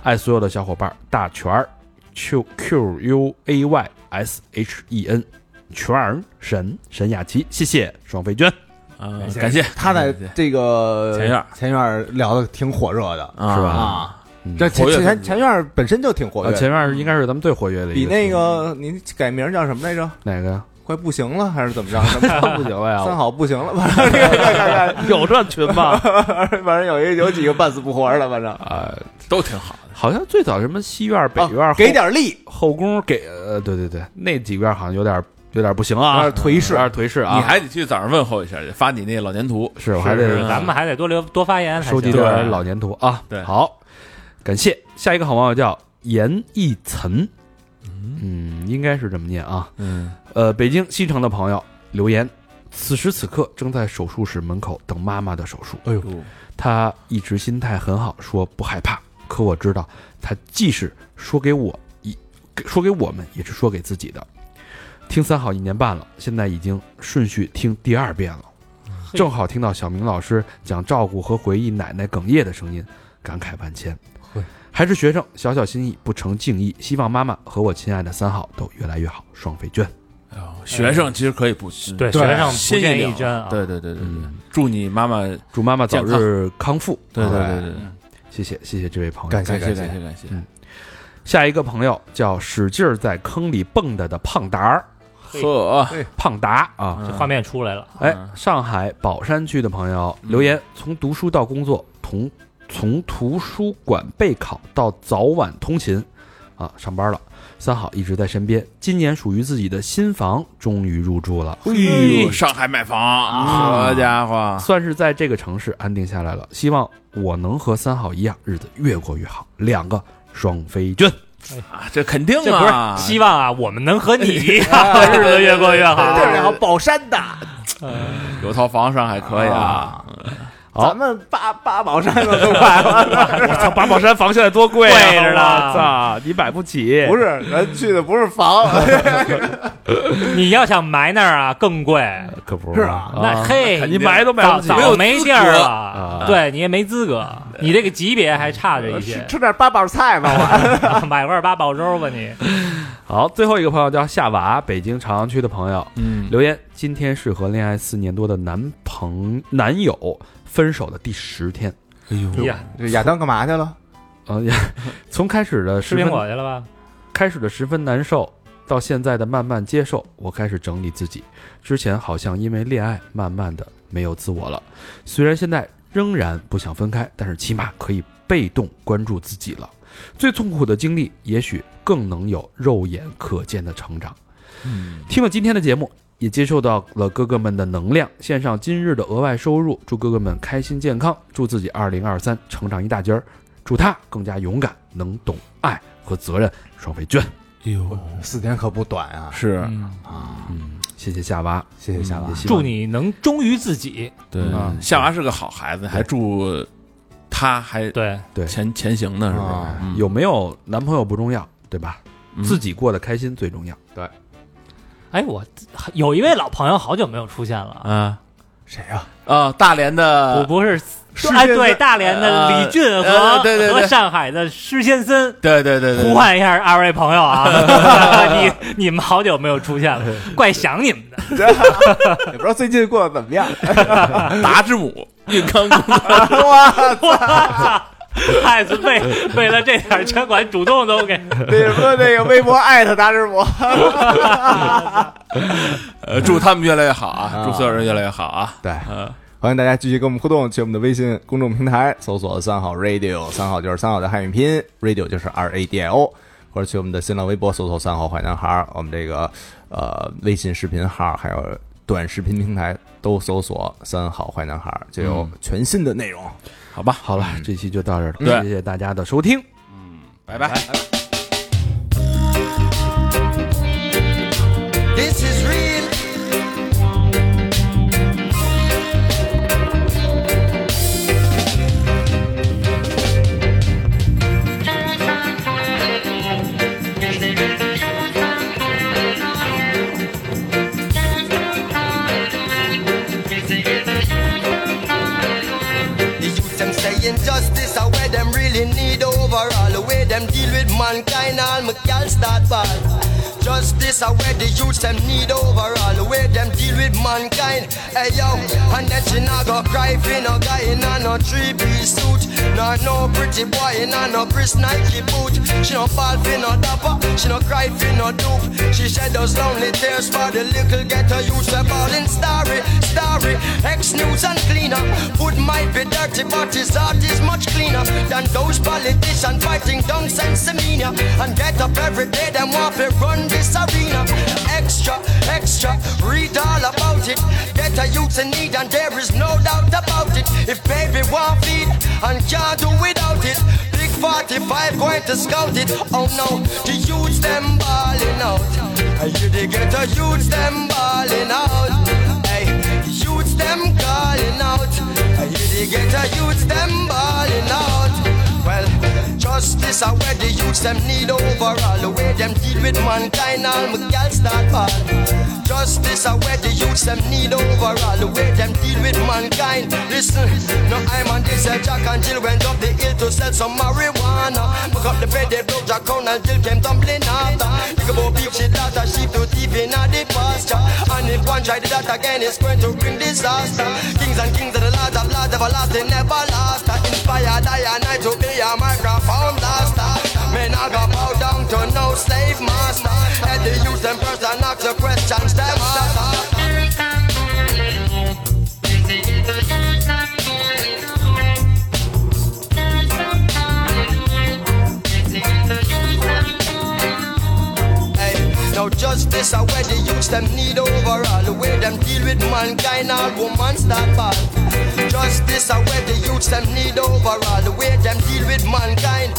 B: 爱所有的小伙伴，大全儿 Q Q U A Y S H E N 全儿神沈雅琪，谢谢双飞娟，
G: 啊感谢
D: 他在
G: 感谢
D: 这个
G: 前院儿
D: 前院儿聊的挺火热的
G: 啊
B: 是吧
D: 啊
B: 嗯。
D: 这前
G: 活跃
D: 前前院儿本身就挺活
B: 呃，
D: 跃的，
B: 前面应该是咱们最活跃的
D: 比
B: 一个，
D: 那个您改名叫什么来着？
B: 哪 <laughs> 个呀？
D: 快不行了还是怎么着？ <laughs> 什么
B: 不行了
D: <laughs> 三
B: 呀，
D: 好不行了，反正这个看看看
I: 有这群吗？
D: 反正有一有几个半死不活的，反正
B: 啊，
G: 都挺好的。
B: <laughs> 好像最早什么西院、北院、
D: 啊给点力，
B: 后后宫给呃，对对对，那几院好像有点有点不行啊，
D: 有点颓势
B: 有点颓势啊，
G: 你还得去早上问候一下，发你那老年图。
B: 是我还
C: 是
B: 得
G: 嗯
C: 啊咱们还得多留多发言才行，
B: 收集
G: 对
B: 点老年图啊。
G: 对
B: 好，感谢下一个好朋友叫严一岑，嗯，应该是这么念啊。
G: 嗯，
B: 呃，北京西城的朋友留言，此时此刻正在手术室门口等妈妈的手术。哎呦，他一直心态很好，说不害怕。可我知道，他既是说给我一给说给我们，也是说给自己的。听三好一年半了，现在已经顺序听第二遍了，
C: 嘿
B: 正好听到小明老师讲照顾和回忆奶奶哽咽的声音，感慨万千。还是学生，小小心意不成敬意。希望妈妈和我亲爱的三好都越来越好，双飞娟。
G: 学生其实可以不
C: 对
G: 对
C: 学生不
G: 心
C: 见一
G: 一凉
C: 针啊！
G: 对对对对对，祝你妈妈
B: 祝妈妈早日康复。
G: 对对
B: 好
G: 对对，对
B: 谢谢谢谢这位朋友。
D: 感
G: 哎感谢
D: 感
G: 感
D: 谢，
G: 谢感谢。
B: 下一个朋友叫使劲儿在坑里蹦跶的胖达儿，
G: 呵，
B: 胖达啊，
C: 这画面出来了，
B: 哎，
G: 嗯
B: 上海宝山区的朋友留言：从读书到工作，从从图书馆备考到早晚通勤，啊，上班了。三好一直在身边，今年属于自己的新房终于入住了。
G: 哎呦，上海买房，好家伙，
B: 算是在这个城市安定下来了。希望我能和三好一样，日子越过越好。两个双飞娟，
G: 啊这肯定
C: 这不
G: 啊，
C: 是希望啊，我们能和
G: <laughs>
C: 你一样，日子越过越好。
D: 对，然后宝山的，
G: 有套房上海可以啊，
B: 好
D: 咱们八八宝山的都 <laughs> 快了，
B: 我操， <laughs> 八宝山房现在多贵
C: 啊贵着呢我
B: 操，你买不起
D: 不是咱去的不是 <laughs> 房，
C: 你要想埋那儿啊，更贵。
B: 可不
D: 是啊
C: 那嘿，
B: 你埋都埋不起
C: 早
B: 没
C: 早
B: 有
C: 没
G: 资
C: 地儿
G: 格
C: 了，对你也没资格，你这个级别还差着一些。
D: 吃点八宝菜吧， <laughs>
C: <laughs>
D: 我
C: 买罐八宝粥吧你。
B: 好，最后一个朋友叫夏娃，北京朝阳区的朋友
G: 嗯，
B: 留言：今天是和恋爱四年多的男朋男友分手的第十天。
C: 哎呀，
D: 这亚当干嘛去了？
B: 啊、呀， <laughs> 从开始的
C: 吃
B: 十
C: 苹
B: 分
C: 果去了吧？
B: 开始的十分难受，到现在的慢慢接受，我开始整理自己。之前好像因为恋爱，慢慢的没有自我了。虽然现在仍然不想分开，但是起码可以被动关注自己了。最痛苦的经历，也许更能有肉眼可见的成长。听了今天的节目，也接受到了哥哥们的能量，献上今日的额外收入，祝哥哥们开心健康，祝自己二零二三成长一大截儿，祝他更加勇敢，能懂爱和责任。双飞娟，
D: 四天可不短啊！
G: 是，
D: 啊，
B: 嗯，谢谢夏娃，
D: 谢谢夏娃
B: 也，希望
C: 祝你能忠于自己。
G: 对
B: 嗯
G: 夏娃是个好孩子，还祝他还
C: 对，
B: 对
G: 前前行呢，是吧
D: 啊？
G: 嗯
B: 有没有男朋友不重要，对吧？
G: 嗯
B: 自己过得开心最重要。
C: 哎，我有一位老朋友好久没有出现了，
G: 啊，
D: 谁呀？
B: 啊，大连
C: 我
B: 的
C: 不是
D: 世
C: 哎，
D: 界
C: 对，
D: 的
C: 大连的李俊和、
B: 呃对对对
C: 和上海的施先森。
B: 对对对对，
C: 呼唤一下二位朋友啊！ <laughs> 你你们好久没有出现了，怪想你们的。
D: 也不知道最近过得怎么样。
E: 达之母，运康公司
D: 哇，
C: 我操！艾斯为为了这点拳馆主动都给
D: 那什么，那个微博艾特达师傅，
E: <laughs> 呃，祝他们越来越好啊，
D: 啊
E: 祝所有人越来越好啊。
D: 对。
E: 嗯，
D: 欢迎大家继续跟我们互动，去我们的微信公众平台搜索“三好 radio”，三好就是三好的汉语拼音，radio 就是 R A D I O，或者去我们的新浪微博搜索“三好坏男孩儿”，我们这个呃微信视频号还有短视频平台都搜索“三好坏男孩儿”，就
E: 嗯
D: 有全新的内容。
E: 好
D: 嗯
E: 吧，
F: 好了，这期就到这儿
E: 对
F: 了，谢谢大家的收听。
E: 拜拜。
H: This is real. The youth them saying justice are where them really need overall. The way them deal with mankind, all my gal start ball. Justice are where the youth them need overall. The way them deal with mankind, hey yo. And then she not go cry for no guy in a no three piece suit, nor no pretty boy in a no Chris Nike boot. She no fall for no dapper, she no cry for no dupe. She shed those lonely tears for the little ghetto youth. They're ballin' starry, starry, ex news and cleaner. Food might be dirty, but his heart is much cleaner than those politicians fighting down Sensimania. And get up every day, them want to run this arena. Extra, extra, read all about it. Get a youth in need, and there is no doubt about it. If baby want feed and can't do without it, big 45 going to scout it. Oh no, the youths them balling out. I hear they get the youths them balling out. Hey, the youths them calling out. I hear they get the youths them balling out. Well, justice are where the youths them need overall. The way them deal with mankind, all my gals start ball. Justice are where the youths them need overall. The way them deal with mankind. Listen, no I'm on this uh, Jack and Jill went up the hill to sell some marijuana. Pick up the bed, they broke Jack on and Jill came tumbling after. Think about beef, she daughter, sheep to thief in a the pasture. And if one tried that again, it's going to bring disaster. Kings and kings of the lords of lords everlasting, everlasting. Inspired I and I to be a microphone blaster. Men I go bow down to no slave master. Had to use them first and ask the questions them ask. Hey, now justice are where the youths them need overall. The way them deal with mankind, all woman start bad. Justice are where the youths them need overall. The way them deal with mankind.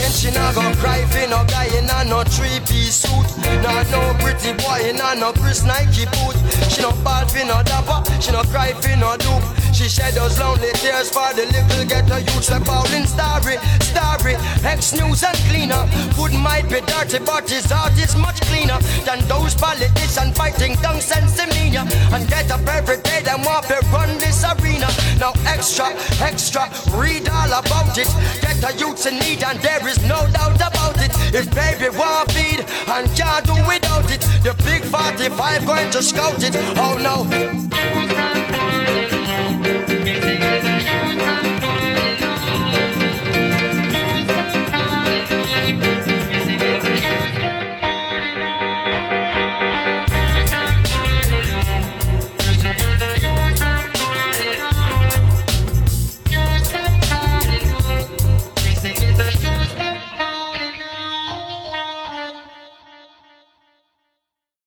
H: And she not gon' cry for no guy in a no three-piece suit Not no pretty boy in a no Chris Nike boot She no ball for no dapper, she no cry for no dupe She shed those lonely tears for the little ghetto youths Like bowling starry, starry, ex-news and cleaner Food might be dirty but his heart is much cleaner Than those politicians fighting down Sensimania And get up every day, them want to run this arena Now extra, extra, read all about it Get the youths in need and there is no doubt about it. If baby want feed and can't do without it, the big 45 going to scout it. Oh no.